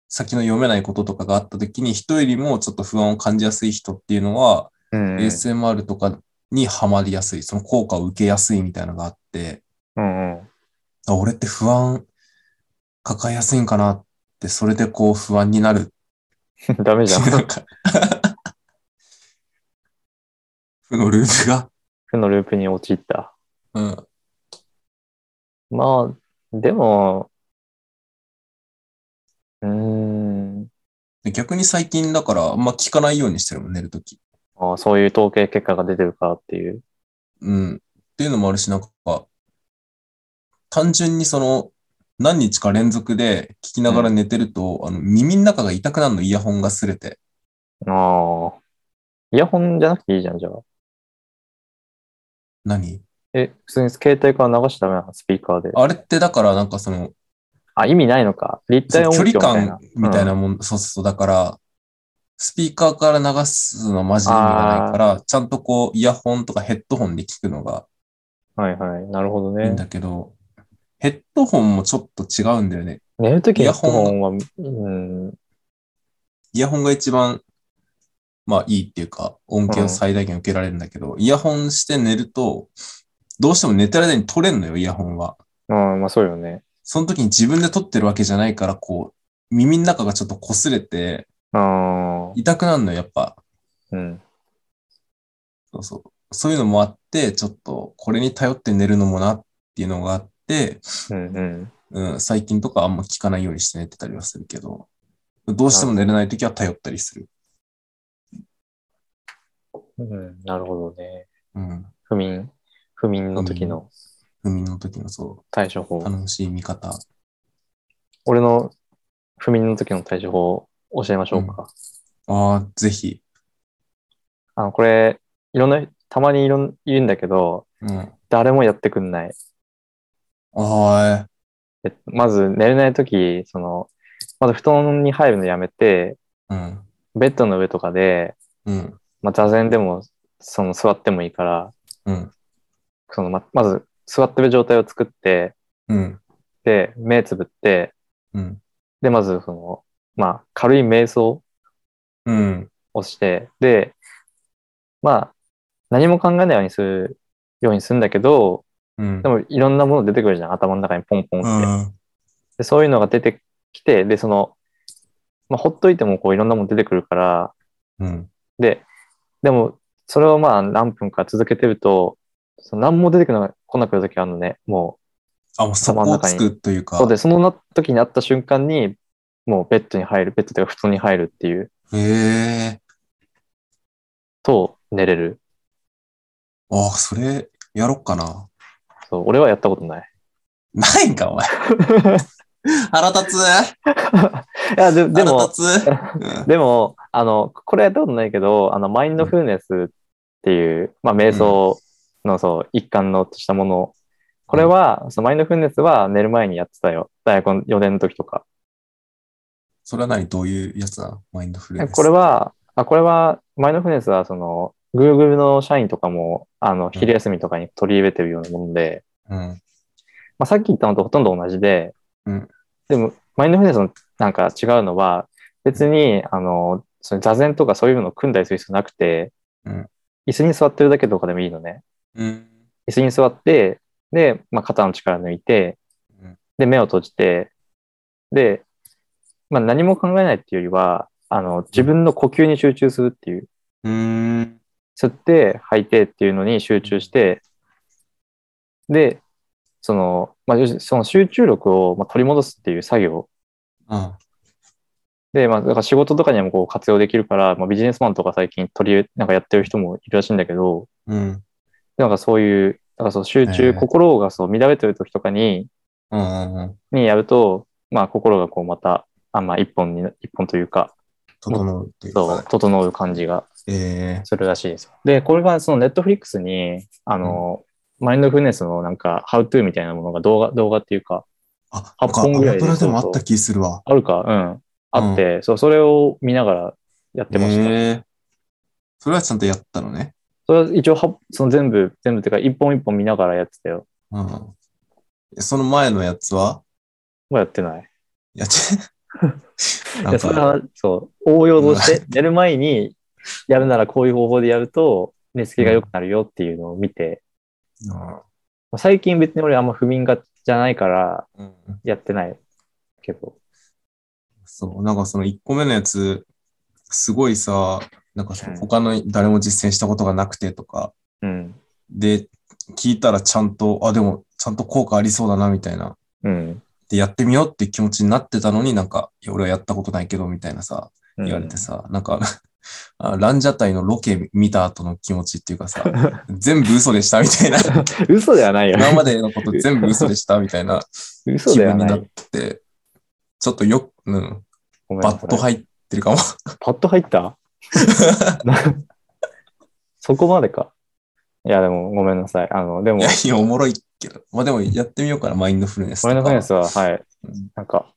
B: 先の読めないこととかがあった時に人よりもちょっと不安を感じやすい人っていうのは、
A: うん。
B: ASMR とかにはまりやすい、その効果を受けやすいみたいなのがあって、
A: うんうん。
B: あ俺って不安抱えやすいんかなって、それでこう不安になる。
A: ダメじゃん。 <laughs>
B: <laughs> なんか負のループが。
A: 負のループに陥った。
B: うん。
A: まあ、でも、うーん。
B: で逆に最近だからあんま聞かないようにしてるもん、寝るとき。
A: あそういう統計結果が出てるからっていう。
B: うん。っていうのもあるし、なんか、単純にその、何日か連続で聞きながら寝てると、あの耳の中が痛くなるの、イヤホンが擦れて。
A: ああ。イヤホンじゃなくていいじゃん、じゃあ。
B: 何
A: え、普通に携帯から流しちゃダメなのスピーカーで。
B: あれってだからなんかその、
A: あ、意味ないのか。立
B: そ
A: 体
B: の
A: 音響み
B: 距離
A: たい
B: 感
A: な。
B: みたいなもん、そうそう、だから、スピーカーから流すのはマジ意味がないから、ちゃんとこう、イヤホンとかヘッドホンで聞くのが
A: うん。はいはい。なるほど
B: いいん
A: ね。
B: だけど、ヘッドホンもちょっと違うんだよね。
A: 寝るとき
B: イ
A: に
B: ヤ
A: ヘッド
B: ホ
A: ホ
B: ン
A: ンは、うん。
B: イヤホンが一番、まあいいっていうか、恩恵を最大限受けられるんだけど、イヤホンして寝ると、どうしても寝てる間に取れんのよ、イヤホンは。
A: うん、まあそうよね。
B: その時に自分で取ってるわけじゃないから、こう、耳の中がちょっと擦れて、
A: ああ。
B: 痛くなるのよ、やっぱ。
A: うん。
B: そうそう。そういうのもあって、ちょっと、これに頼って寝るのもなっていうのがあって、
A: うんうん。
B: うん、最近とかあんま聞かないようにして寝てたりはするけど、どうしても寝れない時は頼ったりする。
A: うん、なるほどね。
B: うん。
A: 不眠、不眠の時の
B: 不眠の時のそ
A: 対処法。
B: う、楽しい見方。
A: 俺の不眠の時の対処法を教えましょうか。
B: ああ、ぜひ。
A: あの、これ、いろんな、たまにいろん、いるんだけど、
B: うん。あ
A: 誰もやってくんない。
B: あ、
A: えまず寝れない時、その、まず布団に入るのやめて、
B: うん。
A: ベッドの上とかで、
B: うん。
A: まあ、座禅でも、その座ってもいいから、
B: うん。
A: そのま、まず座ってる状態を作って、
B: うん。
A: で、目つぶって、
B: うん。
A: で、まずその、まあ、軽い瞑想
B: うん。
A: をして、で、まあ、何も考えないようにする、ようにするんだけど、
B: うん
A: で。もいろんなもの出てくるじゃん、頭の中にポンポンって。
B: うん。
A: でそういうのが出てきて、で、その、まあ、ほっといてもこういろんなもの出てくるから、
B: うん。
A: で、でも、それをまあ何分か続けてると、その何も出てくるのが来なくなる時あるのね、も
B: あ、もうそこをつくという
A: う。
B: か。
A: そうで、そのな時になった瞬間に、もうベッドに入る、ベッドというか布団に入るっていう
B: へえ。
A: と寝れる。
B: ああ、それ、やろっかな。
A: そう、俺はやったことない。
B: ないんか、
A: <laughs>
B: お前。腹立つ
A: いや、でで
B: 腹
A: も、
B: 立つ、
A: <laughs>
B: うん
A: でも、あの、これやったことないけど、あの、マインドフルネスっていう、まあ、瞑想の、そう、一環のとしたもの。これは、そのマインドフルネスは寝る前にやってたよ。大学の4年の時とか。
B: <laughs> それは何どういうやつなのマインドフルネス。
A: これは、あ、これは、マインドフルネスは、その、Google の社員とかも、あの、昼休みとかに取り入れてるようなもので、
B: うん。
A: まあ、さっき言ったのとほとんど同じで、
B: うん
A: でも、マインドフルネスのなんか違うのは、別に、あの、その座禅とかそういうのを組んだりする必要なくて、
B: うん
A: 椅子に座ってるだけとかでもいいのね。
B: うん。
A: 椅子に座って、で、まあ、肩の力抜いて
B: うん、
A: で、目を閉じて、で、まあ、何も考えないっていうよりは、あの、自分の呼吸に集中するっていう。
B: うーん。
A: 吸って吐いてっていうのに集中して、で、その、まあ、要するにその集中力をまあ取り戻すっていう作業。
B: あ
A: で、まあ、だから仕事とかにもこう活用できるから、まあ、ビジネスマンとか最近取り入れ、なんかやってる人もいるらしいんだけど、
B: うん。
A: なんかそういう、なんかそう集中、
B: へえ
A: 心がそう乱れてる時とかに、
B: うん。うん。
A: にやると、まあ心がこうまた、あまあ一本に、一本というか、
B: 整うっていう
A: そ
B: か
A: う、。整う感じが
B: ええ
A: するらしいですよ。で、これがそのネットフリックスに、あの、マインドフルネスのなんか、ハウトゥーみたいなものが動画、動画っていうか、
B: あ、
A: 八
B: なんか、ア
A: 本ぐら
B: マ
A: いで
B: プラでもあった気するわ。
A: あるか、うん、あって、そう、それを見ながらやってました。
B: ええそれはちゃんとやったのね。
A: それは一応は、その全部、全部っていうか、一本一本見ながらやってたよ。
B: うん。その前のやつは
A: もうやってない。
B: やっち <laughs> ないん
A: や、それ
B: か、
A: は、そう、応用として、寝る前にやるならこういう方法でやると、寝つきが良くなるよっていうのを見て、まあ最近別に俺あんま不眠がじゃないから、
B: うん。うん
A: やってないけど。
B: そう、なんかその1個目のやつ、すごいさ、なんかその
A: うん
B: 他の誰も実践したことがなくてとか、
A: うん。
B: で、聞いたらちゃんと、あ、でもちゃんと効果ありそうだな、みたいな。
A: うん。
B: で、やってみようって気持ちになってたのになんか、いや俺はやったことないけど、みたいなさ、
A: うん
B: 言われてさ、なんか、 <laughs> あランジャタイのロケ見た後の気持ちっていうか
A: <laughs>
B: さ、全部嘘でしたみたいな。
A: 嘘ではないよ。
B: 今までのこと全部嘘でしたみたいな
A: 嘘
B: 気
A: では
B: 分に
A: な
B: ないっ。て、ちょっとよく、うん、
A: ごめんな
B: バ
A: さ
B: ッと入ってるかも。 <laughs>
A: い。パッと入ったなそこまでか。いや、でもごめんなさい。あの、でも
B: いや、、いや、おもろいけど。まあでもやってみようかな、マインドフルネスと
A: マ
B: か。
A: インドフルネスは、はい
B: うん。
A: なんか、っ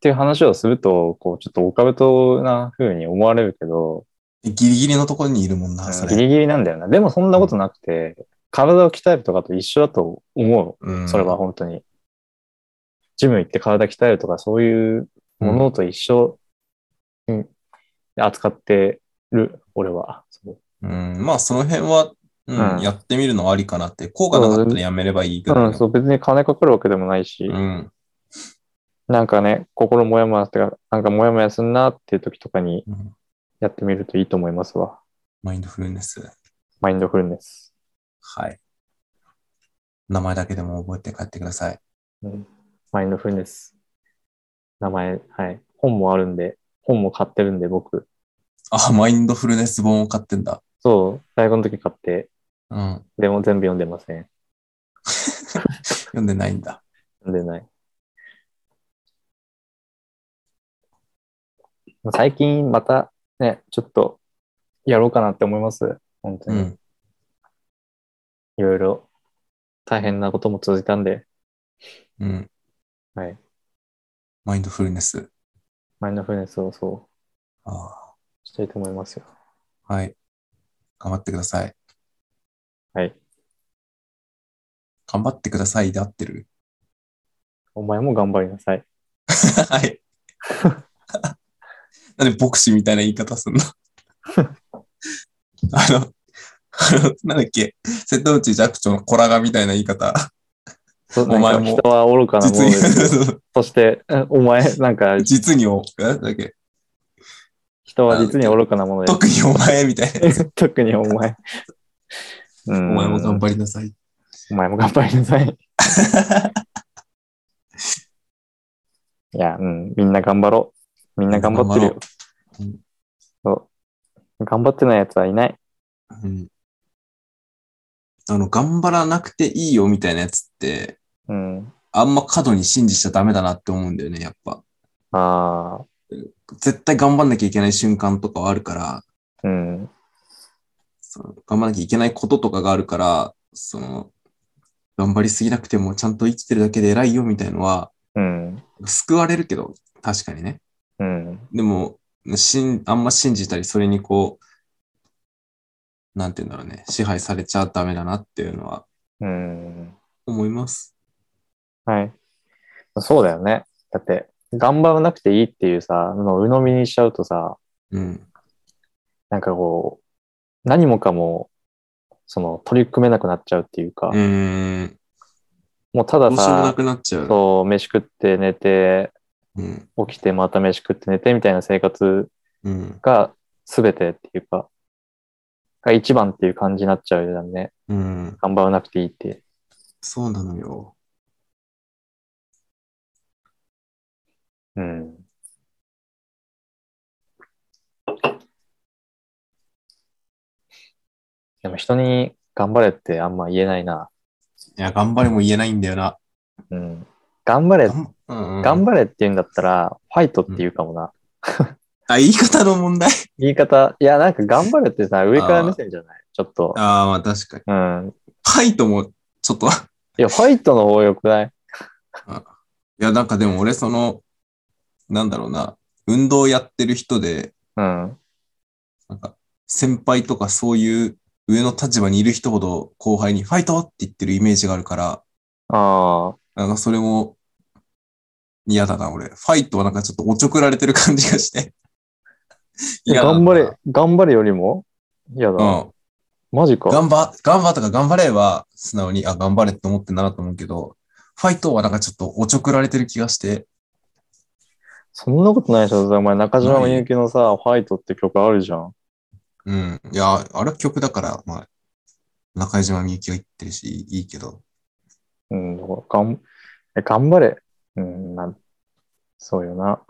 A: ていう話をすると、こう、ちょっとオカルトな風に思われるけど、
B: ギリギリのところにいるもんな、そ
A: ギ
B: れ。
A: リギリなんだよな。でもそんなことなくて、体を鍛えるとかと一緒だと思
B: う
A: う。
B: ん。
A: それは本当に。ジム行って体鍛えるとか、そういうものと一緒に扱ってる、俺は。そう
B: うん。まあその辺は、うん、
A: うん
B: やってみるのはありかなって。効果なかったらやめればいいぐらいの。
A: うん、そう、別に金かかるわけでもないし、
B: うん。
A: なんかね、心もやもやってか、なんかもやもやすんなっていう時とかに
B: うん
A: やってみるといいと思いますわ。
B: マインドフルネス。
A: マインドフルネス。
B: はい。名前だけでも覚えて帰ってください。
A: うん、マインドフルネス。名前、はい。本もあるんで、本も買ってるんで、僕。
B: あ、マインドフルネス本を買ってんだ。
A: そう、大学の時買って、
B: うん。
A: でも全部読んでません。
B: 読んでないんだ。
A: 読んでない。最近またね、ちょっとやろうかなって思います。本当
B: う
A: に。
B: ん。
A: いろいろ大変なことも続いたんで、
B: うん。
A: はい。
B: マインドフルネス。
A: マインドフルネスをそう
B: あ
A: したいと思いますよ。
B: あはい。頑張ってください。
A: はい。
B: 頑張ってくださいで合ってる
A: お前も頑張りなさい。
B: はい。なんで牧師みたいな言い方すん
A: <laughs>
B: のあの、あの、なんだっけ、瀬戸内寂聴のコラガみたいな言い方。
A: お
B: 前も
A: 人は愚かなもので
B: 実に、
A: すよ。 <laughs> そして、えお前、なんか、
B: <laughs> 実にお、なんだっけ、
A: 人は実に愚かなもので
B: 特にお前みたいな。
A: す。 <laughs> 特にお
B: <laughs>
A: 前。お
B: お前も頑
A: 張
B: 張りなさい。
A: お前も頑張りな
B: <laughs>
A: さい。いや、うん、みんな頑張ろう。みんな頑張ってるよ。
B: みん
A: そう頑張ってない奴はいない。
B: うんあの、頑張らなくていいよみたいなやつって、
A: うん。
B: あんま過度に信じちゃダメだなって思うんだよね、やっぱ。
A: あ
B: 絶対頑張んなきゃいけない瞬間とかはあるから、
A: あ、うん。
B: その頑張らなきゃいけないこととかがあるから、その、頑張りすぎなくてもちゃんと生きてるだけで偉いよみたいのは、
A: うん。
B: 救われるけど、確かにね。
A: うん。
B: でも、しん、あんま信じたり、それにこう、なんて言うんだろうね、支配されちゃダメだなっていうのは
A: うん。
B: 思います。
A: はい。そうだよね。だって、頑張らなくていいっていうさ、のを鵜呑みにしちゃうとさ、
B: うん。
A: なんかこう、何もかも、その、取り組めなくなっちゃうっていうか、
B: うーん。
A: もうただ
B: どうしようもな
A: さ、
B: くなっちゃう。
A: そう、飯食って寝て、
B: うん。
A: 起きてまた飯食って寝てみたいな生活
B: うん。
A: が全てっていうか、が一番っていう感じになっちゃうじゃんね。
B: うん。
A: 頑張らなくていいって。
B: そうなのよ。
A: うん。でも人に頑張れってあんま言えないな。
B: いや、頑張れも言えないんだよな。
A: うん。頑張れ、
B: 頑うんうん
A: 頑張れって言うんだったら、ファイトって言うかもな。
B: あ、言い方の問題
A: 言い方、いや、なんか頑張れってさ、上から目線じゃないちょっと。
B: ああ、まあ確かに。
A: うん。
B: ファイトも、ちょっと。
A: いや、ファイトの方が良くない
B: いや、なんかでも俺、その、なんだろうな、運動やってる人で、
A: うん。
B: なんか、先輩とかそういう上の立場にいる人ほど後輩にファイトって言ってるイメージがあるから、
A: ああ、
B: なんかそれも嫌だな、俺。ファイトはなんかちょっとおちょくられてる感じがして。嫌だな
A: 頑張れ、頑張れよりも嫌だ
B: う
A: な。
B: ん。
A: マジか。
B: 頑張、頑張とか頑張れは、素直に、あ、頑張れって思ってんだなと思うけど、ファイトはなんかちょっとおちょくられてる気がして、
A: そんなことないでしょ。お前、中島みゆきのさ、ファイトって曲あるじゃん。
B: うん。いや、あれは曲だから、まあ、中島みゆきが言ってるし、いいいいけど。
A: うん、だからがんえ頑張れ。うん、なんそうよ
B: <laughs>
A: な。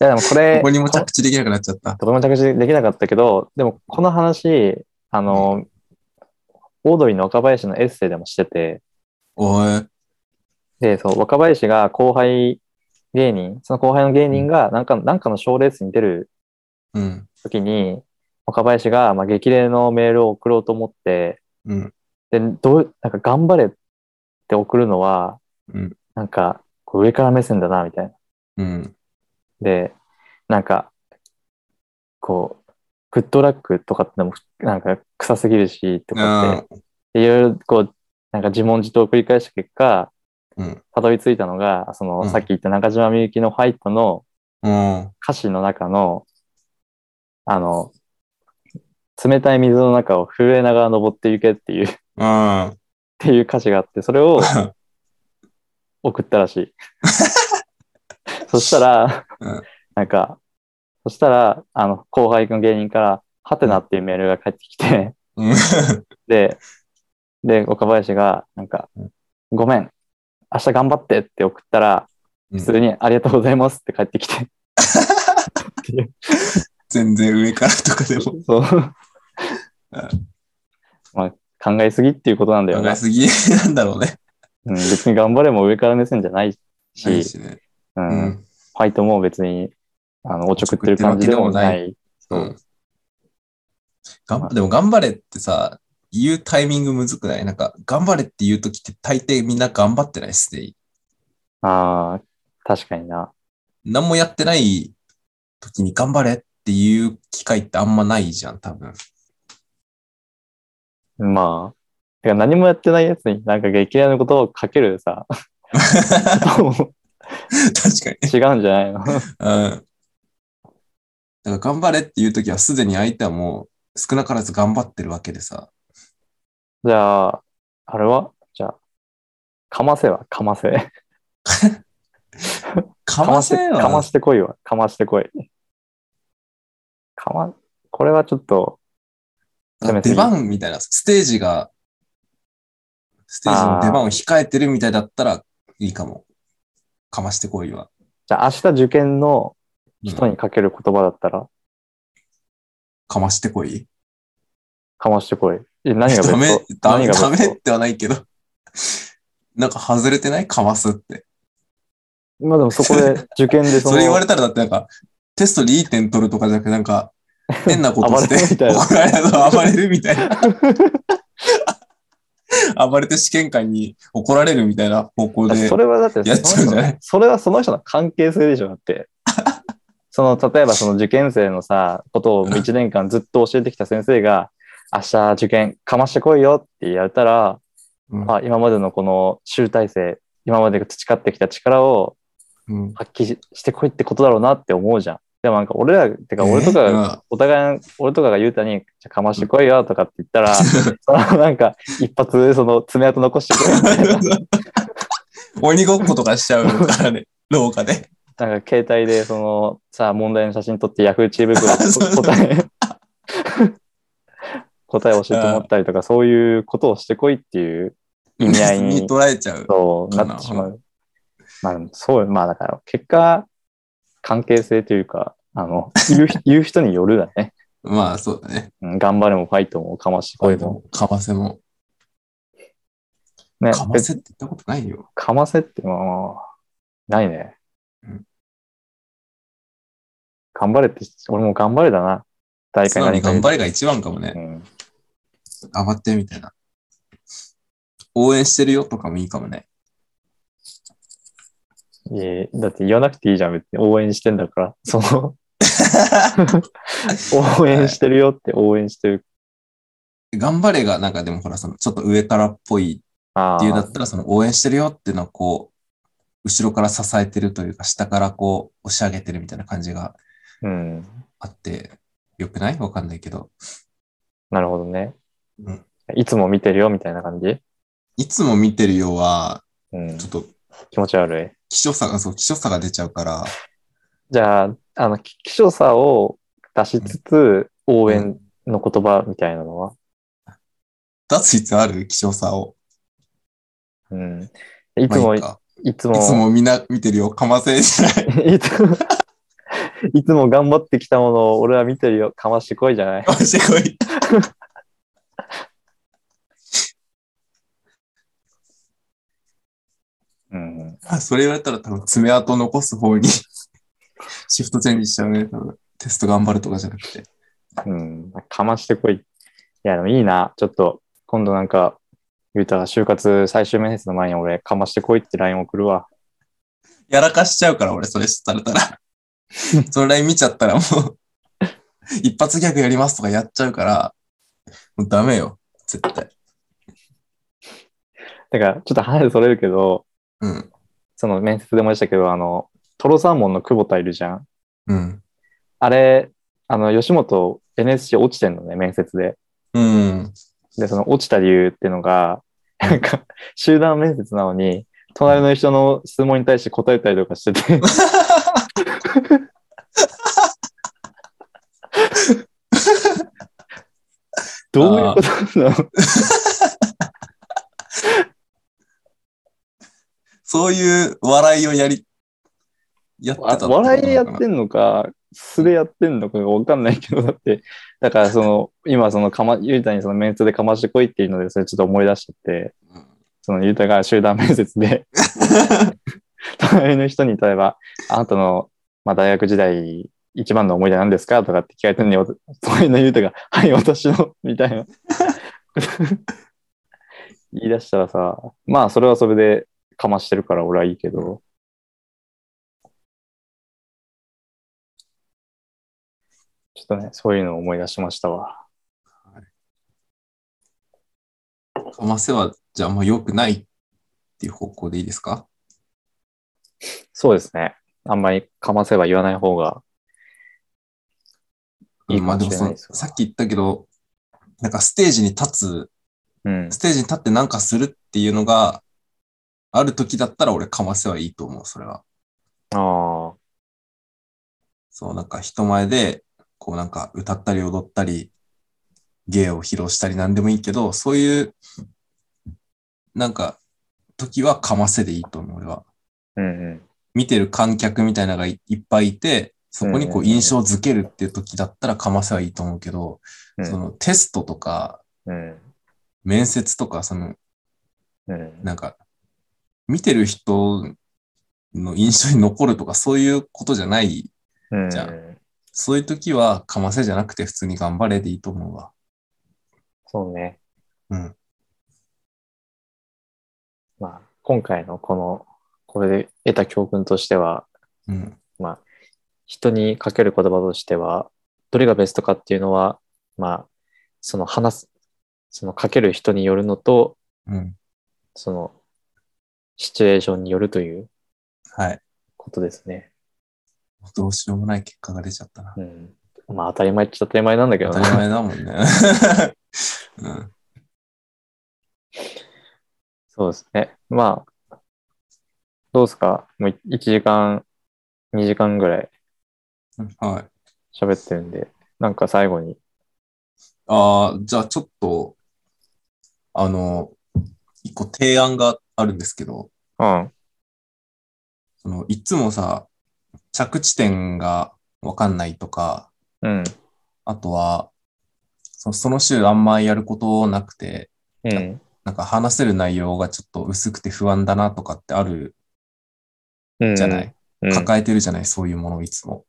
A: いや、でもこれ、
B: ここにも
A: こ
B: 着地できなくなっちゃった。
A: とても着地できなかったけど、でもこの話、あの、オードリーの若林のエッセイでもしてて、
B: おい。
A: で、そう、若林が後輩芸人、その後輩の芸人がなんか、なんかの賞レースに出る
B: うん。
A: 時に、若林が、まあ、激励のメールを送ろうと思って、
B: うん。
A: で、どう、なんか頑張れって送るのは、
B: うん。
A: なんか、こう上から目線だな、みたいな。
B: うん。
A: で、なんか、こう、グッドラックとかってのも、なんか、臭すぎるし、とかって
B: あ、
A: でいろいろこう、なんか自問自答を繰り返した結果、
B: うん
A: たどり着いたのが、その、
B: うん
A: さっき言った中島みゆきのファイトの、
B: ーうん。
A: 歌詞の中の、あの、冷たい水の中を震えながら登っていけっていう、っ <laughs>
B: うん。
A: ていう歌詞があって、それ
B: <laughs>
A: を送ったらしい。 <laughs> そしたら、
B: うん
A: なんか、そしたら、あの、後輩の芸人から、ハテナっていうメールが返ってきて、
B: うん。
A: で、で、岡林が、なんか
B: うん、
A: ごめん、明日頑張ってって送ったら、
B: うん
A: 普通にありがとうございますって返ってきて、
B: 全然上からとかでも。
A: <laughs> そう。まあ、考えすぎっていうことなんだよ
B: 考
A: ね
B: え。すぎなんだろうね。
A: うん、別に頑張れも上から目線じゃない
B: いい
A: し、
B: しね。
A: う、
B: うん
A: フ
B: ん。
A: ァイトも別に、あの、おちょくってる感じでもな
B: お
A: い。
B: う。
A: そうん
B: がんでも頑張れってさ、言うタイミングむずくないなんか、頑張れって言うときって大抵みんな頑張ってないっすね。
A: ああ、確かにな。
B: 何もやってない時に頑張れっていう機会ってあんまないじゃん、多分。 <laughs>
A: まあ、てか何もやってないやつになんか激励のことをかける
B: <laughs>
A: さ、ことも
B: 確かに。
A: 違うんじゃないの
B: うん。だから頑張れっていう時はすでに相手はもう少なからず頑張ってるわけでさ。
A: じゃあ、あれはじゃあ、かませはかませ。
B: か
A: かましてこいわ。かましてこい。かま、これはちょっと、
B: なんか出番みたいな、ステージが、ステージの出番を控えてるみたいだったらいいかも。かましてこいは。
A: じゃあ明日受験の
B: うん
A: 人にかける言葉だったら、
B: かましてこい。
A: かましてこい。え、何がベ
B: ダメ
A: ス、ト
B: ダメ、
A: 何が
B: ダ
A: ベ
B: メ
A: ス
B: ってはないけど。なんか外れてないかますって。
A: トまあでもそこで受験でそ
B: <laughs> そ
A: の、
B: れ言われたらだってなんか、テストでいい点取るとかじゃなくて、なんか、変なことし
A: 暴れるみ
B: て、
A: たいな
B: 怒ら
A: <laughs>
B: れるの <laughs> 暴れるみたいな。 <laughs> 暴れて試験官に怒られるみたいな方向で
A: そ。れはだって
B: やっちゃうんじゃない
A: その人のそれはその人の関係性でしょ、だって。 <laughs> その、例えばその受験生のさ、ことを1年間ずっと教えてきた先生が、明日受験かましてこいよって言われたら、
B: うん
A: まあ今までのこの集大成、今まで培ってきた力を
B: うん
A: 発揮ししてこいってことだろうなって思うじゃん。でもなんか俺ら、てか俺とか
B: え
A: が
B: ー
A: お互い、俺とかが言うたに、じゃあかましてこいよとかって言った
B: <laughs>
A: ら、そのなんか、一発、その爪痕残してくれみたい
B: 鬼ごっことかしちゃうからね、 <laughs> 廊下で。
A: な、なんか携帯で、その、さあ、問題の写真撮って、ヤフー知恵袋
B: <laughs> そうそう
A: こ答え、答えを教えてもらったりとか、そういうことをしてこいっていう意味合い
B: <laughs>
A: に、
B: 捉えちゃう。
A: そうなってしまう。まあ、そう、まあだから、結果、関係性というか、あの、言う <laughs> 言う人によるだね。
B: まあ、そうだね。
A: うん頑張れもファイトもかましてこいも。
B: かませも。
A: ね、
B: かませって言ったことないよ。
A: かませって、まあまあ、ないね
B: うん。
A: 頑張れって、俺も頑張れだな。大
B: 素
A: 会
B: 直
A: 何
B: に
A: か
B: 頑張れが一番かもね
A: う。ん。
B: 頑張ってみたいな。応援してるよとかもいいかもね。 <laughs>
A: いえ、だって言わなくていいじゃん、別に。応援してんだから。 <laughs> その、応援してるよって応援してる。
B: 頑張れが、なんかでもほら、そのちょっと上からっぽい
A: あ
B: っていうだ
A: あ
B: っ、たら、その応援してるよっていうのはこう、後ろから支えてるというか、下からこう、押し上げてるみたいな感じが
A: うん。
B: あって、よくないわかんないけど。
A: なるほどね
B: うん。
A: いつも見てるよ、みたいな感じ
B: いつも見てるようは、
A: うん
B: ちょ。っと
A: 気持ち悪い。
B: 希少さが、そう、希少さが出ちゃうから、
A: じゃあ、あの、き希少さを出しつつ、応援の言葉みたいなのは
B: 出す必要ある希少さを。
A: うん。いつ
B: ま
A: も、
B: あいい
A: い
B: か
A: つ
B: いつ
A: も、
B: もみんな見てるよ。かませじゃない。
A: <laughs>
B: <laughs>
A: いつも、いつも頑張ってきたものを俺は見てるよ。かましてこいじゃない
B: か。ましてこい。
A: うん。
B: あそれ言われたら多分爪痕 <laughs> 残す方にシフトチェンジしちゃうね。多分テスト頑張るとかじゃなくて。
A: うん、かましてこい。いや、でもいいな。ちょっと、今度なんか、言うたら就活最終面接の前に俺、かましてこいって LINE 送るわ。
B: やらかしちゃうから、俺、それされた
A: <laughs>
B: ら。それ見ちゃったらもう、一発ギャグやりますとかやっちゃうから、もうダメよ、絶対。
A: だから、ちょっと話それるけど、
B: うん、
A: その面接でもでしたけど、あの、トロサーモンの久保田いるじゃん。
B: うん、
A: あれ、あの、吉本 NSC 落ちてんのね、面接で。
B: うん、
A: で、その落ちた理由っていうのが、なんか、集団面接なのに、隣の人の質問に対して答えたりとかして <laughs> て、どういうことなの
B: そういう笑いをやり、やってた
A: あ
B: ってことなのかな
A: 笑いやってんのか、素でやってんのかがわかんないけど、だって、だからその、今そのかま、ゆうたにその面接でかましてこいっていうので、それちょっと思い出しちゃって、
B: うん
A: そのゆうたが集団面接で、隣の人に例えば、あなたの、まあ、大学時代一番の思い出なんですかとかって聞かれてるのにお、隣のゆうたが、 <laughs> はい、私の、みたいな。 <laughs> 言い出したらさ、まあ、それはそれでかましてるから俺はいいけど、ちょっとね、そういうのを思い出しましたわ。
B: かませは、じゃあもう良くないっていう方向でいいですか
A: そうですね。あんまりかませば言わない方がいい
B: ま
A: かも
B: あで
A: しれ
B: もそ
A: ない
B: の
A: ですよ
B: さっき言ったけど、なんかステージに立
A: うん
B: つ、ス。テージに立ってなんかするっていうのがある時だったら俺かませはいいと思う、それは。
A: ああ、
B: そう、なんか人前で、こうなんか歌ったり踊ったり、芸を披露したりなんでもいいけど、そういう、なんか、時はかませでいいと思う、俺は。
A: うんうん。
B: 見てる観客みたいなのがいいっぱいいて、そこにこ
A: うんうんう
B: うん印象づけるっていう時だったらかませはいいと思うけど、
A: うん
B: そのテストとか
A: うん。
B: 面接とか、その
A: うん。
B: なんか、見てる人の印象に残るとかそういうことじゃない、
A: うん
B: じゃあそういう時はかませじゃなくて普通に頑張れでいいと思うわ。
A: そうね。
B: うん。
A: まあ、今回のこの、これで得た教訓としては、
B: うん。
A: 人にかける言葉としては、どれがベストかっていうのは、まあ、その話す、そのかける人によるのと、
B: うん。
A: その、シチュエーションによるという
B: はい。
A: ことですね。
B: どうしようもない結果が出ちゃったな。
A: うん。まあ、当たり前っちゃ当たり前なんだけど
B: 当
A: ね
B: たり前だもんね。 <laughs> うん。
A: そうですね。まあ、どうですかもう1時間、2時間ぐらい
B: はい。
A: 喋ってるんで、なんか最後に。
B: ああ、じゃあちょっと、あの、一個提案があるんですけど、
A: うん。
B: その、いつもさ、着地点がわかんないとか、
A: うん。
B: あとは、そその週あんまやることなくて、
A: うん。
B: なんか話せる内容がちょっと薄くて不安だなとかってある
A: うん、
B: じゃない、
A: うん、
B: 抱えてるじゃないそういうものをいつも。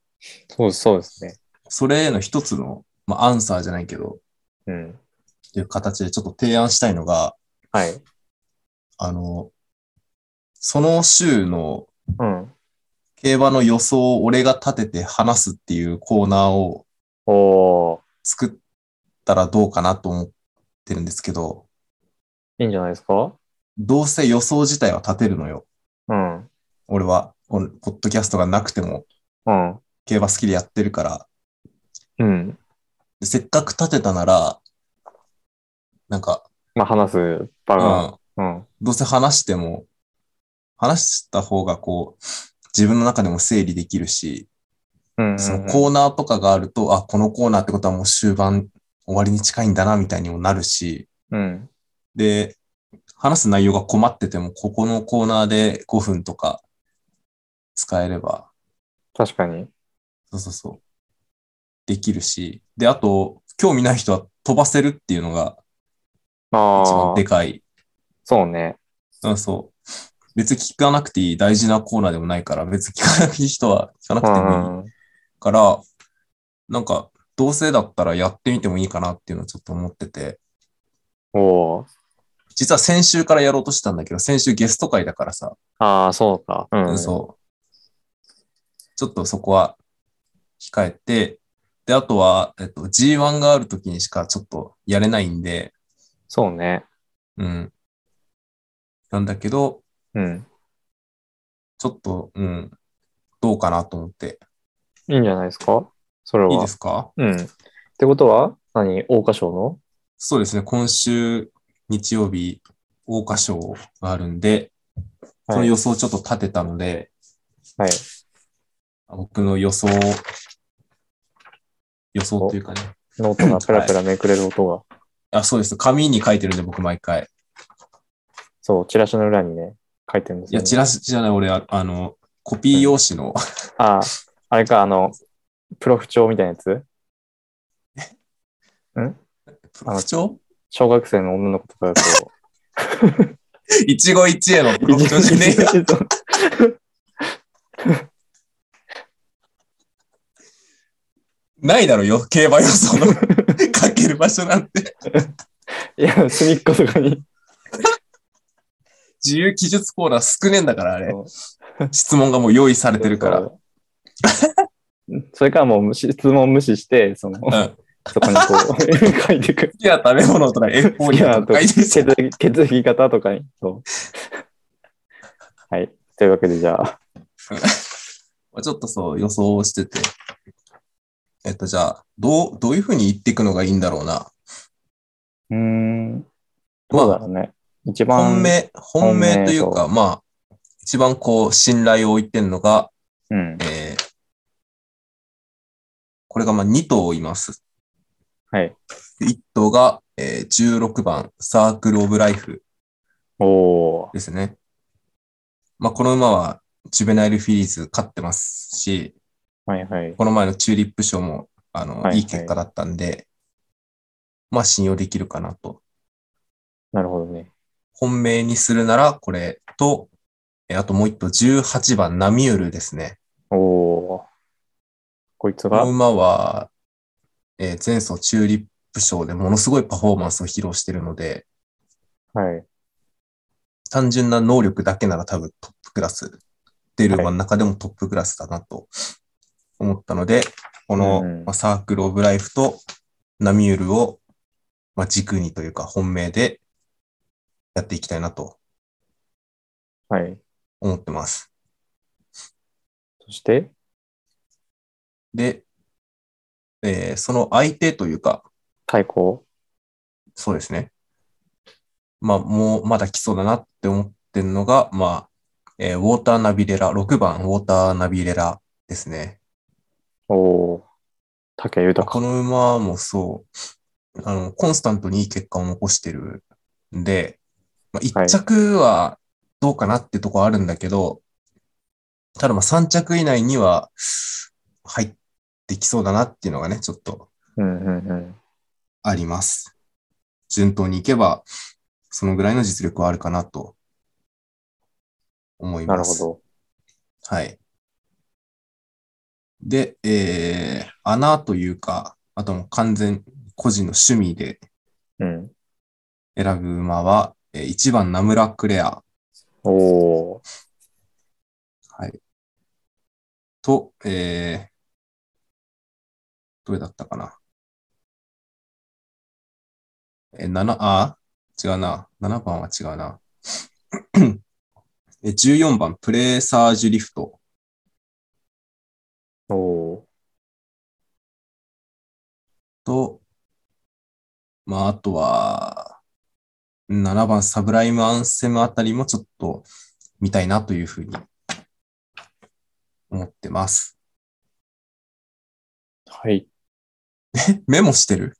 A: そうそうですね。
B: それへの一つの、まあ、アンサーじゃないけど、
A: うん。
B: っていう形でちょっと提案したいのが、
A: はい。
B: あの、その週の
A: うん。
B: 競馬の予想を俺が立てて話すっていうコーナーを
A: おー、
B: 作ったらどうかなと思ってるんですけど、
A: いいんじゃないですか
B: どうせ予想自体は立てるのよ。
A: うん。うん。
B: 俺は、このポッドキャストがなくても競馬好きでやってるから、
A: うん。
B: でせっかく立てたなら、なんか、
A: まあ、話す場
B: う
A: が。
B: ん、
A: うん。
B: どうせ話しても、話した方がこう、自分の中でも整理できるし、
A: うん。
B: その
A: う
B: コーナーとかがあると、あ、このコーナーってことはもう終盤終わりに近いんだな、みたいにもなるし、
A: ん。うん。
B: で、話す内容が困ってても、ここのコーナーで5分とか使えれば、
A: 確かに。
B: そうそうそう、できるし、で、あと、興味ない人は飛ばせるっていうのが一
A: あ
B: 番
A: あ
B: で、かい。
A: そうね。
B: うん、そう。別に聞かなくていい大事なコーナーでもないから、別に聞かなくていい人は聞かなく
A: う
B: てもいい
A: ん。
B: から、なんか、どどうせだったらやってみてもいいかなっていうのをちょっと思ってて、
A: おー
B: 実は先週からやろうとしてたんだけど、先週ゲスト会だからさ、
A: ああ、そうか。うん。
B: そう。ちょっとそこは控えて、で、あとは、えっと、G1 がある時にしかちょっとやれないんで、
A: そうね。
B: うん。なんだけど、
A: うん。
B: ちょっと、うん、どうかなと思って。
A: いいんじゃないですかそれは。
B: いいですか
A: うん。ってことは、何桜花賞の
B: そうですね、今週日曜日、桜花賞があるんで、その
A: はい
B: 予想をちょっと立てたので、
A: はい。
B: 僕の予想を、予想というかね、
A: ノートがペラペラめくれる音が。
B: あ、そうです。紙に書いてるんで、僕毎回。
A: そう、チラシの裏にね、書いてるんです
B: い
A: よ、
B: や、
A: ね。
B: チラシじゃない、俺、ああの、コピー用紙の、
A: ああ、あれか、あの、プロフ帳みたいなやつ
B: プロフ帳
A: 小学生の女の子とかがこ
B: <laughs> 一期一会のプ
A: う。
B: ロフ帳じゃねえよ
A: <laughs>
B: ないだろ、よ、競馬予想の書ける場所なんて。
A: <laughs> いや、隅っことかに。
B: 自由記述コーナー少ねえんだから、あれ
A: そ。
B: 質問がもう用意されてるから。
A: そう。それからもう無視質問無視して、その、
B: うん
A: そこにこう、 <laughs> 書いていく。
B: 好きな食べ物とか、エフォ
A: 好
B: ー
A: き
B: リア
A: な
B: と
A: とか
B: か
A: <laughs>
B: 書いてる
A: 血液血液型とかに。そう。 <laughs> はい。というわけで、じゃあ、
B: まあちょっとそう予想をしてて。えっと、じゃあ、どう、どういうふうに言っていくのがいいんだろうな。
A: うーん、どうだ
B: まあ、
A: ろうね。一番。
B: 本命、本命というか、まあ、一番こう、信頼を置いてるのが、
A: うん。
B: えー、これがまあ2頭います。
A: はい。
B: で1頭が、えー、16番、サークル・オブ・ライフ
A: おお
B: ですね。まあ、この馬は、ジュベナイル・フィリーズ勝ってますし、
A: ー。はいはい。
B: この前のチューリップ賞も、あの、、
A: はいい
B: い結果だったんで、まあ信用できるかなと。
A: なるほどね。
B: 本命にするなら、これと、えあともう一頭、18番、ナミュールですね。
A: おおこいつ
B: この
A: が、
B: 馬は、えー前走チューリップ賞でものすごいパフォーマンスを披露してるので、
A: はい。
B: 単純な能力だけなら多分トップクラス、出る馬の中でもトップクラスだなと思ったので、この、
A: うん
B: まあサークル・オブ・ライフとナミュールを、まあ、軸にというか本命でやっていきたいなと
A: はい。
B: 思ってます。
A: そして、
B: で、えーその相手というか、
A: 対抗。
B: そうですね。まあ、もうまだ来そうだなって思ってるのが、まあ、えーウォーター・ナビレラ、6番ウォーター・ナビレラですね。
A: おお竹豊
B: この馬もそう、あの、コンスタントにいい結果を残してるんで、まあ、
A: は
B: 1
A: い
B: 着はどうかなってとこあるんだけど、ただまあ3着以内には入ってきそうだなっていうのがね、ちょっと
A: うんうんうん。
B: あります。順当にいけば、そのぐらいの実力はあるかなと思い
A: なる
B: ま
A: ほ
B: す。
A: ど。
B: はい。で、えー、穴というか、あともう完全個人の趣味で
A: うん。
B: 選ぶ馬は、えー1番ナムラ・クレア
A: おお
B: と、えー、どれだったかな。えー、7、あー、違うな。7番は違うな。 <clears throat> えー14番、プレーサージュリフト。
A: おお
B: と、まあ、あとは、7番サブライムアンセムあたりもちょっと見たいなというふうに思ってます。
A: はい。
B: メモしてる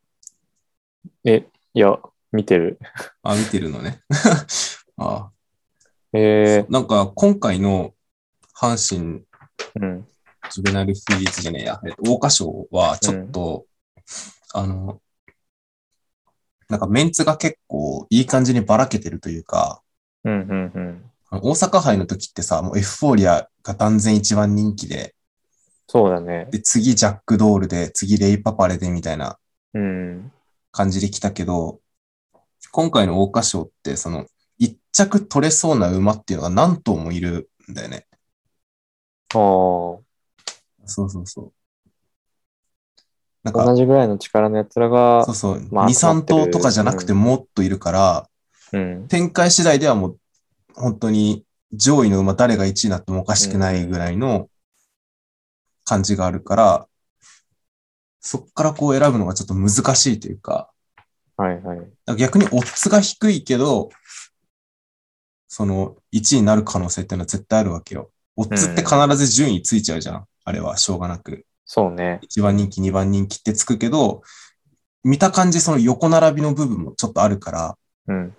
A: いや、見てる。
B: あ、見てるのね。 <laughs> あ
A: え
B: なんか今回の阪神
A: ー、うん。
B: ジュベナイルフィリーズじゃねえや、えっと、桜花賞はちょっと、あの、なんかメンツが結構いい感じにばらけてるというか、
A: うんうんうん。
B: 大阪杯の時ってさ、もうエフフォーリアが断然一番人気で、
A: そうだね。
B: で、次ジャックドールで、次レイパパレでみたいな
A: うん。
B: 感じで来たけど、今回の桜花賞って、その、一着取れそうな馬っていうのが何頭もいるんだよね。
A: ああ。
B: そうそうそう。なん
A: 同
B: か、
A: じぐらいの力のやつらが
B: そう、そう、
A: まあ
B: 2、3頭とかじゃなくて
A: う
B: もっといるから、
A: うん。
B: 展開次第ではもう、本当に上位の馬誰が1位になってもおかしくないぐらいの感じがあるから、そっからこう選ぶのがちょっと難しいというか、
A: はいはい。
B: だから逆にオッズが低いけど、その1位になる可能性っていうのは絶対あるわけよ。オッズって必ず順位ついちゃうじゃん。あれはしょうがなく。
A: そうね。
B: 1番人気、2番人気ってつくけど、見た感じその横並びの部分もちょっとあるから、
A: うん。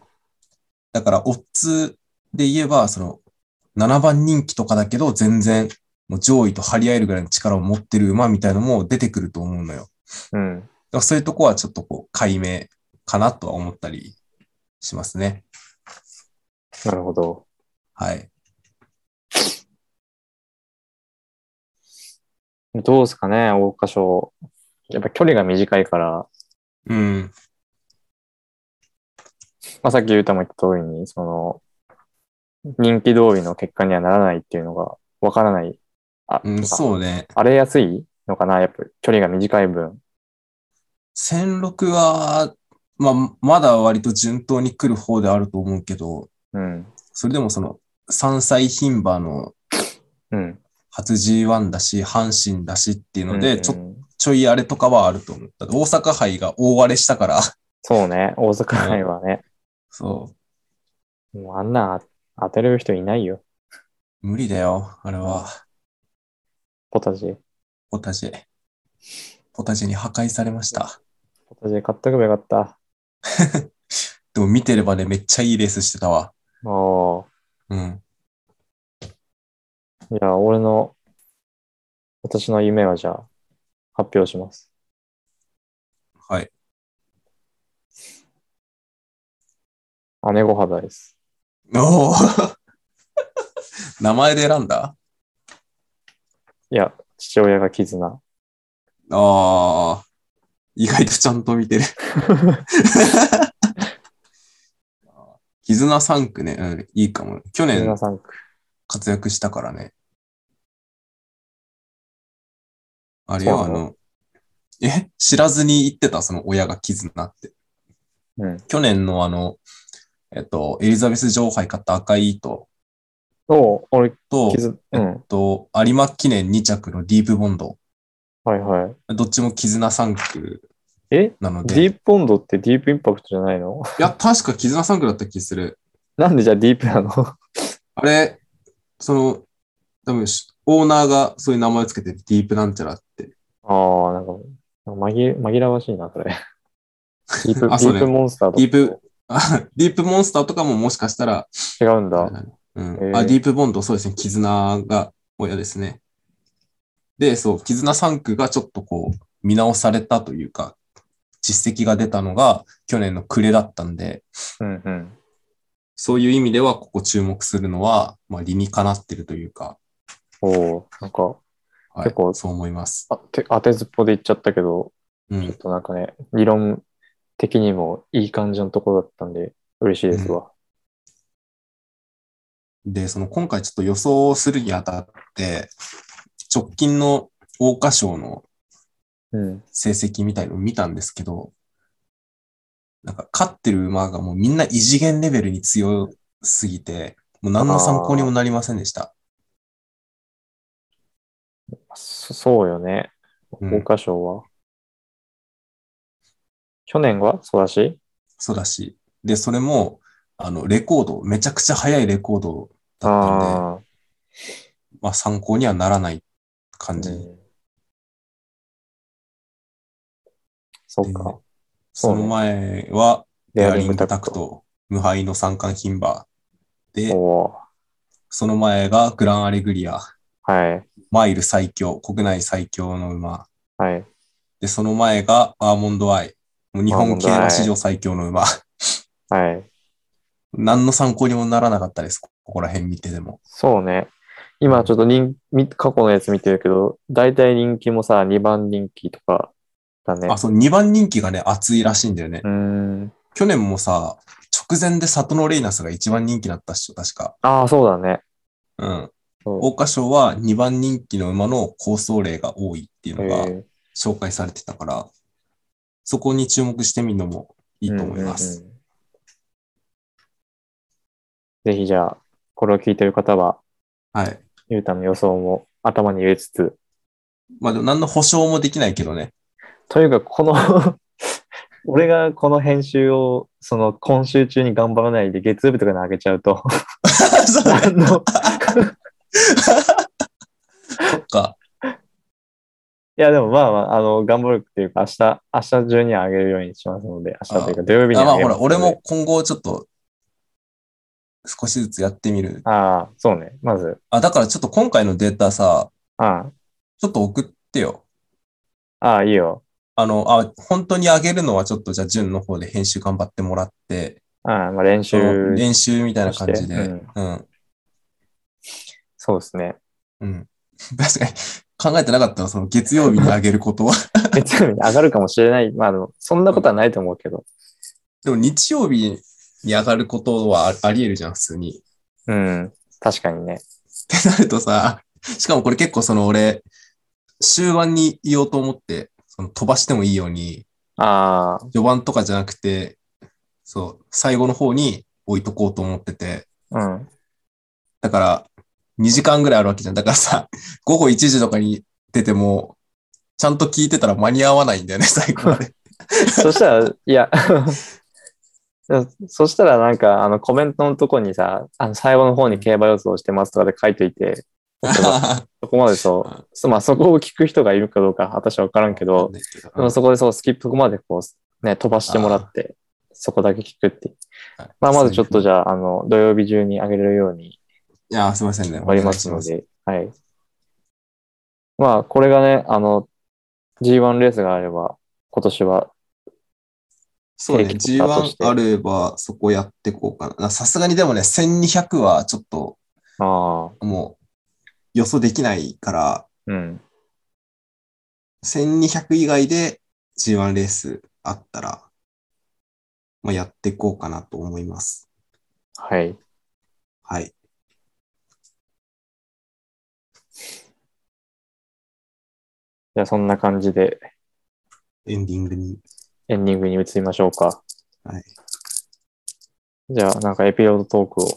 B: だからオッズで言えば、その7番人気とかだけど、全然もう上位と張り合えるぐらいの力を持ってる馬みたいのも出てくると思うのよ。
A: うん。
B: だからそういうとこはちょっとこう、解明かなとは思ったりしますね。
A: なるほど。
B: はい。
A: どうですかね、桜花賞。やっぱ距離が短いから、
B: うん。
A: まあ、さっきゆうたも言った通りに、その、人気通りの結果にはならないっていうのがわからない。あ、
B: うん、
A: う。
B: そうね。
A: 荒れやすいのかな、やっぱ距離が短い分。
B: 1006は、まあ、まだ割と順当に来る方であると思うけど、
A: うん。
B: それでもその、3歳牝馬の
A: うん。
B: 初 G1 だし、阪神だしっていうの
A: う
B: で、
A: ん
B: ちょちょいあれとかはあると思う。だって大阪杯が大荒れしたから、
A: そうね、大阪杯はね、
B: そ
A: もうあんな当てれる人いないよ、
B: う、無理だよ、あれは。
A: ポタジェ。
B: ポタジェ。ポタジェに破壊されました。
A: ポタジェ買っとけばよかった。
B: でも見てればね、めっちゃいいレースしてたわ。
A: おー。
B: うん。
A: いや、俺の、私の夢はじゃあ、発表します。
B: はい。
A: 姉御肌です。
B: おお名前で選んだ
A: いや、父親が絆。
B: ああ、意外とちゃんと見 <laughs> てる。絆3区ね、うん、いいかも。去
A: 絆
B: 年
A: さん区。
B: 活躍したからね。あれ
A: そ
B: よ、
A: うな
B: あの、え、知らずに言ってた、その親が絆って。
A: うん。
B: 去年のあの、えっと、エリザベス女王杯買った赤い糸
A: そう、俺、
B: と、えっ
A: 絆、うん。
B: と、有馬記念2着のディープボンド。
A: はいはい。
B: どっちも絆3区
A: え
B: なので。
A: ディープボンドってディープインパクトじゃないの <laughs>
B: いや、確か絆3区だった気する。
A: なんでじゃあディープな
B: <laughs>
A: の
B: あれ、その、多分しオーナーがそういう名前をつけて、ディープなんちゃらって。
A: ああ、なんか、紛紛らわしいな、それ。ディープ、
B: あ
A: デ
B: そう
A: ィ
B: ね
A: ープモンスターと
B: ディープ、あディープモンスターとかももしかしたら、
A: 違うん
B: あ
A: だ
B: れ。だねうん
A: へー
B: あディープボンド、そうですね、絆が親ですね。で、そう、絆3区がちょっとこう、見直されたというか、実績が出たのが去年の暮れだったんで、
A: うんうん。
B: そういう意味では、ここ注目するのは、まあ、理にかなってるというか、
A: おおなんか、
B: はい、
A: 結構
B: そう思います。
A: あて当てずっぽで言っちゃったけど、
B: う
A: ちょっ
B: ん。
A: となんかね、理論的にもいい感じのところだったんで、嬉しいですわ。
B: で、その今回ちょっと予想をするにあたって、直近の桜花賞の
A: うん。
B: 成績みたいのを見たんですけど、なんか勝ってる馬がもうみんな異次元レベルに強すぎて、もう何の参考にもなりませんでした。
A: そそうよね。
B: うん
A: 桜花賞は。去年はそうだし
B: そうだし。で、それも、あの、レコード、めちゃくちゃ速いレコードだったんで、
A: あ
B: まあ参考にはならない
A: あ
B: 感じ。
A: ー、うんそっ
B: で
A: か。そう
B: そ
A: ね
B: の前は、
A: デ
B: デ
A: ア
B: ア
A: リ
B: リ
A: ン
B: ン
A: グ
B: グ
A: タ
B: タ
A: クト。
B: クト、無敗の三冠牝馬で、
A: おー
B: その前がグランアレグリア、
A: はい。
B: マイル最強、国内最強の馬。
A: はい。
B: で、その前がアーモンドアイ。もう日本競馬史上最強の馬。 <laughs>
A: はい。
B: 何の参考にもならなかったです。ここら辺見てでも。
A: そうね。今ちょっと人み過去のやつ見てるけど、大体人気もさ、2番人気とかだね。
B: あ、そう、2番人気がね、熱いらしいんだよね。
A: うーん。
B: 去年もさ、直前で里のレイナスが1番人気だったっしょ、確か。
A: ああ、そうだね。
B: うん。
A: そ
B: 桜花賞は2番人気の馬の構想例が多いっていう
A: う
B: のが
A: へえ
B: 紹介されてたから、そこに注目してみるのもいいと思います。
A: うんうんうんぜひじゃあ、これを聞いてる方は、
B: はい。
A: ゆうたの予想も頭に入れつつ、
B: まあでも何の保証もできない
A: <laughs>
B: けどね。 <laughs>
A: というか、この、 <laughs> 俺がこの編集を、その、今週中に頑張らないで、月曜日とかに上げちゃうと、 <laughs>
B: そう
A: あの、
B: そっか。
A: いや、でもまあまあ、あの、頑張るっていうか、明日、明日中には上げるようにしますので、明日というか土曜日に
B: あま
A: は
B: あ
A: 上げ
B: ほ
A: ます
B: ら、
A: ので
B: 俺も。今後ちょっと少しずつやってみる。
A: ああ、そうね。まず、
B: あ、だからちょっと今回のデータさ、
A: あ
B: ちょっと送ってよ。
A: あ、ああ、いいよ。
B: あの、あ、本当に上げるのはちょっとじゃあ、順の方で編集頑張ってもらって、
A: ああ、まあ練
B: その
A: 習
B: 練習みたいな
A: し
B: 感
A: て、
B: じで。
A: ん。
B: うん。
A: そうですね。
B: うん。確かに、考えてなかったの、その月曜日に上げることは。 <laughs>
A: <laughs> 月曜日に上がるかもしれない。まあでも、そんなことはないと思うけど。
B: でも日曜日に上がることはああり得るじゃん、普通に。
A: うん。確かにね。
B: ってなるとさ、しかもこれ結構その俺、終盤に言おうと思って、その飛ばしてもいいように、
A: あ
B: 序盤とかじゃなくて、そう、最後の方に置いとこうと思ってて、
A: あ、うん。
B: だから2時間ぐらいあるわけじゃん。だからさ、 <laughs> 午後1時とかに出ても、ちゃんと聞いてたら間に合わない
A: <laughs>
B: んだよね、最後まで。
A: そしたら、いや、 <laughs> そしたらなんか、あの、コメントのとこにさ、あの最後の方に競馬予想してますとかで書いといて、そこまでそう
B: うん、
A: そまあそこを聞く人がいるかどうか私は分からんけど、でもそこでそうスキップそこまでこう、ね、飛ばしてもらって、そこだけ聞くっていう。まあまずちょっと
B: じ
A: じゃあ、あの、土曜日中に上げれるように
B: ゃ。 <laughs> いや、すいませんね。
A: 終わりますので、はい。まあこれがね、あの、G1 レースがあれば、今年は、
B: そうね、
A: 定期ポッターとして
B: G1 あればそこやってこうかな。さすがにでもね、1200はちょっと
A: ああ、
B: もう予想できないから、
A: うん、
B: 1200以外で G1 レースあったら、まあ、やってこうかなと思います。
A: はい。
B: はい。
A: じゃあそんな感じで
B: エンディングに。
A: エンディングに移りましょうか。
B: はい。
A: じゃあなんかエピロードトークを。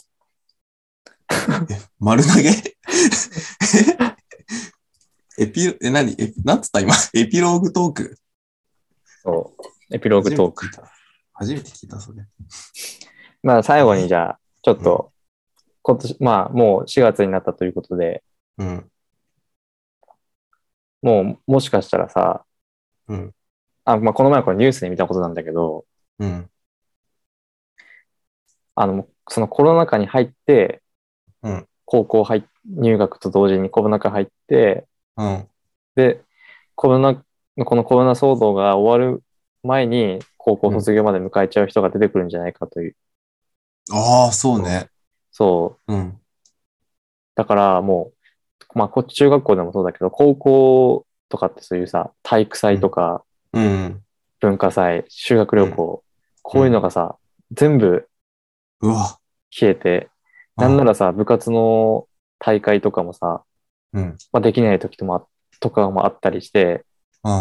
B: 丸投げ <laughs> エピロ、え、何え、なんつった今。 <laughs> エピローグトーク。
A: そう。エピローグトーク。
B: 初めて聞いた。初めて聞いた、それ。
A: まあ最後にじゃあ、ちょっと、今年、まあもう4月になったということで、
B: うん。
A: もうもしかしたらさ、
B: うん。
A: あ、まあこの前これニュースで見たことなんだけど、
B: うん。
A: あの、そのコロナ禍に入って、
B: うん
A: 高校入っ入学と同時にコロナ禍入って、
B: うん。
A: で、コロナ、このコロナ騒動が終わる前に高校卒業まで迎えちゃう人が出てくるんじゃないかという、
B: ああ、そうね。
A: そう、
B: うん。
A: だからもう、まあ、こ中学校でもそうだけど、高校とかってそういうさ、体育祭とか、
B: うん。
A: 文化祭、修学旅行、こういうのがさ、全部
B: うわ。
A: 消えて、なんならさ、部活の大会とかもさ、
B: うん。
A: まあ、できない時ともあとかもあったりして、
B: うん。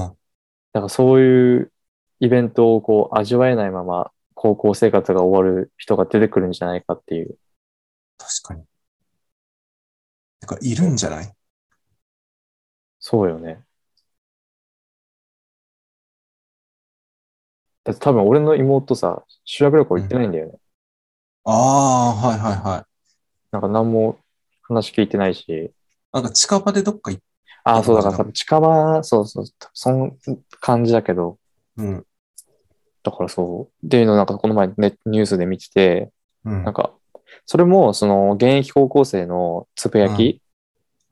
A: だからそういうイベントをこう味わえないまま、高校生活が終わる人が出てくるんじゃないかっていう。
B: 確かに。てか、いるんじゃない
A: そうよね。だって多分俺の妹さ、修学旅行行ってないんだよね。
B: ああ、はいはいはい。
A: なんか何も話聞いてないし。
B: なんか近場でどっか行っ、
A: ああ、そう
B: そ
A: だ
B: うだ
A: から多分近場、そうそう、その感じだけど、
B: うん。
A: だからそう。っていうのをなんかこの前ね、ニュースで見てて、
B: うん。
A: なん
B: はい
A: か、それもその現役高校生のつぶやき、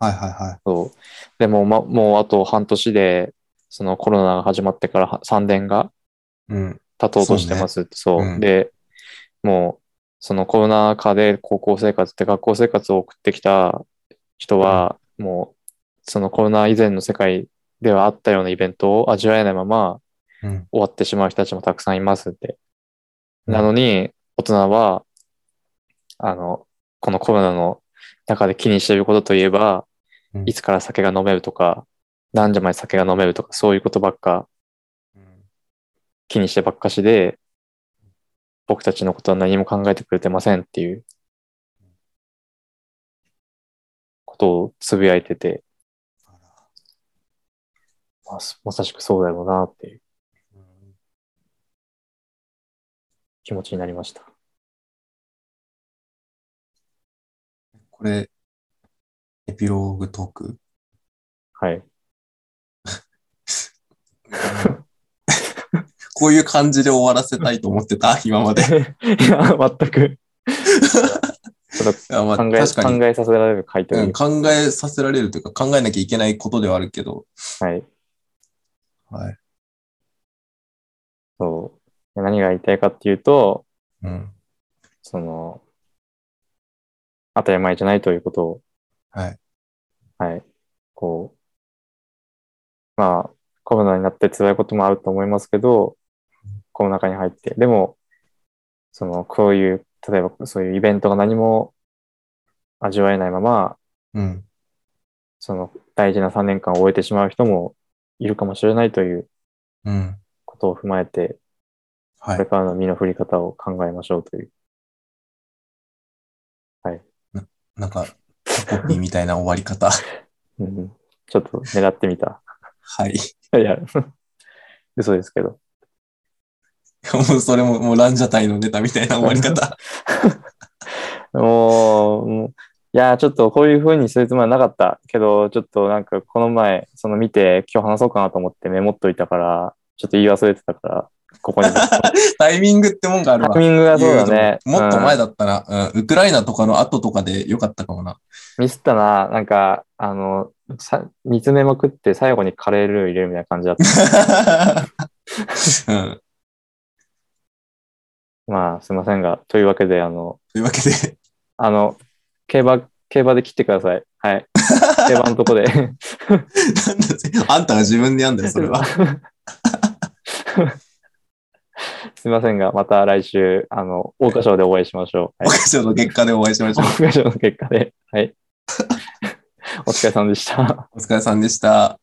B: はいは
A: そう。でも、ま、もうあと半年で、そのコロナが始まってから3年が
B: い。うん。
A: 立とうとしてますって、そう,、
B: ねうん
A: で、もう、そのコロナ禍で高校生活って学校生活を送ってきた人は、もう、そのコロナ以前の世界ではあったようなイベントを味わえないまま
B: うん。
A: 終わってしまう人たちもたくさんいますって。
B: うん
A: なのに、大人は、あの、このコロナの中で気にしていることといえば、
B: うん
A: いつから酒が飲めるとか、何時まで酒が飲めるとか、そういうことばっか
B: うん
A: 気にしてばっかしで、僕たちのことは何も考えてくれてませんっていうことをつぶやいてて、
B: あら
A: まあまさしくそうだろうなっていう
B: うん
A: 気持ちになりました。
B: これ、エピローグトーク。
A: はい。
B: こういう感じで終わらせたいと思っ
A: <laughs>
B: てた、今まで。い
A: いや、全く。ちょっと
B: やまあ
A: 考え、
B: 確かに
A: 考えさせられる回答
B: う
A: に、
B: ん、考えさせられるというか、考えなきゃいけないことではあるけど、
A: はい。
B: はい。
A: そう。何が言いたいかっていうと、
B: うん。
A: その、当たり前じゃないということを、
B: はい。
A: はい。こう、まあ、コロナになって辛いこともあると思いますけど、コロナ禍に入って、でも、その、こういう、例えばそういうイベントが何も味わえないまま、
B: うん。
A: その、大事な3年間を終えてしまう人もいるかもしれないという
B: うん。
A: ことを踏まえて、
B: は
A: これ
B: い。
A: からの身の振り方を考えましょうという。
B: なんか、タコピーみたいな終わり方。 <laughs>
A: うんちょっと狙ってみた。
B: はい。
A: い
B: <laughs>
A: や、 <laughs> 嘘ですけど。
B: もうそれも、もうランジャタイのネタみたいな終わり
A: <laughs>
B: 方。
A: もう、もういや、ちょっとこういう風にするつもりはなかったけど、ちょっとなんかこの前、その見て今日話そうかなと思ってメモっといたから、ちょっと言い忘れてたから、こ <laughs> こに。タ
B: タイミングってもんがあるわ
A: イ。ミングがそうだね。
B: 言うともっと前
A: だ、
B: だったら、うん、ウクライナとかの後とかでよかったかもな。
A: ミスったな。なんか、あの、さ煮詰めまくって最後にカレールー入れるみたいな感じだった。 <laughs>
B: うん。
A: まあ、すいませんが。というわけで、あの、
B: というわけで、
A: あの、競馬、競馬で切ってください。
B: <laughs>
A: はい。競馬のとこで。
B: なんだぜあんたが自分でやんだよ、それは。
A: <laughs> すいませんが、また来週、あの、大花賞でお会いしましょう。
B: お
A: はい、
B: 菓子の結果でお会いしましょ
A: 大
B: う。
A: 花
B: <laughs>
A: 賞の結果で。はい。お疲れ様でした。
B: お疲れさんでした。